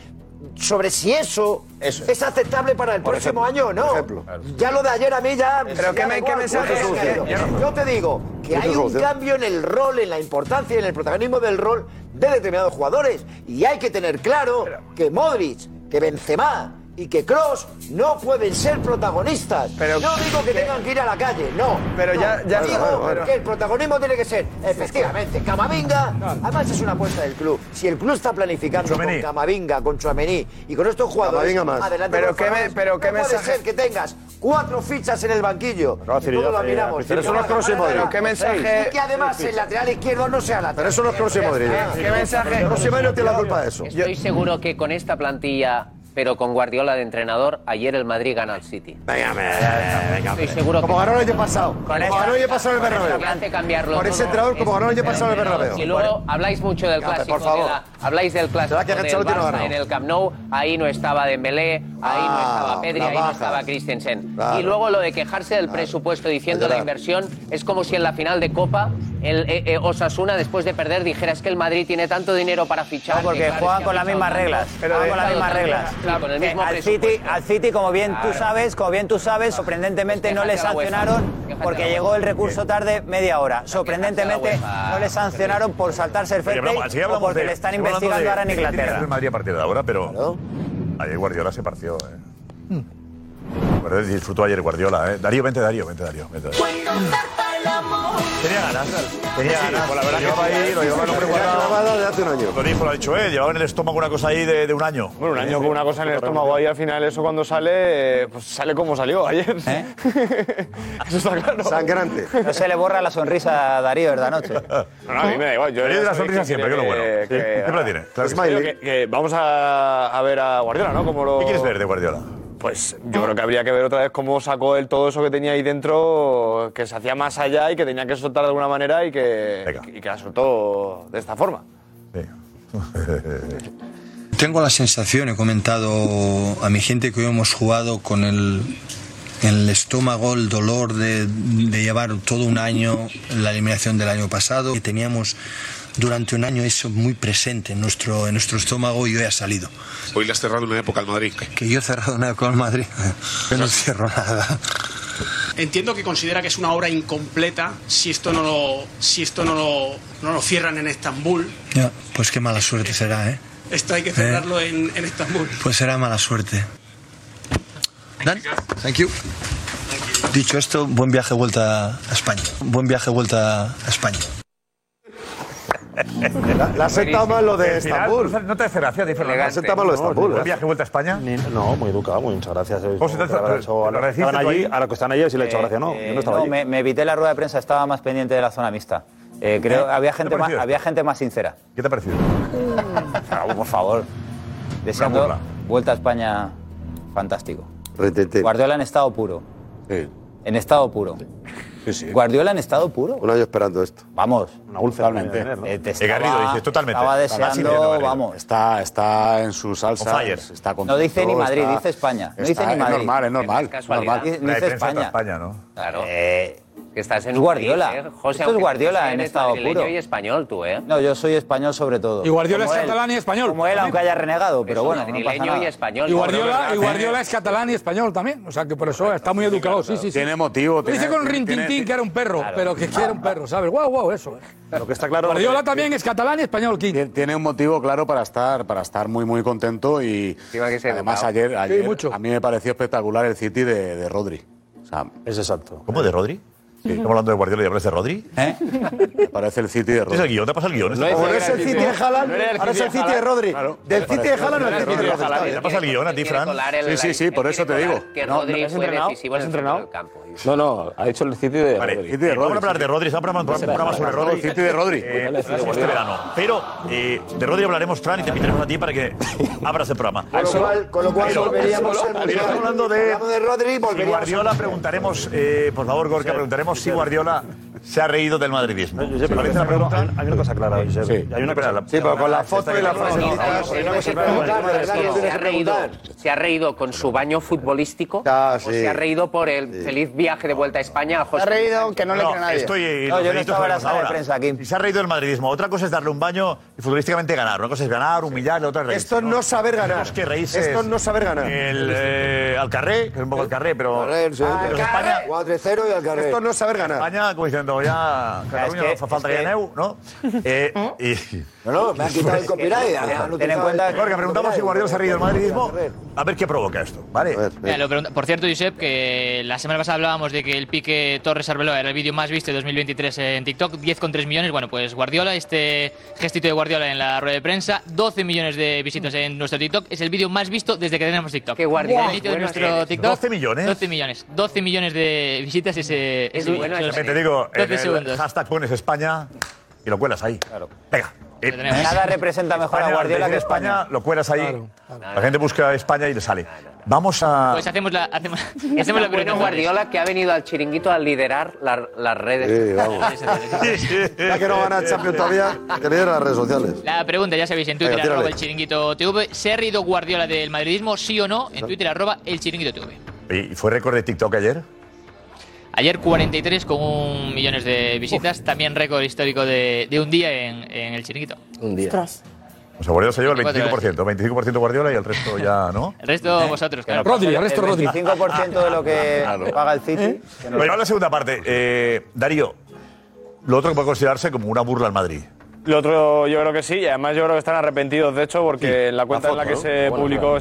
Speaker 14: sobre si eso, es aceptable para el próximo año o no. Ya lo de ayer a mí ya...
Speaker 2: Pero
Speaker 14: ya
Speaker 2: ¿qué
Speaker 14: da
Speaker 2: me- qué
Speaker 14: igual,
Speaker 2: mensaje
Speaker 14: pues,
Speaker 2: es
Speaker 14: ya
Speaker 2: que-
Speaker 14: digo.
Speaker 2: ya no.
Speaker 14: Yo te digo que
Speaker 2: Esa es
Speaker 14: hay un
Speaker 2: solución.
Speaker 14: cambio en el rol, en la importancia y en el protagonismo del rol de determinados jugadores. Y hay que tener claro que Modric, que Benzema... Y que Cross no pueden ser protagonistas. no digo que tengan que ir a la calle, no.
Speaker 2: Pero
Speaker 14: No,
Speaker 2: ya- ya-
Speaker 14: digo
Speaker 2: Vale, vale, vale.
Speaker 14: que el protagonismo tiene que ser, efectivamente, Camavinga. Además es una apuesta del club. Si el club está planificando con Camavinga, con Chuamení y con estos jugadores,
Speaker 23: Camavinga más.
Speaker 14: adelante.
Speaker 23: Pero
Speaker 14: por
Speaker 23: qué me-
Speaker 14: favor.
Speaker 23: pero
Speaker 14: no
Speaker 23: qué
Speaker 14: puede
Speaker 23: mensaje-
Speaker 14: ser que tengas cuatro fichas en el banquillo.
Speaker 23: No, Ciro,
Speaker 14: Y todos
Speaker 23: ya
Speaker 14: lo
Speaker 23: hace-
Speaker 14: miramos.
Speaker 23: pero eso no es Kroos y Modric.
Speaker 14: Pero
Speaker 23: ¿Qué mensaje-
Speaker 14: Y que además el lateral izquierdo no sea lateral.
Speaker 23: Pero eso no es Kroos y Modric.
Speaker 14: ¿Qué mensaje?
Speaker 23: Kroos y Modric no tiene la culpa de eso.
Speaker 4: Estoy seguro que con esta plantilla, pero con Guardiola de entrenador, ayer el Madrid gana al City. Estoy seguro
Speaker 23: Como
Speaker 4: que-
Speaker 23: ganó el año pasado.
Speaker 4: Con
Speaker 23: Como
Speaker 4: esta-
Speaker 23: ganó el año pasado el
Speaker 4: con esta
Speaker 23: Bernabéu.
Speaker 4: que hace cambiarlo
Speaker 23: Por ese
Speaker 4: todo,
Speaker 23: entrenador como
Speaker 4: es-
Speaker 23: ganó el año pasado el
Speaker 4: pero-
Speaker 23: Bernabéu.
Speaker 4: Y luego habláis mucho del
Speaker 23: Ya, pero
Speaker 4: clásico.
Speaker 23: por favor.
Speaker 4: de la- habláis del clásico
Speaker 23: ¿Verdad que
Speaker 4: del
Speaker 23: Ancelotti no ha
Speaker 4: Barça
Speaker 23: ganado?
Speaker 4: en el Camp Nou. Ahí no estaba Dembélé, ahí no
Speaker 23: Ah,
Speaker 4: estaba Pedri,
Speaker 23: la
Speaker 4: ahí no
Speaker 23: baja.
Speaker 4: estaba Christensen.
Speaker 23: Claro.
Speaker 4: Y luego lo de quejarse del presupuesto diciendo la inversión es como si en la final de Copa el eh, eh, Osasuna después de perder dijera es que el Madrid tiene tanto dinero para fichar.
Speaker 13: No, porque
Speaker 4: que claro, es
Speaker 13: juegan
Speaker 4: que
Speaker 13: con
Speaker 4: ha
Speaker 13: las
Speaker 4: fichado
Speaker 13: mismas
Speaker 4: tanto,
Speaker 13: reglas.
Speaker 4: pero
Speaker 13: Juegan
Speaker 4: ha
Speaker 13: con las
Speaker 4: gastado
Speaker 13: mismas
Speaker 4: tanto,
Speaker 13: reglas.
Speaker 4: sí, con el
Speaker 13: Que
Speaker 4: mismo
Speaker 13: al City, al City, como bien tú sabes, como bien tú sabes, sorprendentemente no le
Speaker 4: quéjate a la UEFA.
Speaker 13: sancionaron
Speaker 4: Quéjate a
Speaker 13: porque
Speaker 4: la
Speaker 13: llegó el recurso tarde media hora.
Speaker 4: quéjate
Speaker 13: Sorprendentemente
Speaker 4: a la UEFA.
Speaker 13: no le sancionaron por saltarse el
Speaker 7: Oye,
Speaker 13: fair play
Speaker 7: hablamos- sí,
Speaker 13: o
Speaker 7: hablamos
Speaker 13: porque
Speaker 7: de-
Speaker 13: le están
Speaker 7: hablando de-
Speaker 13: investigando ahora en
Speaker 7: de- de- de- de- de- de-
Speaker 13: Inglaterra.
Speaker 7: de- Madrid a partir de ahora, pero ayer Guardiola se partió. ¿eh? verdad disfrutó ayer Guardiola, ¿eh? Darío, vente Darío, vente Darío. Vente, Darío.
Speaker 3: Tenía ganas.
Speaker 7: Tenía ganas. la verdad que llevaba ahí, lo llevaba el hombre guardado. hace un año. Lo dijo, lo ha dicho él, llevaba en el estómago una cosa ahí de, de un año.
Speaker 33: Bueno, un año con una cosa en el estómago ahí, al final eso cuando sale, eh, pues sale como salió ayer. eso está claro.
Speaker 13: Sangrante. No se le borra la sonrisa a Darío de la noche.
Speaker 33: No, no, a mí me da igual. Yo
Speaker 13: Darío de la
Speaker 33: soy
Speaker 13: sonrisa
Speaker 33: que-
Speaker 13: siempre, que es lo bueno.
Speaker 33: que- pues
Speaker 13: Sí, siempre la tiene, claro que
Speaker 33: Yo creo
Speaker 13: sí.
Speaker 33: que- que vamos a, a ver a Guardiola, ¿no? Como lo...
Speaker 7: ¿Qué quieres ver de Guardiola?
Speaker 33: Pues yo creo que habría que ver otra vez cómo sacó él todo eso que tenía ahí dentro, que se hacía más allá y que tenía que soltar de alguna manera y que, y que la soltó de esta forma.
Speaker 34: Tengo la sensación, he comentado a mi gente que hoy hemos jugado con el, el estómago, el dolor de, de llevar todo un año la eliminación del año pasado, que teníamos durante un año eso muy presente en nuestro, en nuestro estómago y hoy ha salido.
Speaker 21: Hoy le has cerrado una época al Madrid.
Speaker 34: Que yo he cerrado una con Madrid, yo no cierro nada.
Speaker 22: Entiendo que considera que es una obra incompleta si esto no lo, si esto no lo, no lo cierran en Estambul.
Speaker 34: Ya, pues qué mala suerte será, ¿eh?
Speaker 22: Esto hay que cerrarlo en, en Estambul.
Speaker 34: Pues será mala suerte. Dan, thank you. Dicho esto, buen viaje vuelta a España. Buen viaje vuelta a España.
Speaker 23: La, la secta más lo de
Speaker 7: Al final,
Speaker 23: Estambul.
Speaker 7: No te hace gracia, dice
Speaker 23: La secta más lo de Estambul. ¿eh?
Speaker 7: ¿Un viaje vuelta a España?
Speaker 28: No, muy educado, muy muchas gracias.
Speaker 7: ¿Cómo se te-
Speaker 28: Que habrá
Speaker 7: te-
Speaker 28: hecho Pues a los que
Speaker 7: agradeciste
Speaker 28: estaban
Speaker 7: tú
Speaker 28: allí,
Speaker 7: ahí?
Speaker 28: a los que están allí, a ver si le ha hecho gracia, ¿no?
Speaker 13: Eh,
Speaker 28: Yo no estaba allí.
Speaker 13: me, me evité la rueda de prensa, estaba más pendiente de la zona mixta. Eh, creo
Speaker 28: ¿Eh?
Speaker 13: había
Speaker 28: ¿Qué te
Speaker 13: gente
Speaker 28: ha
Speaker 13: más,
Speaker 28: parecido
Speaker 13: había gente más sincera. Ah,
Speaker 7: ¿Qué te ha parecido?
Speaker 13: por favor. Deseando
Speaker 23: burla.
Speaker 13: vuelta a España, fantástico. Guardiola en estado puro. En estado puro. Guardiola en estado puro.
Speaker 23: Un año esperando esto.
Speaker 13: Vamos.
Speaker 23: Una úlcera. Totalmente.
Speaker 13: Eh, te estaba- Estaba deseando, vamos.
Speaker 18: Está, está en su salsa.
Speaker 13: On fire.
Speaker 18: Está con
Speaker 13: No dice
Speaker 18: todo,
Speaker 13: ni Madrid,
Speaker 18: está-
Speaker 13: dice España.
Speaker 18: está-
Speaker 13: No dice ni
Speaker 18: es
Speaker 13: Madrid.
Speaker 18: normal, es normal.
Speaker 4: Casualidad.
Speaker 18: normal.
Speaker 4: Dice- La dice defensa España.
Speaker 7: España, ¿no?
Speaker 4: Claro.
Speaker 32: Eh,
Speaker 4: que estás en
Speaker 13: Es Guardiola.
Speaker 4: Madrid, ¿eh? José,
Speaker 13: Esto es
Speaker 4: aunque
Speaker 13: Guardiola
Speaker 4: seas
Speaker 13: en estado
Speaker 4: madrileño
Speaker 13: puro.
Speaker 4: y español tú, ¿eh?
Speaker 13: No, yo soy español sobre todo.
Speaker 4: Y Guardiola es
Speaker 13: él.
Speaker 4: catalán
Speaker 5: y español.
Speaker 13: Como él, aunque haya renegado, pero
Speaker 4: Es
Speaker 13: bueno, no
Speaker 4: madrileño
Speaker 13: pasa nada.
Speaker 4: y español.
Speaker 5: Y Guardiola, y
Speaker 4: ¿eh?
Speaker 5: Guardiola es catalán y español también. O sea que por eso está muy educado. Sí, sí, sí.
Speaker 18: Tiene motivo.
Speaker 5: Lo dice con Rintintín que era un perro, pero que era un perro, ¿sabes? Guau, guau, eso. ¿eh?
Speaker 18: Lo que está claro.
Speaker 5: Guardiola también es catalán y español, King.
Speaker 18: Tiene un motivo claro para estar, para estar muy, muy contento y además
Speaker 5: educado.
Speaker 18: ayer,
Speaker 5: Sí,
Speaker 18: ayer
Speaker 5: mucho.
Speaker 18: a mí me pareció espectacular el City de, de Rodri.
Speaker 28: es exacto.
Speaker 7: ¿Cómo de Rodri? Estamos hablando de Guardiola y hablas de Rodri.
Speaker 18: Me parece el City de Rodri.
Speaker 7: ¿Es el guión? ¿Te pasa el guión?
Speaker 23: Como no es el City de Haaland, ahora es el City de Rodri. Del City de Haaland al City de Rodri.
Speaker 7: ¿Te pasa el guión a ti, Fran?
Speaker 18: Sí, sí, sí, por eso te digo.
Speaker 4: Que
Speaker 28: No,
Speaker 4: Rodri
Speaker 28: no, ¿has
Speaker 4: fue
Speaker 28: entrenado?
Speaker 4: decisivo en
Speaker 28: ¿Has
Speaker 4: el
Speaker 28: entrenado?
Speaker 4: centro del campo.
Speaker 28: No, no, ha hecho el City de Rodri.
Speaker 7: Eh, vamos a hablar de Rodri, estamos hablando de un programa sobre Rodri.
Speaker 28: El City de Rodri.
Speaker 7: Eh, este verano. Pero eh, de Rodri hablaremos, Fran, y te invitaremos a ti para que abras el programa.
Speaker 14: Con lo cual, con lo cual
Speaker 7: Pero-
Speaker 14: volveríamos al
Speaker 7: Estamos
Speaker 14: Mundial.
Speaker 7: hablando de,
Speaker 14: Hablamos de Rodri,
Speaker 7: si
Speaker 14: volveríamos
Speaker 7: Guardiola
Speaker 14: al-
Speaker 7: preguntaremos, eh, por favor, Gorka, preguntaremos si Guardiola se ha reído del madridismo.
Speaker 28: Josep, pero
Speaker 7: Parece una pregunta-
Speaker 28: Hay una cosa clara, Josep. Hay una cosa
Speaker 7: Sí, pero con la foto y la frase.
Speaker 28: No, no, no, hay
Speaker 4: Eh,
Speaker 28: una cosa clara.
Speaker 4: ¿Se ha, reído, se ha reído con su baño futbolístico
Speaker 32: Ah,
Speaker 4: o se ha reído por el feliz viaje de vuelta a España a José
Speaker 32: Se ha reído
Speaker 4: Luis Sánchez?
Speaker 32: que no le No, cree nadie.
Speaker 7: Estoy eh,
Speaker 32: No,
Speaker 7: los
Speaker 32: yo no
Speaker 7: méritos
Speaker 32: estaba en la
Speaker 7: hablamos
Speaker 32: sala de
Speaker 7: ahora.
Speaker 32: prensa,
Speaker 7: Si se ha reído del madridismo. Otra cosa es darle un baño y futbolísticamente ganar. Una cosa es ganar, humillar, la otra es reírse.
Speaker 23: Esto es no saber ganar.
Speaker 7: Tenemos que reírse
Speaker 23: Esto es no saber ganar.
Speaker 7: El eh, Alcarré, que es un poco Alcarré, pero...
Speaker 14: Alcarré, sí.
Speaker 7: pero España...
Speaker 14: 4-0 y Alcarré.
Speaker 7: Esto no es saber ganar. España, como diciendo, ya... Cataluña no fa falta ya neu, ¿no? Eh, y...
Speaker 14: No, no, me han quitado el copyright. han
Speaker 7: Ten en
Speaker 14: utilizado
Speaker 7: cuenta...
Speaker 14: el
Speaker 7: Jorge, preguntamos si Guardiola se ha reído del madridismo. A ver qué provoca esto, ¿vale?
Speaker 26: Mira, lo pregunta- por cierto, Josep, que la semana pasada hablábamos de que el pique Torres Arbeloa era el vídeo más visto de 2023 en TikTok, 10,3 millones. Bueno, pues Guardiola, este gestito de Guardiola en la rueda de prensa, 12 millones de visitas en nuestro TikTok, es el vídeo más visto desde que tenemos TikTok. Que
Speaker 4: Guardiola es
Speaker 26: de
Speaker 4: bueno
Speaker 26: nuestro
Speaker 4: eres.
Speaker 26: TikTok.
Speaker 7: 12 millones.
Speaker 26: 12 millones. 12 millones de visitas ese. ese- esos-
Speaker 7: También te digo, en
Speaker 26: 12
Speaker 7: el
Speaker 26: segundos.
Speaker 7: hashtag pones España y lo cuelas ahí. Claro. Venga. eh,
Speaker 13: Nada representa mejor a Guardiola
Speaker 7: decir
Speaker 13: que
Speaker 7: España,
Speaker 13: España.
Speaker 7: lo cuelas ahí. La gente busca España y le sale. Vamos a.
Speaker 26: Pues hacemos la. Hacemos,
Speaker 4: Es
Speaker 26: hacemos la
Speaker 4: tan Ah. bueno Guardiola que ha venido al chiringuito a liderar la- las redes.
Speaker 14: Sí, vamos. Ya que no
Speaker 7: Eh,
Speaker 14: gana el Champions todavía, que le den a las redes sociales.
Speaker 26: La pregunta, ya sabéis, en Twitter,
Speaker 14: Venga, tírale.
Speaker 26: arroba el chiringuito TV. ¿Se ha reído Guardiola del madridismo, sí o no? En Twitter, arroba el chiringuito TV.
Speaker 7: ¿Y fue récord de TikTok ayer?
Speaker 26: Ayer 43 con un millones de visitas, también récord histórico de, de un día en, en el chiringuito.
Speaker 7: Un día. O sea, Guardiola se lleva el 25%.
Speaker 26: 24
Speaker 7: 25% Guardiola y el resto ya, ¿no?
Speaker 26: El resto vosotros, claro.
Speaker 13: El 25% de lo que paga el City. que no-
Speaker 7: Bueno, ahora la segunda parte. Eh, Darío, lo otro que puede considerarse como una burla al Madrid.
Speaker 26: Lo otro yo creo que sí, y además yo creo que están arrepentidos de hecho porque en la cuenta
Speaker 7: foto,
Speaker 26: en la que
Speaker 7: ¿no?
Speaker 26: se
Speaker 7: Bueno,
Speaker 26: publicó Ah,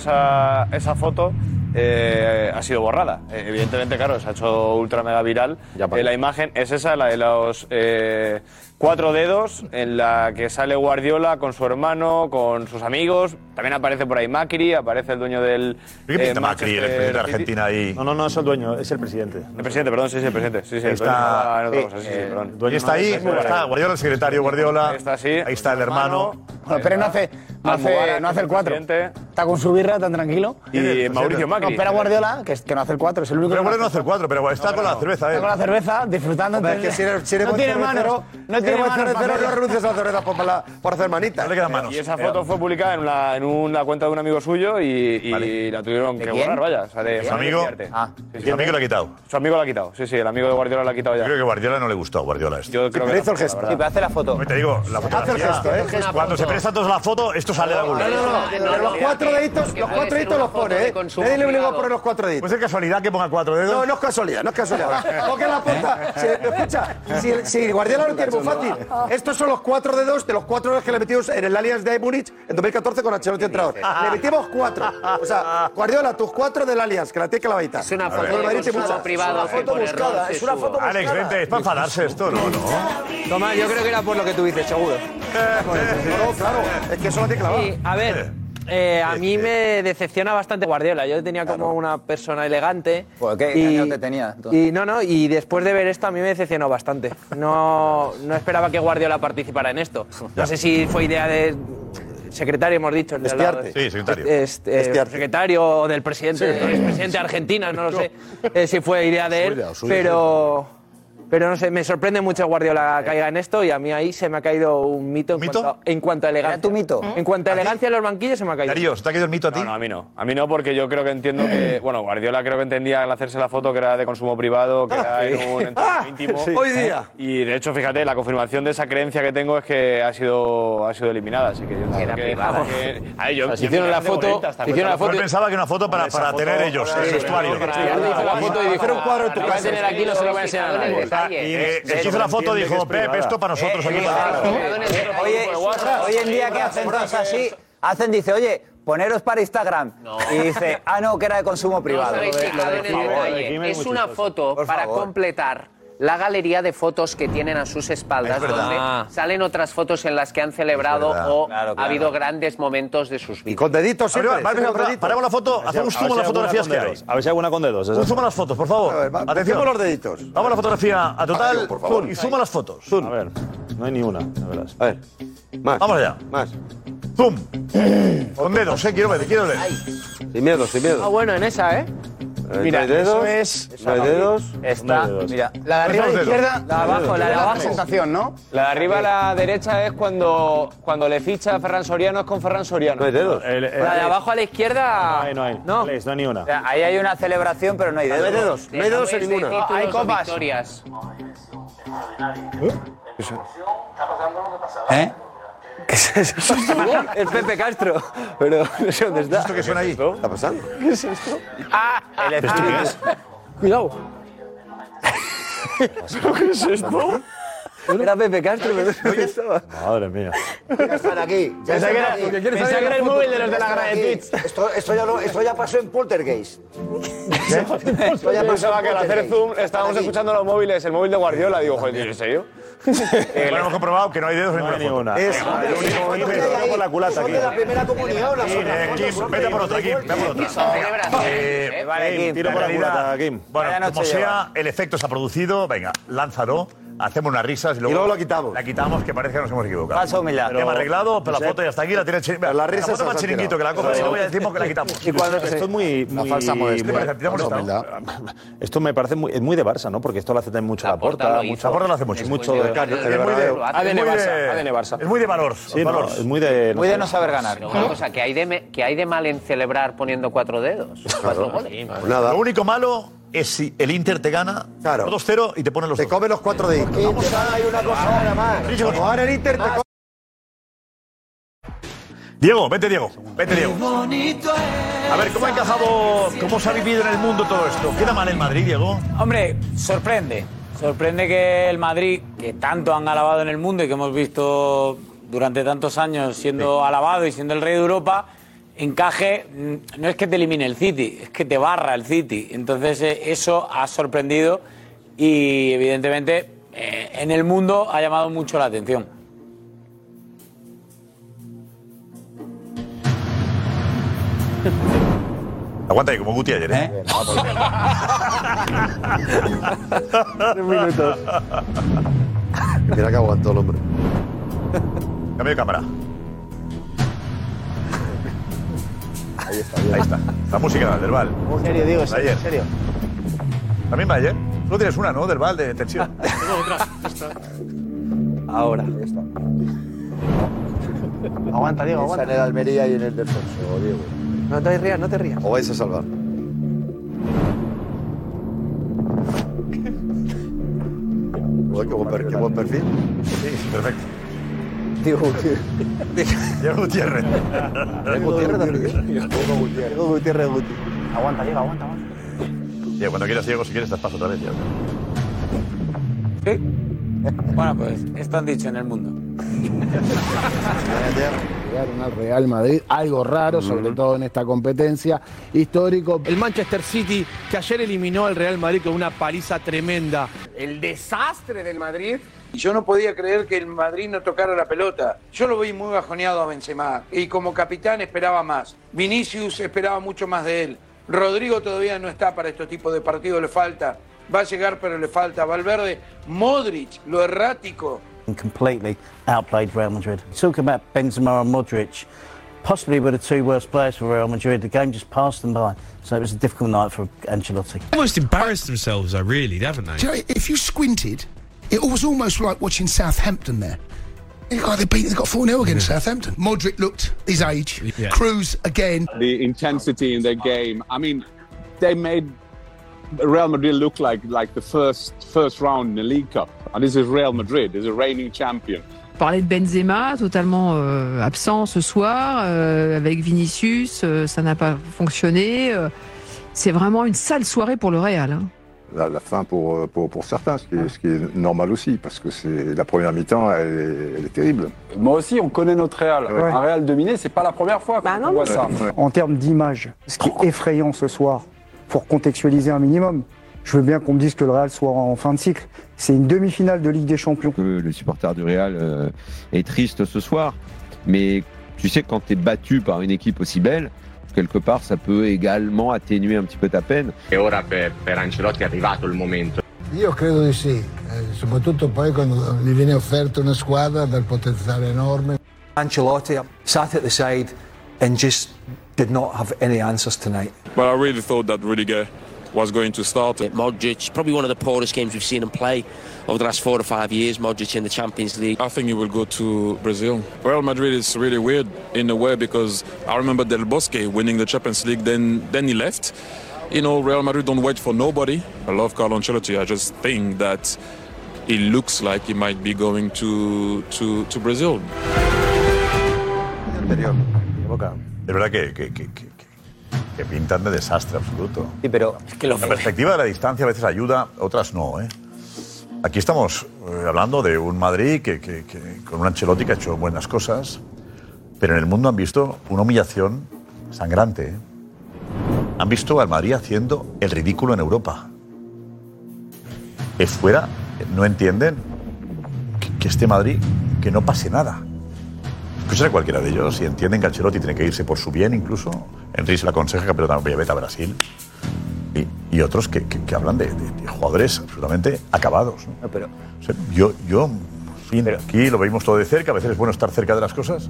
Speaker 26: esa, esa foto
Speaker 33: eh, ha sido borrada. Eh, evidentemente, claro, se ha hecho ultra mega viral. Eh, la imagen es esa, la de los eh, cuatro dedos, en la que sale Guardiola con su hermano, con sus amigos. También aparece por ahí Macri, aparece el dueño del.
Speaker 7: ¿Qué pinta
Speaker 33: eh,
Speaker 7: Macri, el
Speaker 33: Manchester
Speaker 7: presidente de
Speaker 33: City?
Speaker 7: Argentina ahí?
Speaker 28: No, no, no es el dueño, es el presidente.
Speaker 33: El presidente, perdón, sí, sí, el presidente. Sí, sí, el
Speaker 7: Está- eh,
Speaker 33: dueño, ah, en otra cosa, sí, sí, perdón.
Speaker 7: Y está ahí, está Guardiola, el secretario Guardiola.
Speaker 33: Ahí está, sí. Ahí
Speaker 7: está el hermano.
Speaker 32: Bueno, Pérez no hace, no hace,
Speaker 33: Almubarak,
Speaker 32: no hace el 4.
Speaker 33: presidente.
Speaker 32: Está con su birra tan tranquilo.
Speaker 7: Y Mauricio Macri.
Speaker 32: No, espera Guardiola, que, es- que no hace el 4. Es el único
Speaker 7: Pero
Speaker 32: que
Speaker 7: Guardiola no hace el cuatro, pero está con la cerveza,
Speaker 32: Está
Speaker 7: ¿eh?
Speaker 32: con la cerveza, disfrutando.
Speaker 7: Hombre,
Speaker 32: entonces-
Speaker 7: es que si eres- si eres
Speaker 32: no
Speaker 7: buen pues
Speaker 32: tiene
Speaker 7: cervecero,
Speaker 32: manos. No
Speaker 7: si
Speaker 32: tiene
Speaker 7: eres buen
Speaker 32: manos.
Speaker 7: cervecero,
Speaker 32: para-
Speaker 7: no reduces
Speaker 23: las cervezas por, la- por hacer manitas. No le quedan manos.
Speaker 33: Y esa foto fue publicada en, la, en un- la cuenta de un amigo suyo y, y la tuvieron que
Speaker 7: quién?
Speaker 33: borrar, vaya. O sea, de,
Speaker 7: ¿Su amigo?
Speaker 33: Ah,
Speaker 7: Su amigo lo ha quitado.
Speaker 33: Su amigo la ha quitado, sí, sí, el amigo de Guardiola la ha quitado ya.
Speaker 7: Creo que Guardiola no le gustó a Guardiola esto.
Speaker 33: Yo creo que tampoco, la verdad.
Speaker 7: hace la foto. Te digo, la
Speaker 33: Hace
Speaker 7: foto.
Speaker 33: el gesto, ¿eh?
Speaker 7: Cuando se presta todos la foto, esto sale de algún
Speaker 23: No,
Speaker 7: lado.
Speaker 23: no, no. Pero los cuatro deditos, los cuatro deditos los pone, ¿eh? Nadie le obligó a poner los cuatro deditos.
Speaker 7: Puede ser Pues casualidad que ponga cuatro dedos.
Speaker 23: No, no es casualidad, no es casualidad. Porque la puta. Si, escucha, si, si Guardiola lo tiene muy fácil.
Speaker 4: Ah.
Speaker 23: Estos son los cuatro dedos de los cuatro dedos que le metimos en el Allianz de Múnich en 2014 con Ancelotti entrenador. Le metimos cuatro. O sea, Guardiola, tus cuatro del Allianz, que la tienes que la baita. Pues Es una
Speaker 4: foto de consumo privado
Speaker 23: Es una
Speaker 4: que
Speaker 23: foto
Speaker 4: por error
Speaker 23: buscada,
Speaker 4: se
Speaker 23: es una foto
Speaker 4: sube.
Speaker 23: buscada.
Speaker 4: Alex, vente,
Speaker 7: es para enfadarse esto, ¿no? no.
Speaker 1: Tomás, yo creo que era por lo que tú dices, seguro.
Speaker 23: No, claro, es que eso lo tiene clavado.
Speaker 1: Sí, a ver, eh, a mí me decepciona bastante Guardiola. Yo tenía como una persona elegante.
Speaker 23: Pues,
Speaker 13: Joder, ¿qué engaño te tenía, entonces?
Speaker 1: Y no, no, y después de ver esto a mí me decepcionó bastante. No, no esperaba que Guardiola participara en esto. No sé si fue idea de secretario, hemos dicho. el de al lado.
Speaker 7: Estiarte. Sí, secretario.
Speaker 1: Este, eh,
Speaker 7: Estiarte.
Speaker 1: secretario o del presidente,
Speaker 7: Sí.
Speaker 1: el presidente de Argentina, no lo sé eh, si fue idea de él,
Speaker 7: Suya, suya,
Speaker 1: pero... Pero no sé, me sorprende mucho
Speaker 23: Eh.
Speaker 1: Guardiola caiga en esto y a mí ahí se me ha caído un mito en, Cuanto, a, en cuanto a elegancia. tu mito? En cuanto a elegancia en los banquillos se me ha caído.
Speaker 7: Darío, ¿se te ha quedado el mito a ti?
Speaker 33: No, no, a mí no. A mí no, porque yo creo que entiendo que. Bueno, Guardiola creo que entendía al hacerse la foto que era de consumo privado, que era en un entorno íntimo.
Speaker 23: sí. Hoy día.
Speaker 33: Y de hecho, fíjate, la confirmación de esa creencia que tengo es que ha sido, ha sido eliminada. Así que yo creo que- que- a ello-
Speaker 7: O sea, se hicieron la foto-
Speaker 33: Bonita, está
Speaker 7: se hicieron la
Speaker 33: claro.
Speaker 7: foto y- Yo pensaba que una foto para- para tener ellos, eh, el vestuario. Sí, hizo la foto y dijo,
Speaker 33: Hacer un cuadro en
Speaker 7: "Lo voy a tener aquí, no se lo voy a enseñar a nadie". Y eh, el que hizo la foto dijo, Pep, esto para nosotros.
Speaker 13: Eh,
Speaker 7: aquí para-
Speaker 13: Oye, hoy en día que hacen cosas así, hacen, dice, oye, poneros para Instagram. Y dice, ah, no, que era de consumo privado.
Speaker 4: No os habéis fijado en el detalle. Es una foto para completar la galería de fotos que tienen a sus espaldas,
Speaker 13: Es verdad.
Speaker 4: donde salen otras fotos en las que han celebrado
Speaker 23: verdad.
Speaker 4: o
Speaker 23: Claro,
Speaker 4: ha
Speaker 23: claro.
Speaker 4: habido grandes momentos de sus vidas.
Speaker 23: Con deditos siempre.
Speaker 4: Arriba,
Speaker 23: siempre
Speaker 4: Barbie,
Speaker 23: con deditos.
Speaker 4: paramos la foto,
Speaker 7: Hacemos un zoom a las fotografías que hay.
Speaker 28: A ver si hay alguna con dedos.
Speaker 7: Un zoom a las fotos, por favor.
Speaker 28: va,
Speaker 7: Atención.
Speaker 28: busquemos los deditos.
Speaker 7: Vamos a la fotografía a total.
Speaker 28: Atención, por favor.
Speaker 7: zoom, Y zoom a las fotos.
Speaker 28: A ver, no hay ni una, la verdad.
Speaker 23: A ver, más.
Speaker 7: Vamos allá.
Speaker 23: Más.
Speaker 7: Zoom. Con dedos, eh. Quiero ver, quiero ver.
Speaker 23: Sin miedo, sin miedo.
Speaker 1: Ah, bueno, en esa, ¿eh?
Speaker 23: Mira,
Speaker 1: hay dedos,
Speaker 23: eso es. No hay dedos.
Speaker 1: Está,
Speaker 13: mira,
Speaker 7: Pues
Speaker 32: La de arriba a la izquierda.
Speaker 1: La de abajo, la de
Speaker 32: la
Speaker 1: abajo.
Speaker 32: presentación, ¿no?
Speaker 1: La
Speaker 11: de arriba a la derecha es cuando, cuando le ficha Ferran Soriano, es con Ferran Soriano.
Speaker 23: No hay dedos.
Speaker 1: La de abajo a la izquierda.
Speaker 28: No hay, no hay. No hay ni una.
Speaker 13: Ahí hay una celebración, pero no hay dedos.
Speaker 23: No hay dedos, no hay dedos en ninguna.
Speaker 1: Hay copas.
Speaker 13: ¿Eh? ¿Qué es eso? es Pepe Castro. Pero no sé dónde está.
Speaker 23: ¿Esto qué suena ahí? ¿Qué está pasando?
Speaker 13: ¿Qué es esto? Ah, El
Speaker 1: Cuidado.
Speaker 13: ¿Qué es esto? Era Pepe Castro, pero no sé estaba.
Speaker 28: Madre mía.
Speaker 23: Ya están aquí. Ya
Speaker 13: Pensé
Speaker 23: están
Speaker 13: que era-
Speaker 23: aquí.
Speaker 13: porque quieres pensé salir que era al el fútbol. móvil de los de la
Speaker 23: Ya
Speaker 13: grada
Speaker 23: están
Speaker 13: de
Speaker 23: aquí. Esto, esto, ya lo- esto ya pasó en Poltergeist. Esto ya
Speaker 33: Yo
Speaker 23: pasó
Speaker 33: pensaba
Speaker 23: en
Speaker 33: que al hacer
Speaker 23: Poltergeist.
Speaker 33: zoom estábamos
Speaker 23: Aquí.
Speaker 33: escuchando los móviles, el móvil de Guardiola. Digo, joder, ¿en serio?
Speaker 7: Bueno, hemos comprobado que no hay dedos en ninguna foto.
Speaker 23: Es
Speaker 7: Venga, el único momento que
Speaker 23: ahí.
Speaker 7: tocamos la culata
Speaker 23: Son
Speaker 7: aquí.
Speaker 23: de la primera comunión, las
Speaker 7: Kim,
Speaker 23: otras
Speaker 7: eh,
Speaker 23: fotos,
Speaker 7: Kim,
Speaker 23: hombre.
Speaker 7: vete por otra, Kim, ve por otra. Eh,
Speaker 13: Eh, vale,
Speaker 7: Kim,
Speaker 13: Kim,
Speaker 7: tiro por la
Speaker 13: realidad.
Speaker 7: culata, Kim.
Speaker 13: Vaya
Speaker 7: Bueno,
Speaker 13: noche
Speaker 7: como sea, el efecto se ha producido. Venga, lánzalo, hacemos unas risas y luego,
Speaker 23: luego lo quitamos.
Speaker 7: La quitamos, que parece que nos hemos equivocado.
Speaker 13: Falsa humildad.
Speaker 7: Tema arreglado, pero la
Speaker 13: Josep,
Speaker 7: foto ya está aquí, la tiene el chiringuito.
Speaker 23: Pero las risas
Speaker 7: La foto para el
Speaker 23: se han
Speaker 7: chiringuito, que la
Speaker 23: tirado.
Speaker 7: coja, si no
Speaker 23: Pero-
Speaker 7: voy a decimos que la quitamos.
Speaker 28: Y cuando- Esto es muy-
Speaker 7: La
Speaker 28: muy-
Speaker 7: falsa modestia.
Speaker 28: muy-
Speaker 7: ¿Te parece? ¿Te ha molestado?
Speaker 28: Esto me parece muy, es muy de Barça, ¿no? Porque esto lo hace también mucho la
Speaker 7: Laporta
Speaker 28: Porta.
Speaker 7: lo hizo. Laporta lo hace mucho.
Speaker 28: Mucho
Speaker 7: Es muy
Speaker 28: de,
Speaker 7: de- es muy de-
Speaker 28: ADN
Speaker 7: es muy de-
Speaker 28: Barça. ADN Barça.
Speaker 7: Es muy de valor.
Speaker 28: Sí, Eh, no, es muy de.
Speaker 4: Pero Una cosa, que hay, de me- que hay de mal en celebrar poniendo cuatro dedos. Cuatro goles.
Speaker 7: Lo único malo es si el Inter te gana 2-0 y te pone los Te
Speaker 23: come los cuatro deditos.
Speaker 7: Vamos a...
Speaker 23: Hay una cosa ahora más. Ah. Como ahora el Inter te co-
Speaker 7: Diego, vete Diego, vete Diego. A ver, ¿cómo ha encajado, cómo se ha vivido en el mundo todo esto? ¿Queda mal el Madrid, Diego?
Speaker 1: Hombre,
Speaker 13: sorprende. Sorprende que el Madrid, que tanto han alabado en el mundo y que hemos visto durante tantos años siendo alabado y siendo el rey de Europa,
Speaker 25: encaje mm, no es que te elimine el City, es que te barra el City. Entonces eh, eso ha sorprendido y evidentemente eh, en el mundo ha llamado mucho la atención.
Speaker 7: Aguanta ahí, como Guti ayer, ¿eh?
Speaker 35: Tres minutos.
Speaker 23: Mira que aguantó el hombre.
Speaker 7: Cambio de cámara. Ahí está, ahí está. La música del Val.
Speaker 10: En serio, digo, en
Speaker 7: Ayer.
Speaker 10: serio, en serio.
Speaker 7: También va ayer. Tú tienes una, ¿no? Del Val de tensión.
Speaker 14: Ahora.
Speaker 10: Aguanta, Diego, aguanta.
Speaker 14: en el Almería y en el defensor, Diego.
Speaker 36: No te rías, no te rías.
Speaker 23: O vais a salvar. Uy, qué, buen per- qué buen perfil.
Speaker 7: Sí, perfecto.
Speaker 23: Diego Gutiérrez.
Speaker 7: Diego Gutiérrez.
Speaker 23: Diego Gutiérrez. Diego Gutiérrez.
Speaker 10: Aguanta, Diego, aguanta, aguanta.
Speaker 7: Diego, cuando quieras, Diego, si quieres, te paso otra vez. Diego.
Speaker 25: Bueno, pues esto han dicho en el mundo.
Speaker 37: Llegaron al Real Madrid, algo raro, sobre todo en esta competencia histórico.
Speaker 2: El Manchester City que ayer eliminó al Real Madrid con una paliza tremenda.
Speaker 5: el desastre del Madrid. Y yo no podía creer que el Madrid no tocara la pelota. Yo lo vi muy bajoneado a Benzema y como capitán esperaba más. Vinicius esperaba mucho más de él. Rodrigo todavía no está para estos tipos de partidos, le falta. Va a llegar pero le falta. Valverde, Modric, lo errático.
Speaker 38: and completely outplayed Real Madrid. Talking about Benzema and Modric, possibly were the two worst players for Real Madrid. The game just passed them by, so it was a difficult night for Ancelotti.
Speaker 39: almost embarrassed themselves, though, really, haven't they? Do you know, if you squinted, it was almost like watching Southampton there. It's Like they beat, they got 4 0 against Southampton. Modric looked his age.
Speaker 40: Yeah.
Speaker 39: Cruz again.
Speaker 40: the intensity in their game. I mean, they made Real Madrid look like like the first first round in the League Cup, and this is Real Madrid, this is a reigning champion.
Speaker 41: Parler de Benzema, totalement euh, absent ce soir, euh, avec Vinicius, euh, ça n'a pas fonctionné. euh, c'est vraiment une sale soirée pour le Real. hein.
Speaker 42: la, la fin pour, euh, pour, pour certains, ce qui, est, ce qui est normal aussi, parce que c'est la première mi-temps, elle, est- elle est terrible.
Speaker 40: Moi aussi, on connaît notre Real. Un Real dominé, c'est pas la première fois qu'on voit ça.
Speaker 43: En termes d'image, ce qui est effrayant ce soir, pour contextualiser un minimum, je veux bien qu'on me dise que le Real soit en fin de cycle. C'est une demi-finale de Ligue des Champions.
Speaker 44: que le supporter du Real euh, est triste ce soir. Mais tu sais, quand tu es battu par une équipe aussi belle, quelque part, ça peut également atténuer un petit peu ta peine.
Speaker 45: E ora per, per Ancelotti è arrivato il momento.
Speaker 43: Io credo di sì, eh, soprattutto poi quando gli viene offerta una squadra dal potenziale enorme.
Speaker 34: Ancelotti sat at the side and just did not have any answers tonight.
Speaker 46: But I really thought that Rudiger was going to start. Modric, probably one of the poorest games we've seen him play over the last four or five years, Modric in the Champions League. I think he will go to Brazil. Real Madrid is really weird in a way because I remember Del Bosque winning the Champions League, then, then he left. You know, Real Madrid don't wait for nobody. I love Carlo Ancelotti. I just think that it looks like he might be going to, to, to Brazil.
Speaker 7: Es verdad que, que, que, que- que pintan de desastre absoluto.
Speaker 47: Sí, pero
Speaker 7: La perspectiva de la distancia a veces ayuda, otras no. ¿eh? Aquí estamos eh, hablando de un Madrid que, que- que con un Ancelotti que ha hecho buenas cosas, pero en el mundo han visto una humillación sangrante. ¿eh? Han visto al Madrid haciendo el ridículo en Europa. Es fuera, no entienden que, que este Madrid, que no pase nada. Escuchar a cualquiera de ellos, si entienden que Ancelotti tiene que irse por su bien incluso, Enrique se lo aconseja que pero también vete a Brasil. Y, y otros que, que- que hablan de, de- de jugadores absolutamente acabados. ¿no? O sea, yo, yo, en fin, aquí lo vimos todo de cerca, a veces es bueno estar cerca de las cosas.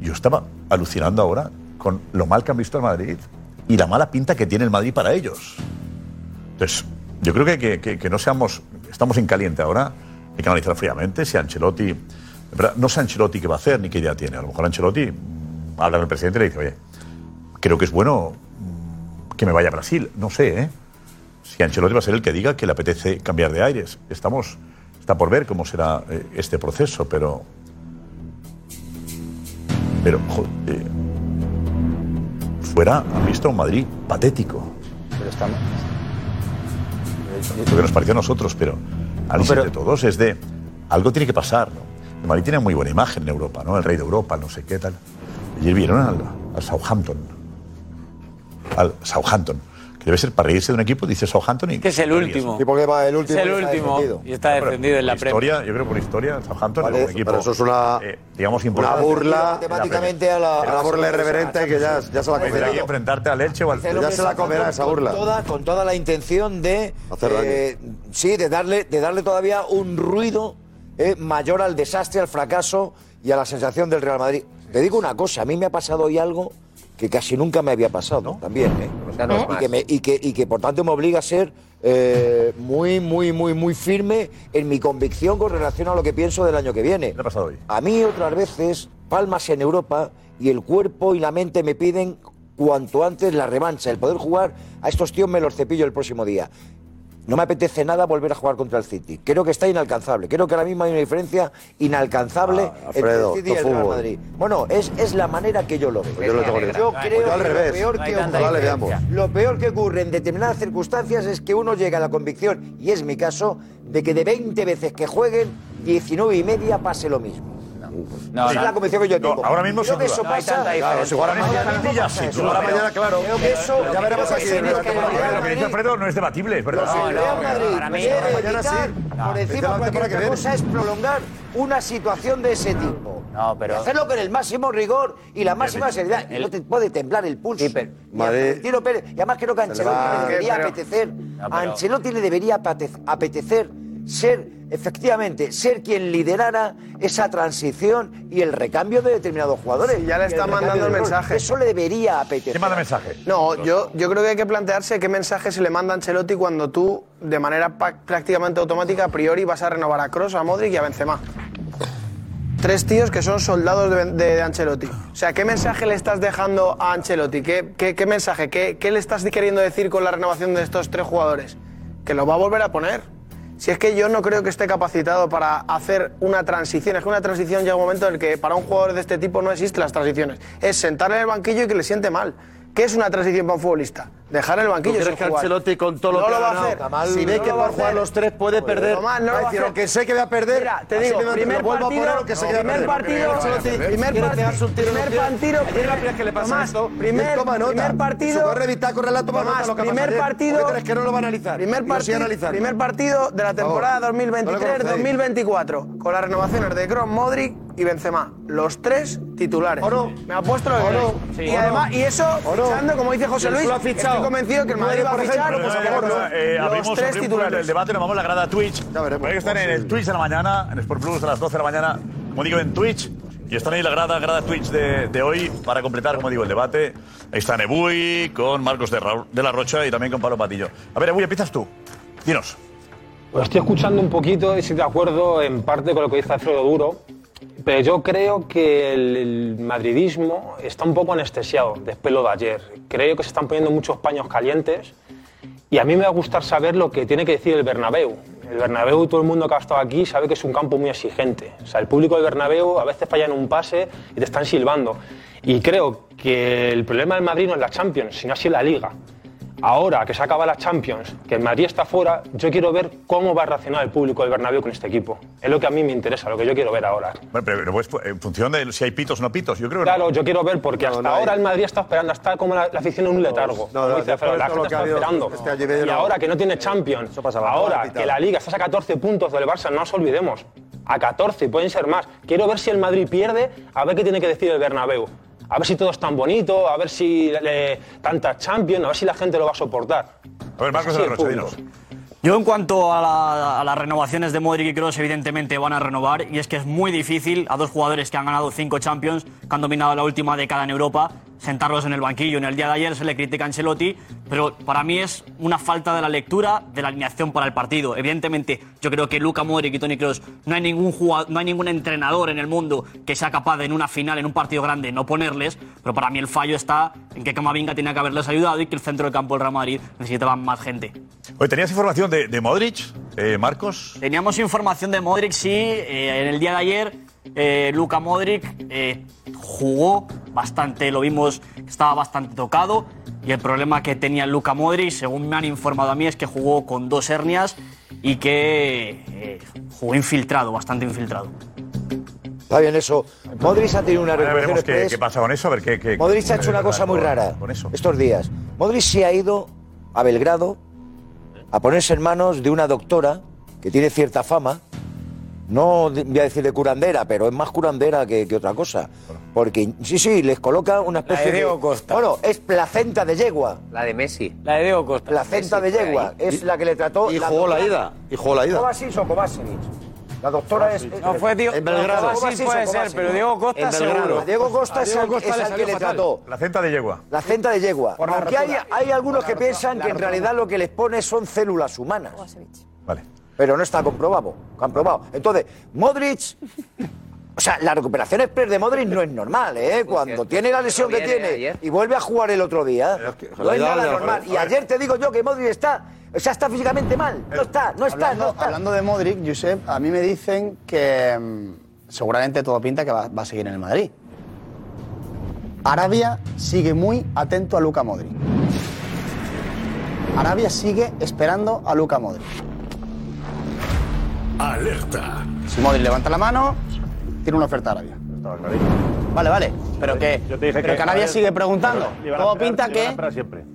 Speaker 7: Yo estaba alucinando ahora con lo mal que han visto al Madrid y la mala pinta que tiene el Madrid para ellos. Entonces, yo creo que, que- que- que no seamos, estamos en caliente ahora, hay que analizar fríamente si Ancelotti, de verdad, no sé Ancelotti qué va a hacer ni qué idea tiene. A lo mejor Ancelotti mm, habla con el presidente y le dice, oye, creo que es bueno mm, que me vaya a Brasil, no sé, ¿eh? Si Ancelotti va a ser el que diga que le apetece cambiar de aires. Estamos, está por ver cómo será eh, este proceso, pero... Pero, jo, eh, fuera han visto a un Madrid patético.
Speaker 47: Pero está
Speaker 7: Lo que Eh, nos pareció a nosotros, pero análisis de todos es de algo tiene que pasar. ¿no? El Madrid tiene muy buena imagen en Europa, ¿no? El rey de Europa, el no sé qué tal. Ayer vieron al, al Southampton. Al Southampton. Que debe ser para reírse de un equipo, dice Southampton y.
Speaker 25: Que es el último.
Speaker 14: ¿Y por qué va el último?
Speaker 25: es el último. y está
Speaker 7: No, pero
Speaker 25: defendido en la
Speaker 7: por
Speaker 25: Premier.
Speaker 7: historia, Yo creo por historia, el Southampton
Speaker 14: Vale,
Speaker 7: es un equipo.
Speaker 14: pero eso es una-
Speaker 7: eh, digamos,
Speaker 14: una
Speaker 7: importante.
Speaker 14: burla
Speaker 7: En la
Speaker 14: temáticamente a la-
Speaker 7: Premier.
Speaker 14: a la burla irreverente que ya- ya se la
Speaker 7: Tendrá
Speaker 14: comerá.
Speaker 7: que enfrentarte al Elche o al
Speaker 14: Dice López Santos con Toda, con toda la intención de. eh,
Speaker 7: Hacer daño.
Speaker 14: sí, de darle, de darle todavía un ruido eh, mayor al desastre, al fracaso y a la sensación del Real Madrid. Te digo una cosa, a mí me ha pasado hoy algo que casi nunca me había pasado también. ¿eh?
Speaker 2: no es
Speaker 14: Y,
Speaker 2: más.
Speaker 14: que me- y que- y que, por tanto me obliga a ser eh, muy, muy, muy, muy firme en mi convicción con relación a lo que pienso del año que viene.
Speaker 7: ¿Qué ha pasado hoy?
Speaker 14: A mí otras veces palmas en Europa y el cuerpo y la mente me piden cuanto antes la revancha, el poder jugar a estos tíos me los cepillo el próximo día. No me apetece nada volver a jugar contra el City. Creo que está inalcanzable. Creo que ahora mismo hay una diferencia inalcanzable
Speaker 23: Alfredo,
Speaker 14: entre el City y el
Speaker 23: esto es
Speaker 14: Real
Speaker 23: fútbol.
Speaker 14: Madrid. Bueno, es, es la manera que yo lo veo.
Speaker 23: Pues yo lo tengo
Speaker 14: Yo
Speaker 23: listo.
Speaker 14: creo
Speaker 23: Yo al
Speaker 14: que
Speaker 23: revés.
Speaker 14: lo peor
Speaker 23: No hay
Speaker 14: que
Speaker 23: tanta
Speaker 14: ocurre,
Speaker 23: diferencia.
Speaker 14: lo peor que ocurre en determinadas circunstancias es que uno llega a la convicción, y es mi caso, de que de 20 veces que jueguen, 19 y media pase lo mismo.
Speaker 13: No,
Speaker 14: Esa
Speaker 13: no.
Speaker 14: es la convicción que yo
Speaker 13: No,
Speaker 14: tengo.
Speaker 13: ahora mismo
Speaker 14: Creo
Speaker 13: sin
Speaker 14: que
Speaker 13: duda.
Speaker 14: eso
Speaker 13: No hay
Speaker 14: pasa.
Speaker 13: tanta diferencia.
Speaker 14: Claro,
Speaker 13: Si jugara
Speaker 14: ahora
Speaker 13: mañana,
Speaker 14: mismo
Speaker 13: ya
Speaker 14: pasa
Speaker 13: sí,
Speaker 14: eso.
Speaker 13: si jugara
Speaker 14: Pero
Speaker 13: mañana, claro.
Speaker 14: Creo que eso.
Speaker 13: Ya veremos aquí en el
Speaker 14: creo
Speaker 13: debate.
Speaker 14: que el Real
Speaker 7: Lo que dice Alfredo no es debatible, es verdad.
Speaker 14: Real Madrid
Speaker 7: Ahora mismo.
Speaker 14: quiere
Speaker 7: Mañana sí.
Speaker 14: evitar, por
Speaker 7: Este
Speaker 14: encima
Speaker 7: la
Speaker 14: de cualquier
Speaker 7: temporada que
Speaker 14: otra cosa, es prolongar una situación de ese tipo.
Speaker 13: No, pero-
Speaker 14: Y hacerlo con el máximo rigor y la máxima
Speaker 13: Bien,
Speaker 14: seriedad. Y no te puede temblar el pulso. Ni a
Speaker 13: Madrid-
Speaker 14: Florentino Pérez. Y además creo que a
Speaker 13: Se le va-
Speaker 14: Ancelotti le debería
Speaker 13: Pero-
Speaker 14: apetecer.
Speaker 13: pero-
Speaker 14: A Ancelotti le debería apete- apetecer ser, efectivamente, ser quien liderara esa transición y el recambio de determinados jugadores.
Speaker 2: Sí, ya le
Speaker 14: Y el
Speaker 2: está
Speaker 14: recambio
Speaker 2: mandando
Speaker 14: de
Speaker 2: el
Speaker 14: gol.
Speaker 2: mensaje.
Speaker 14: Eso le debería apetecer. ¿Qué manda
Speaker 7: mensaje?
Speaker 2: No, yo, yo creo que hay que plantearse qué mensaje se le manda a Ancelotti cuando tú, de manera pa- prácticamente automática, a priori vas a renovar a Kroos, a Modric y a Benzema. Tres tíos que son soldados de, Ben- de- de Ancelotti. O sea, ¿qué mensaje le estás dejando a Ancelotti? ¿Qué, qué- qué mensaje? ¿Qué, ¿Qué le estás queriendo decir con la renovación de estos tres jugadores? Que lo va a volver a poner. Si es que yo no creo que esté capacitado para hacer una transición. Es que una transición llega un momento en el que para un jugador de este tipo no existen las transiciones. Es sentarle en el banquillo y que le siente mal. ¿Qué es una transición para un futbolista? Dejar el banquillo.
Speaker 23: ¿Tú
Speaker 2: sin
Speaker 23: crees que
Speaker 2: jugar.
Speaker 23: Ancelotti con todo lo
Speaker 2: no
Speaker 23: que
Speaker 2: lo
Speaker 23: ha
Speaker 2: va a
Speaker 23: ganado,
Speaker 2: hacer?
Speaker 23: Kamal, si ve
Speaker 2: No
Speaker 23: que
Speaker 2: lo va
Speaker 23: por
Speaker 2: a
Speaker 23: jugar
Speaker 2: hacer.
Speaker 23: los tres puede perder,
Speaker 2: Tomás, no lo
Speaker 23: va a
Speaker 2: va a
Speaker 23: decir,
Speaker 2: hacer.
Speaker 23: aunque sé que voy a perder,
Speaker 2: Mira, te
Speaker 23: así
Speaker 2: digo,
Speaker 23: me lo- lo
Speaker 2: primer
Speaker 23: vuelvo a
Speaker 2: partido,
Speaker 23: poner, aunque sé que voy a
Speaker 2: primer
Speaker 23: perder.
Speaker 2: partido,
Speaker 23: Ancelotti,
Speaker 2: primer
Speaker 23: quiere
Speaker 2: partido,
Speaker 23: pegarse un tiro en
Speaker 2: primer
Speaker 23: el pie.
Speaker 2: partido,
Speaker 23: Ayer la primera que le pasa
Speaker 2: Tomás,
Speaker 23: esto, y él
Speaker 2: primer-
Speaker 23: toma nota.
Speaker 2: primer partido-
Speaker 23: Su corre bitácora, la toma
Speaker 2: Tomás,
Speaker 23: nota lo que ha
Speaker 2: primer
Speaker 23: pasado ayer.
Speaker 2: partido-
Speaker 23: ¿Por qué crees que no lo va a analizar?
Speaker 2: Primer,
Speaker 23: Yo sí
Speaker 2: parti-
Speaker 23: analizar.
Speaker 2: primer partido de la
Speaker 23: Por favor.
Speaker 2: temporada
Speaker 23: No lo conocéis.
Speaker 2: 2023-2024, con las renovaciones de Kroos, Modric y Benzema. Los tres titulares. Me ha puesto lo que
Speaker 23: ¿O no?
Speaker 2: queréis.
Speaker 23: Sí.
Speaker 2: Y
Speaker 23: ¿O no?
Speaker 2: además, y eso,
Speaker 23: ¿O no?
Speaker 2: fichando, como dice José
Speaker 23: ¿Quién
Speaker 2: Luis,
Speaker 23: lo ha fichado?
Speaker 2: estoy convencido que el Madrid va a
Speaker 23: Nueve, por
Speaker 2: fichar
Speaker 23: ejemplo,
Speaker 2: pues,
Speaker 23: nueve,
Speaker 2: a
Speaker 23: por
Speaker 2: Borja.
Speaker 23: ejemplo.
Speaker 7: Eh,
Speaker 2: los
Speaker 7: abrimos,
Speaker 2: tres
Speaker 7: abrimos
Speaker 2: titulares.
Speaker 7: el debate, nos vamos a la grada Twitch. Pueden estar en el Twitch de la mañana, en Sport Plus a las 12 de la mañana, como digo, en Twitch. Y están ahí la grada, grada Twitch de, de hoy para completar, como digo, el debate. Ahí está Nebuy con Marcos de, Ra- de la Rocha y también con Pablo Patillo. A ver, Nebuy, empiezas tú. Dinos.
Speaker 3: Lo Pues estoy escuchando un poquito y sí de acuerdo en parte con lo que dice Alfredo Duro, pero yo creo que el, el madridismo está un poco anestesiado después de lo de ayer. Creo que se están poniendo muchos paños calientes y a mí me va a gustar saber lo que tiene que decir el Bernabéu. El Bernabéu, todo el mundo que ha estado aquí sabe que es un campo muy exigente. O sea, el público del Bernabéu a veces falla en un pase y te están silbando. Y creo que el problema del Madrid no es la Champions, sino así la Liga. Ahora que se acaba la Champions, que el Madrid está fuera, yo quiero ver cómo va a reaccionar el público del Bernabéu con este equipo. Es lo que a mí me interesa, lo que yo quiero ver ahora.
Speaker 7: Bueno, pero, pero pues, en función de si hay pitos o no pitos, yo creo que
Speaker 3: Claro, yo quiero ver porque hasta
Speaker 7: no hay.
Speaker 3: ahora el Madrid está esperando, está como la, la afición en un letargo.
Speaker 23: no,
Speaker 3: como
Speaker 23: no,
Speaker 3: dice Alfredo,
Speaker 23: después de
Speaker 3: la
Speaker 23: todo lo
Speaker 3: gente
Speaker 23: que
Speaker 3: está
Speaker 23: ha habido
Speaker 3: esperando.
Speaker 23: este año y medio,
Speaker 3: y
Speaker 23: no.
Speaker 3: ahora que no tiene Champions,
Speaker 23: no
Speaker 3: ahora
Speaker 23: la
Speaker 3: que la Liga está a 14 puntos del Barça, no nos olvidemos, a 14 pueden ser más. Quiero ver si el Madrid pierde, a ver qué tiene que decir el Bernabéu. A ver si todo es tan bonito, a ver si le- tantas Champions, a ver si la gente lo va a soportar.
Speaker 7: A ver, Marcos de la Rocha, dinos.
Speaker 48: Yo en cuanto a, la- a las renovaciones de Modric y Kroos, evidentemente van a renovar y es que es muy difícil a dos jugadores que han ganado cinco Champions, que han dominado la última década en Europa, sentarlos en el banquillo. En el día de ayer se le critica a Ancelotti, pero para mí es una falta de la lectura de la alineación para el partido. Evidentemente, yo creo que Luca Modric y Toni Kroos no hay ningún jugador, no hay ningún entrenador en el mundo que sea capaz de en una final, en un partido grande, no ponerles, pero para mí el fallo está en que Camavinga tenía que haberles ayudado y que el centro del campo del Real Madrid necesitaba más gente.
Speaker 7: Oye, ¿tenías información de, de Modric, eh, Marcos?
Speaker 48: Teníamos información de Modric, sí. eh, en el día de ayer, eh, Luka Modric eh, jugó bastante, lo vimos, estaba bastante tocado. Y el problema que tenía Luka Modric, según me han informado a mí, es que jugó con dos hernias y que eh, jugó infiltrado, bastante infiltrado.
Speaker 14: Está bien eso. Modric ha tenido una
Speaker 7: Ahora
Speaker 14: recuperación
Speaker 7: veremos qué,
Speaker 14: express.
Speaker 7: qué pasa con eso, a ver qué. qué-
Speaker 14: Modric
Speaker 7: qué-
Speaker 14: ha hecho una
Speaker 7: qué-
Speaker 14: cosa muy
Speaker 7: con-
Speaker 14: rara
Speaker 7: Con eso.
Speaker 14: estos días. Modric se ha ido a Belgrado a ponerse en manos de una doctora que tiene cierta fama. No de- voy a decir de curandera, pero es más curandera que, que otra cosa. Porque, sí, sí, les coloca
Speaker 4: La
Speaker 14: una especie
Speaker 4: de Diego Costa.
Speaker 14: Bueno, es placenta de yegua.
Speaker 4: La de Messi. La de Diego Costa.
Speaker 14: Placenta de yegua. Es la que le trató.
Speaker 4: y jugó la ida,
Speaker 23: y jugó la ida.
Speaker 14: Kovacic o Kovacic. La doctora es. eh,
Speaker 4: No, fue Diego-
Speaker 14: En Belgrado.
Speaker 4: Kovacic
Speaker 14: Kovacic o
Speaker 4: puede
Speaker 14: Kovacic.
Speaker 4: ser, pero Diego Costa En Belgrado. seguro.
Speaker 14: A Diego Costa
Speaker 4: A
Speaker 14: es
Speaker 4: Diego
Speaker 14: al,
Speaker 4: Costa
Speaker 14: es
Speaker 4: le
Speaker 14: al que
Speaker 4: salió
Speaker 14: le
Speaker 4: fatal.
Speaker 14: trató.
Speaker 7: La centa de yegua.
Speaker 14: La centa de yegua.
Speaker 7: la
Speaker 14: Aunque hay,
Speaker 7: rotura.
Speaker 14: hay algunos que piensan
Speaker 7: la
Speaker 14: que en
Speaker 7: rotura.
Speaker 14: realidad lo que les pone son células humanas.
Speaker 7: Vale.
Speaker 14: Pero no está comprobado. comprobado. Entonces, Modric. O sea, la recuperación express de Modric no es normal,
Speaker 32: Pues
Speaker 14: ¿eh? Cuando tiene la lesión que
Speaker 32: viene
Speaker 14: tiene
Speaker 32: ayer.
Speaker 14: y vuelve a jugar el otro día, no es
Speaker 32: Ojalá,
Speaker 14: nada
Speaker 32: ojalá.
Speaker 14: normal. Y
Speaker 32: A ver.
Speaker 14: ayer te digo yo que Modric está. O sea, está físicamente mal. No está, no está,
Speaker 32: hablando,
Speaker 14: no está.
Speaker 32: hablando de Modric, Josep, a mí me dicen que mm, seguramente todo pinta que va, va a seguir en el Madrid. Arabia sigue muy atento a Luca Modric. Arabia sigue esperando a Luca Modric.
Speaker 49: Alerta.
Speaker 32: Si Modric levanta la mano, tiene una oferta a Arabia. Vale, vale, pero que, pero que Arabia sigue preguntando. Todo pinta que...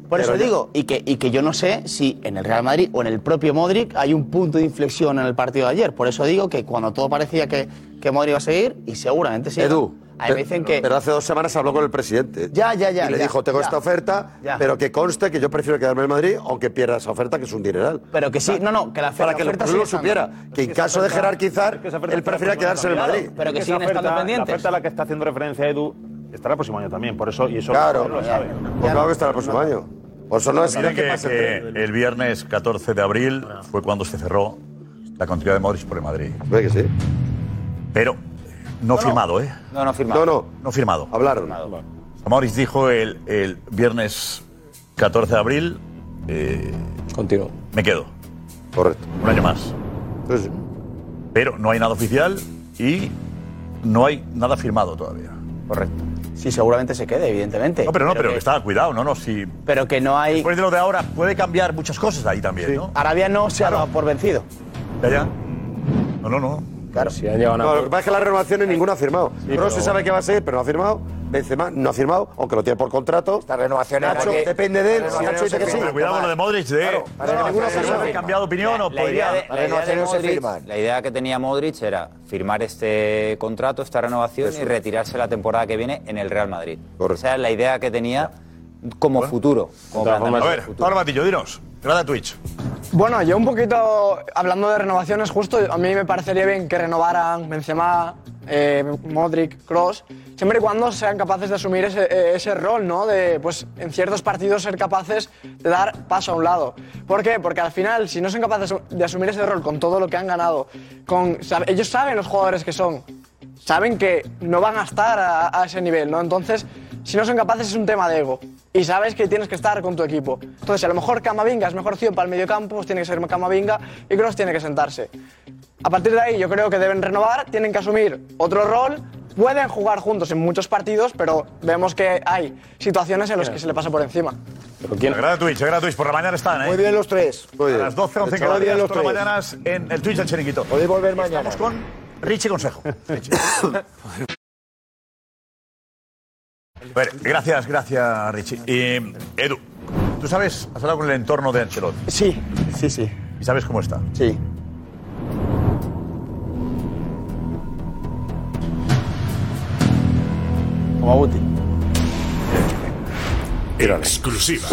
Speaker 32: Por eso digo, y que, y que yo no sé si en el Real Madrid o en el propio Modric hay un punto de inflexión en el partido de ayer. Por eso digo que cuando todo parecía que, que Modric iba a seguir, y seguramente sí.
Speaker 23: Edu,
Speaker 32: a mí me dicen que.
Speaker 23: pero hace dos semanas habló con el presidente.
Speaker 32: Ya, ya, ya,
Speaker 23: Y le
Speaker 32: ya,
Speaker 23: dijo, tengo
Speaker 32: ya.
Speaker 23: esta oferta,
Speaker 32: Ya.
Speaker 23: pero que conste que yo prefiero quedarme en Madrid, aunque pierda esa oferta, que es un dineral.
Speaker 32: Pero que sí, no, no, que la oferta.
Speaker 23: Para
Speaker 32: la
Speaker 23: que el
Speaker 32: oferta
Speaker 23: pueblo lo
Speaker 32: sigue
Speaker 23: supiera,
Speaker 32: estando.
Speaker 23: que en caso de jerarquizar, él
Speaker 28: este
Speaker 23: prefiere quedarse en el Madrid.
Speaker 32: Pero que siguen estando pendientes.
Speaker 28: La oferta a la que está haciendo referencia Edu estará el próximo año también, por eso, y eso
Speaker 23: Claro,
Speaker 28: lo sabe.
Speaker 23: Pues claro que estará el próximo año. Por eso no es
Speaker 7: Mira que, que el viernes 14 de abril fue cuando se cerró la continuidad de Modric por el Madrid.
Speaker 23: que sí.
Speaker 7: Pero no, firmado, ¿eh?
Speaker 13: No, no firmado.
Speaker 23: No, no.
Speaker 7: No firmado.
Speaker 23: Hablaron.
Speaker 7: Modric dijo el, el viernes 14 de abril. Eh,
Speaker 23: Continuo.
Speaker 7: Me quedo.
Speaker 23: Correcto. Pues
Speaker 7: Un año más. Pero no hay nada oficial y no hay nada firmado todavía.
Speaker 32: Correcto. Sí, seguramente se quede, evidentemente.
Speaker 7: No, pero no, pero,
Speaker 32: que-
Speaker 7: que está cuidado, no, no, si.
Speaker 32: Pero que no hay.
Speaker 7: Después de lo de ahora puede cambiar muchas cosas ahí también, ¿no?
Speaker 32: Arabia no se ha dado por vencido.
Speaker 7: Ya, ya. No, no, no.
Speaker 32: Claro.
Speaker 7: Si
Speaker 23: No, lo que pasa es que las renovaciones ninguna ha firmado. no se sabe qué va a seguir, pero no ha firmado. Benzema no ha firmado, aunque lo tiene por contrato. Esta
Speaker 14: renovación
Speaker 7: era
Speaker 23: Nacho,
Speaker 7: porque-
Speaker 23: depende de él.
Speaker 7: Las
Speaker 23: Si Nacho
Speaker 7: renovaciones
Speaker 23: dice que
Speaker 7: se
Speaker 23: sí.
Speaker 7: firman. Cuidado con lo de Modric, ¿eh? de-
Speaker 23: para que ninguno se
Speaker 13: ha
Speaker 23: sabe.
Speaker 7: cambiado opinión o
Speaker 13: La idea, de-
Speaker 7: podría-
Speaker 13: la
Speaker 7: Las
Speaker 13: idea de
Speaker 7: renovaciones se
Speaker 13: Modric-
Speaker 7: firman.
Speaker 13: la idea que tenía Modric era firmar este contrato, esta renovación
Speaker 7: Eso.
Speaker 13: y retirarse la temporada que viene en el Real Madrid. Esa es la idea que tenía como futuro. Como
Speaker 7: A
Speaker 13: planteamiento
Speaker 7: ver,
Speaker 13: futuro.
Speaker 7: Pablo Matillo, dinos. Grada Twitch.
Speaker 30: Bueno, yo un poquito hablando de renovaciones, justo a mí me parecería bien que renovaran Benzema, eh, Modric, Cross, siempre y cuando sean capaces de asumir ese, eh, ese rol, ¿no? De, pues, en ciertos partidos ser capaces de dar paso a un lado. ¿Por qué? Porque al final, si no son capaces de asumir ese rol con todo lo que han ganado, con, sab- ellos saben los jugadores que son, saben que no van a estar a, a ese nivel, ¿no? Entonces, si no son capaces es un tema de ego. Y sabes que tienes que estar con tu equipo. Entonces, a lo mejor Camavinga es mejor opción para el mediocampo, pues tiene que ser Camavinga y Cross tiene que sentarse. A partir de ahí yo creo que deben renovar, tienen que asumir otro rol, pueden jugar juntos en muchos partidos, pero vemos que hay situaciones en las que se le pasa por encima.
Speaker 7: Grada Twitch, Grada Twitch. Por la mañana están, ¿eh?
Speaker 30: Muy
Speaker 14: bien los tres.
Speaker 7: A las 12, 11
Speaker 14: Muy
Speaker 7: cada
Speaker 14: bien
Speaker 7: día,
Speaker 14: los
Speaker 7: todas las
Speaker 14: tres.
Speaker 7: mañanas en el Twitch del Chiringuito.
Speaker 14: Podéis volver mañana.
Speaker 7: Estamos con Richie Consejo. Richie. A ver, gracias, gracias, Richie. Eh, Edu, ¿tú sabes? ¿Has hablado con el entorno de Ancelotti?
Speaker 30: Sí, sí, sí.
Speaker 7: ¿Y sabes cómo está?
Speaker 30: Sí.
Speaker 32: Como Guti.
Speaker 49: Exclusiva.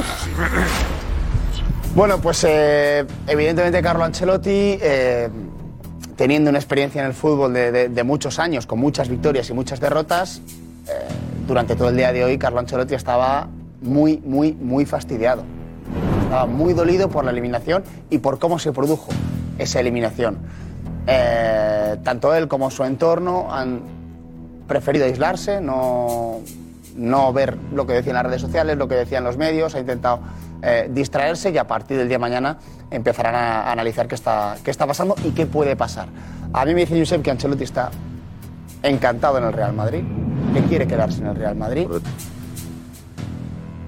Speaker 32: Bueno, pues eh, evidentemente Carlo Ancelotti, eh, teniendo una experiencia en el fútbol de, de- de muchos años, con muchas victorias y muchas derrotas, eh, durante todo el día de hoy Carlo Ancelotti estaba muy, muy, muy fastidiado. Estaba muy dolido por la eliminación y por cómo se produjo esa eliminación. Eh, tanto él como su entorno han preferido aislarse, no, no ver lo que decían las redes sociales, lo que decían los medios, ha intentado eh, distraerse y a partir del día de mañana empezarán a, a analizar qué está, qué está pasando y qué puede pasar. A mí me dice Josep que Ancelotti está encantado en el Real Madrid, que quiere quedarse en el Real Madrid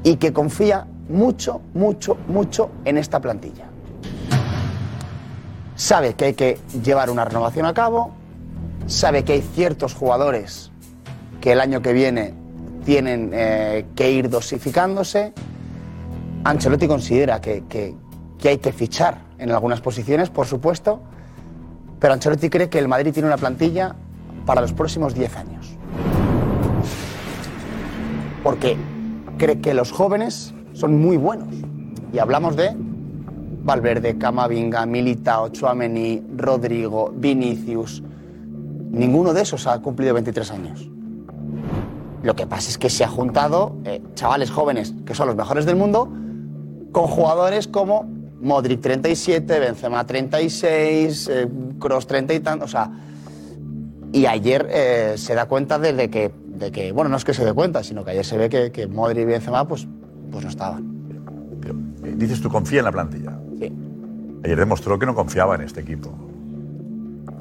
Speaker 32: y que confía mucho, mucho, mucho en esta plantilla. Sabe que hay que llevar una renovación a cabo, sabe que hay ciertos jugadores que el año que viene tienen eh, que ir dosificándose. Ancelotti considera que, que- que hay que fichar en algunas posiciones, por supuesto, pero Ancelotti cree que el Madrid tiene una plantilla para los próximos 10 años. Porque cree que los jóvenes son muy buenos. Y hablamos de Valverde, Camavinga, Militao, Chouameni, Rodrigo, Vinicius. Ninguno de esos ha cumplido 23 años. Lo que pasa es que se ha juntado eh, chavales jóvenes, que son los mejores del mundo, con jugadores como Modric 37, Benzema 36, Cross 30 eh, y tantos. O sea, y ayer eh, se da cuenta de, de que, de que, bueno, no es que se dé cuenta, sino que ayer se ve que, que Modric y Benzema pues, pues no estaban.
Speaker 7: Eh, Dices tú confía en la plantilla.
Speaker 32: Sí.
Speaker 7: Ayer demostró que no confiaba en este equipo.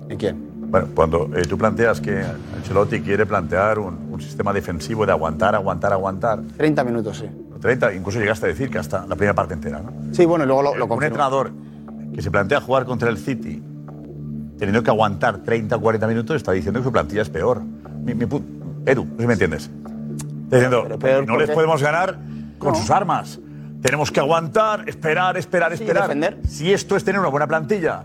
Speaker 32: ¿En quién?
Speaker 7: Bueno, cuando eh, tú planteas que Ancelotti quiere plantear un, un sistema defensivo de aguantar, aguantar, aguantar.
Speaker 32: 30 minutos, sí.
Speaker 7: 30, incluso llegaste a decir que hasta la primera parte entera, ¿no?
Speaker 32: Sí, bueno, y luego lo, lo
Speaker 7: Un
Speaker 32: confirmó.
Speaker 7: entrenador que se plantea jugar contra el City, teniendo que aguantar 30 o 40 minutos, está diciendo que su plantilla es peor. Mi, mi pu- Edu, no sé si me entiendes. Está diciendo, no
Speaker 32: ¿por
Speaker 7: les
Speaker 32: qué?
Speaker 7: podemos ganar con sus armas. Tenemos que aguantar, esperar, esperar, esperar. Si esto es tener una buena plantilla,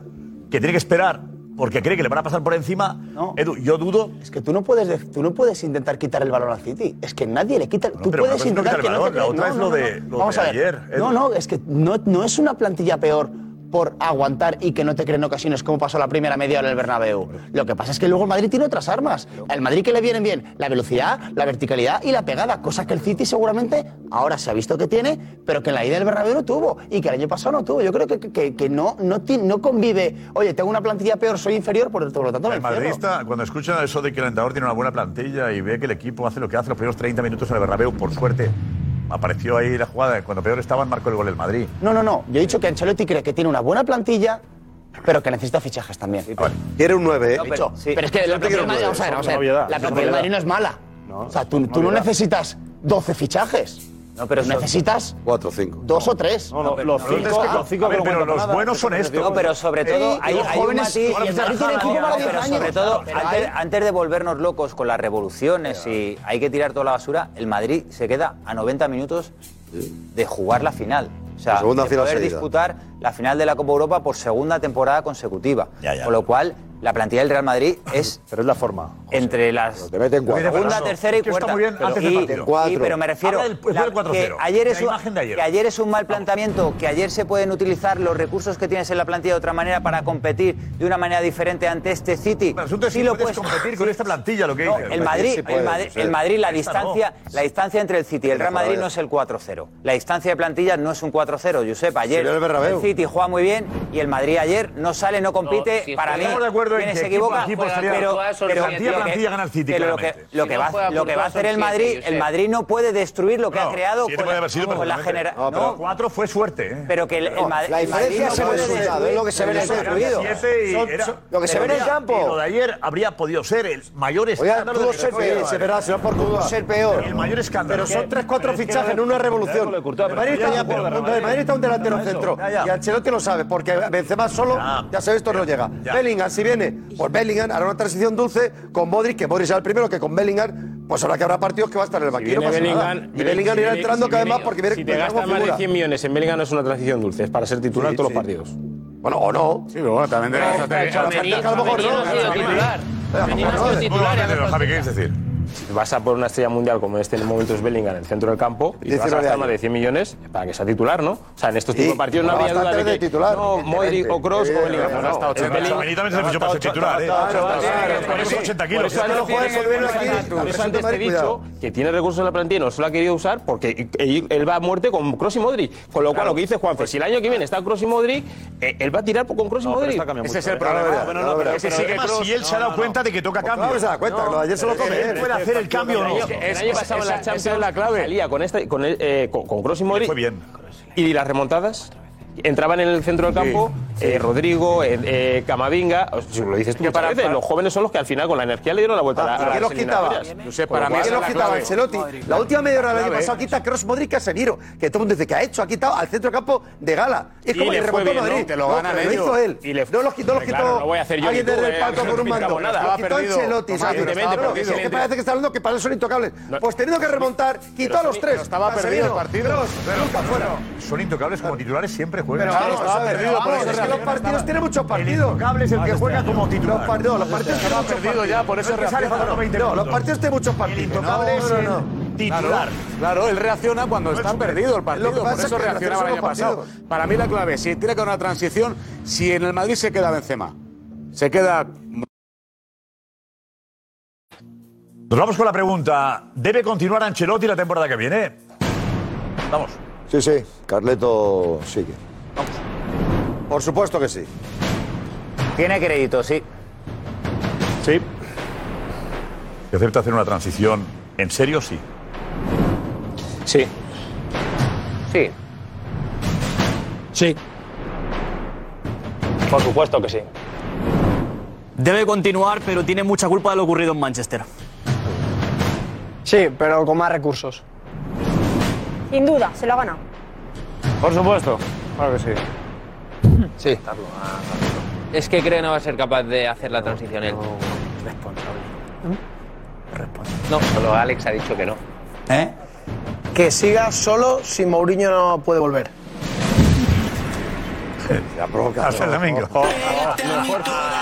Speaker 7: que tiene que esperar porque cree que le van a pasar por encima, Edu, yo dudo.
Speaker 32: Es que tú no puedes, dec- tú no puedes intentar quitar el balón al City. Es que nadie le quita. tú
Speaker 7: pero
Speaker 32: puedes
Speaker 7: una cosa es no
Speaker 32: intentar
Speaker 7: quitar el
Speaker 32: que
Speaker 7: balón,
Speaker 32: no te-
Speaker 7: la
Speaker 32: no,
Speaker 7: otra es
Speaker 32: no,
Speaker 7: lo
Speaker 32: no,
Speaker 7: de-
Speaker 32: no.
Speaker 7: lo
Speaker 32: Vamos
Speaker 7: de
Speaker 32: a ver.
Speaker 7: ayer, Edu.
Speaker 32: No, no, es que no, no es una plantilla peor por aguantar y que no te creen ocasiones como pasó la primera media hora en el Bernabéu. Lo que pasa es que luego el Madrid tiene otras armas. Al Madrid que le vienen bien la velocidad, la verticalidad y la pegada, cosa que el City seguramente ahora se ha visto que tiene, pero que en la ida del Bernabéu no tuvo y que el año pasado no tuvo. Yo creo que, que- que no, no, ti- no convive, oye, tengo una plantilla peor, soy inferior, por lo tanto me
Speaker 7: El
Speaker 32: encierro.
Speaker 7: madridista, cuando escucha eso de que el entrenador tiene una buena plantilla y ve que el equipo hace lo que hace los primeros 30 minutos en el Bernabéu, por suerte, apareció ahí la jugada. Cuando peor estaban, marcó el gol el Madrid.
Speaker 32: No, no, no. Yo he dicho que Ancelotti cree que tiene una buena plantilla, pero que necesita fichajes también.
Speaker 23: Quiere un 9, ¿eh?
Speaker 32: He dicho, pero, es que la plantilla del Madrid, vamos a ver, vamos a ver, La plantilla del Madrid no es mala. o sea, tú, tú no
Speaker 23: novedad.
Speaker 32: necesitas 12 fichajes. No, pero necesitas
Speaker 23: 4 o 5.
Speaker 32: dos o tres.
Speaker 23: No, no, los cinco- los cinco
Speaker 32: a ver,
Speaker 23: no cuentan nada,
Speaker 13: No, pero sobre todo
Speaker 32: Sí,
Speaker 13: hay,
Speaker 32: Eh, los
Speaker 13: hay un
Speaker 32: jóvenes-
Speaker 13: matiz.
Speaker 32: ahora fichajes tienen equipo para
Speaker 13: pero
Speaker 32: 10
Speaker 13: sobre
Speaker 32: años.
Speaker 13: todo,
Speaker 32: Pero hay-
Speaker 13: antes, antes de volvernos locos con las revoluciones y hay que tirar toda la basura, el Madrid se queda a 90 minutos de jugar la final. O sea,
Speaker 23: La segunda
Speaker 13: de
Speaker 23: final
Speaker 13: poder
Speaker 23: seguida.
Speaker 13: disputar la final de la Copa Europa por segunda temporada consecutiva. Con lo cual, la plantilla del Real Madrid es. Pero es la forma. Entre las.
Speaker 50: Te meten cuatro.
Speaker 13: Segunda, tercera y
Speaker 50: Es que está
Speaker 13: cuarta.
Speaker 50: muy bien
Speaker 13: Pero-
Speaker 50: antes del
Speaker 13: y-
Speaker 50: partido.
Speaker 13: y-
Speaker 50: Cuatro.
Speaker 13: pero me refiero
Speaker 50: Habla del- después
Speaker 13: la-
Speaker 50: del 4-0,
Speaker 13: que ayer
Speaker 50: de
Speaker 13: es
Speaker 50: la
Speaker 13: un-
Speaker 50: imagen de ayer.
Speaker 13: que ayer es un mal planteamiento, que ayer se pueden utilizar los recursos que tienes en la plantilla de otra manera para competir de una manera diferente ante este City.
Speaker 7: Entonces, sí lo puedes competir con esta plantilla, lo que
Speaker 13: No,
Speaker 7: dices.
Speaker 13: el Madrid, el Madrid, el Madrid, la distancia, la distancia entre el City y el Real Madrid no es el 4-0. La distancia de plantillas no es un 4-0. Josep, ayer
Speaker 23: Sería el Bernabéu.
Speaker 13: el City juega muy bien y el Madrid ayer no sale, no compite.
Speaker 14: No, si
Speaker 13: Para mí,
Speaker 14: juega- Estamos de acuerdo en
Speaker 13: tiene-
Speaker 14: que
Speaker 13: se
Speaker 14: equipo
Speaker 13: equivoca,
Speaker 14: a equipo
Speaker 13: pero,
Speaker 14: sería-
Speaker 13: pero-
Speaker 14: Courtois son
Speaker 13: pero-
Speaker 14: plantilla a
Speaker 13: pero-
Speaker 14: plantilla gana el City,
Speaker 13: pero lo que,
Speaker 14: claramente.
Speaker 13: lo
Speaker 14: Si
Speaker 13: que
Speaker 14: no
Speaker 13: va, lo
Speaker 14: juega
Speaker 13: que va a
Speaker 14: Courtois
Speaker 13: hacer
Speaker 14: son
Speaker 13: el Madrid,
Speaker 14: siete,
Speaker 13: el
Speaker 14: Josep.
Speaker 13: Madrid no puede destruir lo que ha
Speaker 7: No,
Speaker 13: creado
Speaker 7: siete
Speaker 13: con,
Speaker 7: puede haber sido
Speaker 13: con la
Speaker 7: perfectamente.
Speaker 13: generación.
Speaker 7: No, pero cuatro fue suerte. ¿eh?
Speaker 13: Pero que el, el
Speaker 7: No,
Speaker 13: Madrid.
Speaker 7: la
Speaker 13: el Madrid
Speaker 7: diferencia
Speaker 13: no
Speaker 7: es el
Speaker 13: puede
Speaker 7: resultado, es lo que se ve en el
Speaker 13: destruir.
Speaker 7: construido. Siete y
Speaker 13: Son-
Speaker 7: era-
Speaker 13: son- lo que se ve en el
Speaker 7: Debería-
Speaker 13: campo.
Speaker 7: y Lo de ayer habría podido ser el mayor escándalo.
Speaker 23: pudo
Speaker 7: de-
Speaker 23: ser peor, se verá, será por Courtois.
Speaker 7: ser peor. El mayor escándalo.
Speaker 23: Pero son 3-4 fichajes en una revolución. El Madrid está, el Madrid está un delantero centro. Y Ancelotti lo sabe, porque Benzema solo, ya sabes, esto no llega. Bellingham, si viene, pues Bellingham hará una transición dulce con Modric, que Modric será el primero, que con Bellingham, pues habrá que habrá partidos que va a estar en el banquillo.
Speaker 11: viene
Speaker 23: no pasa nada.
Speaker 11: Bellingham, eh,
Speaker 23: y Bellingham irá
Speaker 11: si
Speaker 23: entrando
Speaker 11: viene-
Speaker 23: cada
Speaker 11: si
Speaker 23: vez más
Speaker 11: viene-
Speaker 23: porque viene
Speaker 11: Si te gastas más de 100 millones en Bellingham no es una transición dulce, es para ser titular todos los partidos.
Speaker 23: Bueno, o no. Eh,
Speaker 11: Sí, pero bueno, también
Speaker 23: a lo mejor no.
Speaker 11: Vas a por una estrella mundial como este en el momento es Bellingham en el centro del campo y te vas a
Speaker 23: 19
Speaker 11: gastar más
Speaker 23: años.
Speaker 11: de 100 millones para que sea titular, ¿no? O sea, en estos
Speaker 23: Sí,
Speaker 11: tipos de partidos no
Speaker 23: bueno,
Speaker 11: habría duda de
Speaker 23: bastante
Speaker 11: que
Speaker 23: de titular,
Speaker 11: no, Modric
Speaker 23: evidentemente.
Speaker 11: o Cross o Bellingham.
Speaker 23: Evidentemente,
Speaker 11: No, hasta
Speaker 23: no.
Speaker 11: ocho.
Speaker 23: Chomeni
Speaker 11: Bellingham-
Speaker 23: también se fichó para ser
Speaker 11: hasta ocho,
Speaker 23: titular, ¿eh?
Speaker 11: hasta ocho, hasta
Speaker 23: Claro,
Speaker 11: ocho.
Speaker 23: por eso 80
Speaker 11: Por
Speaker 23: kilos.
Speaker 11: eso antes
Speaker 23: Los jugadores
Speaker 11: tienen-
Speaker 23: volvieron aquí.
Speaker 11: por eso
Speaker 23: Presunto
Speaker 11: antes te he
Speaker 23: Madrid, cuidado.
Speaker 11: dicho que tiene recursos en la plantilla y no se lo ha querido usar porque él él va a muerte con Cross y Modric. Con lo cual, lo que dice Juanfe, si el año que viene está Cross y Modric, eh, él va a tirar con Cross y Modric.
Speaker 7: Ese es el problema. Ese sí que si él se ha dado cuenta de que toca cambio.
Speaker 11: claro que se da cuenta, lo de ayer se lo come, ¿eh?
Speaker 7: puede hacer el cambio o no.
Speaker 11: Es que eh, el año pasado en la Champions
Speaker 7: la clave.
Speaker 11: salía con este, con, el- eh, con, con Kroos y Modric. Y las remontadas entraban en el centro del campo eh, Rodrigo, eh, eh, Camavinga, o sea, lo dices tú muchas
Speaker 23: para-
Speaker 11: veces,
Speaker 23: para-
Speaker 11: los jóvenes son los que al final con la energía le dieron la vuelta a la- a
Speaker 23: ¿Y
Speaker 11: la
Speaker 23: quién los quitaba?
Speaker 11: eliminatorias.
Speaker 23: ¿Y quién los quitaba? Ancelotti. La última media hora del año
Speaker 11: clave.
Speaker 23: pasado quita a Cross Modric y a Casemiro, que todo el mundo dice que ha hecho, ha quitado al centro campo de gala. Es
Speaker 28: Y
Speaker 23: como
Speaker 28: le
Speaker 23: el
Speaker 28: fue
Speaker 23: remontó
Speaker 28: bien, ¿no?
Speaker 23: Madrid.
Speaker 28: Te lo
Speaker 23: No,
Speaker 28: ganan
Speaker 23: pero lo hizo
Speaker 28: ellos.
Speaker 23: él.
Speaker 28: Y le-
Speaker 23: No los quitó, no los quitó
Speaker 28: Claro, no voy a hacer yo
Speaker 23: alguien
Speaker 28: ni tú,
Speaker 23: desde el
Speaker 28: eh,
Speaker 23: palco
Speaker 28: no
Speaker 23: con un mando.
Speaker 28: pintamos nada.
Speaker 23: Lo quitó
Speaker 28: Estaba
Speaker 23: Ancelotti.
Speaker 28: perdido.
Speaker 23: ¿sabes?
Speaker 28: Evidentemente,
Speaker 23: Claro,
Speaker 28: perdido.
Speaker 23: Es que parece que está hablando que para él son intocables. Pues teniendo que remontar, quitó a los tres. Casemiro, Kroos, Lucas, fuera.
Speaker 7: Son intocables como titulares, siempre juegan.
Speaker 23: Pero vamos, estaba perdido, por eso
Speaker 7: es que los
Speaker 23: reacciona,
Speaker 7: partidos
Speaker 23: tienen muchos partidos. Ah,
Speaker 7: El intocable es el que juega como titular.
Speaker 23: Los partidos, los partidos tienen
Speaker 7: Estaba
Speaker 23: muchos
Speaker 7: perdido
Speaker 23: partidos.
Speaker 7: ya, por eso
Speaker 23: No es que sale
Speaker 7: reacciona.
Speaker 23: faltando 20 minutos.
Speaker 7: No,
Speaker 23: los partidos tienen muchos partidos.
Speaker 18: intocable es el
Speaker 23: Claro.
Speaker 18: titular. Claro, él reacciona cuando está perdido el partido.
Speaker 23: Lo que
Speaker 18: Por
Speaker 23: pasa
Speaker 18: eso
Speaker 23: es que
Speaker 18: reaccionaba el año
Speaker 23: nosotros
Speaker 18: pasado.
Speaker 23: somos
Speaker 18: Para mí la clave, si tira con una transición, si en el Madrid se queda Benzema, se queda
Speaker 7: Nos vamos con la pregunta. ¿Debe continuar Ancelotti la temporada que viene? Vamos.
Speaker 14: Sí, sí, Carleto sigue.
Speaker 23: Por supuesto que sí.
Speaker 13: Tiene crédito, sí.
Speaker 7: Sí. ¿Y acepta hacer una transición? ¿En serio sí?
Speaker 11: Sí. Sí.
Speaker 3: Sí. Por supuesto que sí.
Speaker 48: Debe continuar, pero tiene mucha culpa de lo ocurrido en Manchester.
Speaker 30: Sí, pero con más recursos.
Speaker 18: Sin duda, se lo ha ganado.
Speaker 51: Por supuesto, claro que sí.
Speaker 4: Sí. Es que creo que no va a ser capaz de hacer la transición él. Responsable. No, solo Alex ha dicho que no.
Speaker 7: ¿Eh?
Speaker 2: Que siga solo si Mourinho no puede volver.
Speaker 7: Hasta el domingo.
Speaker 2: No, por favor.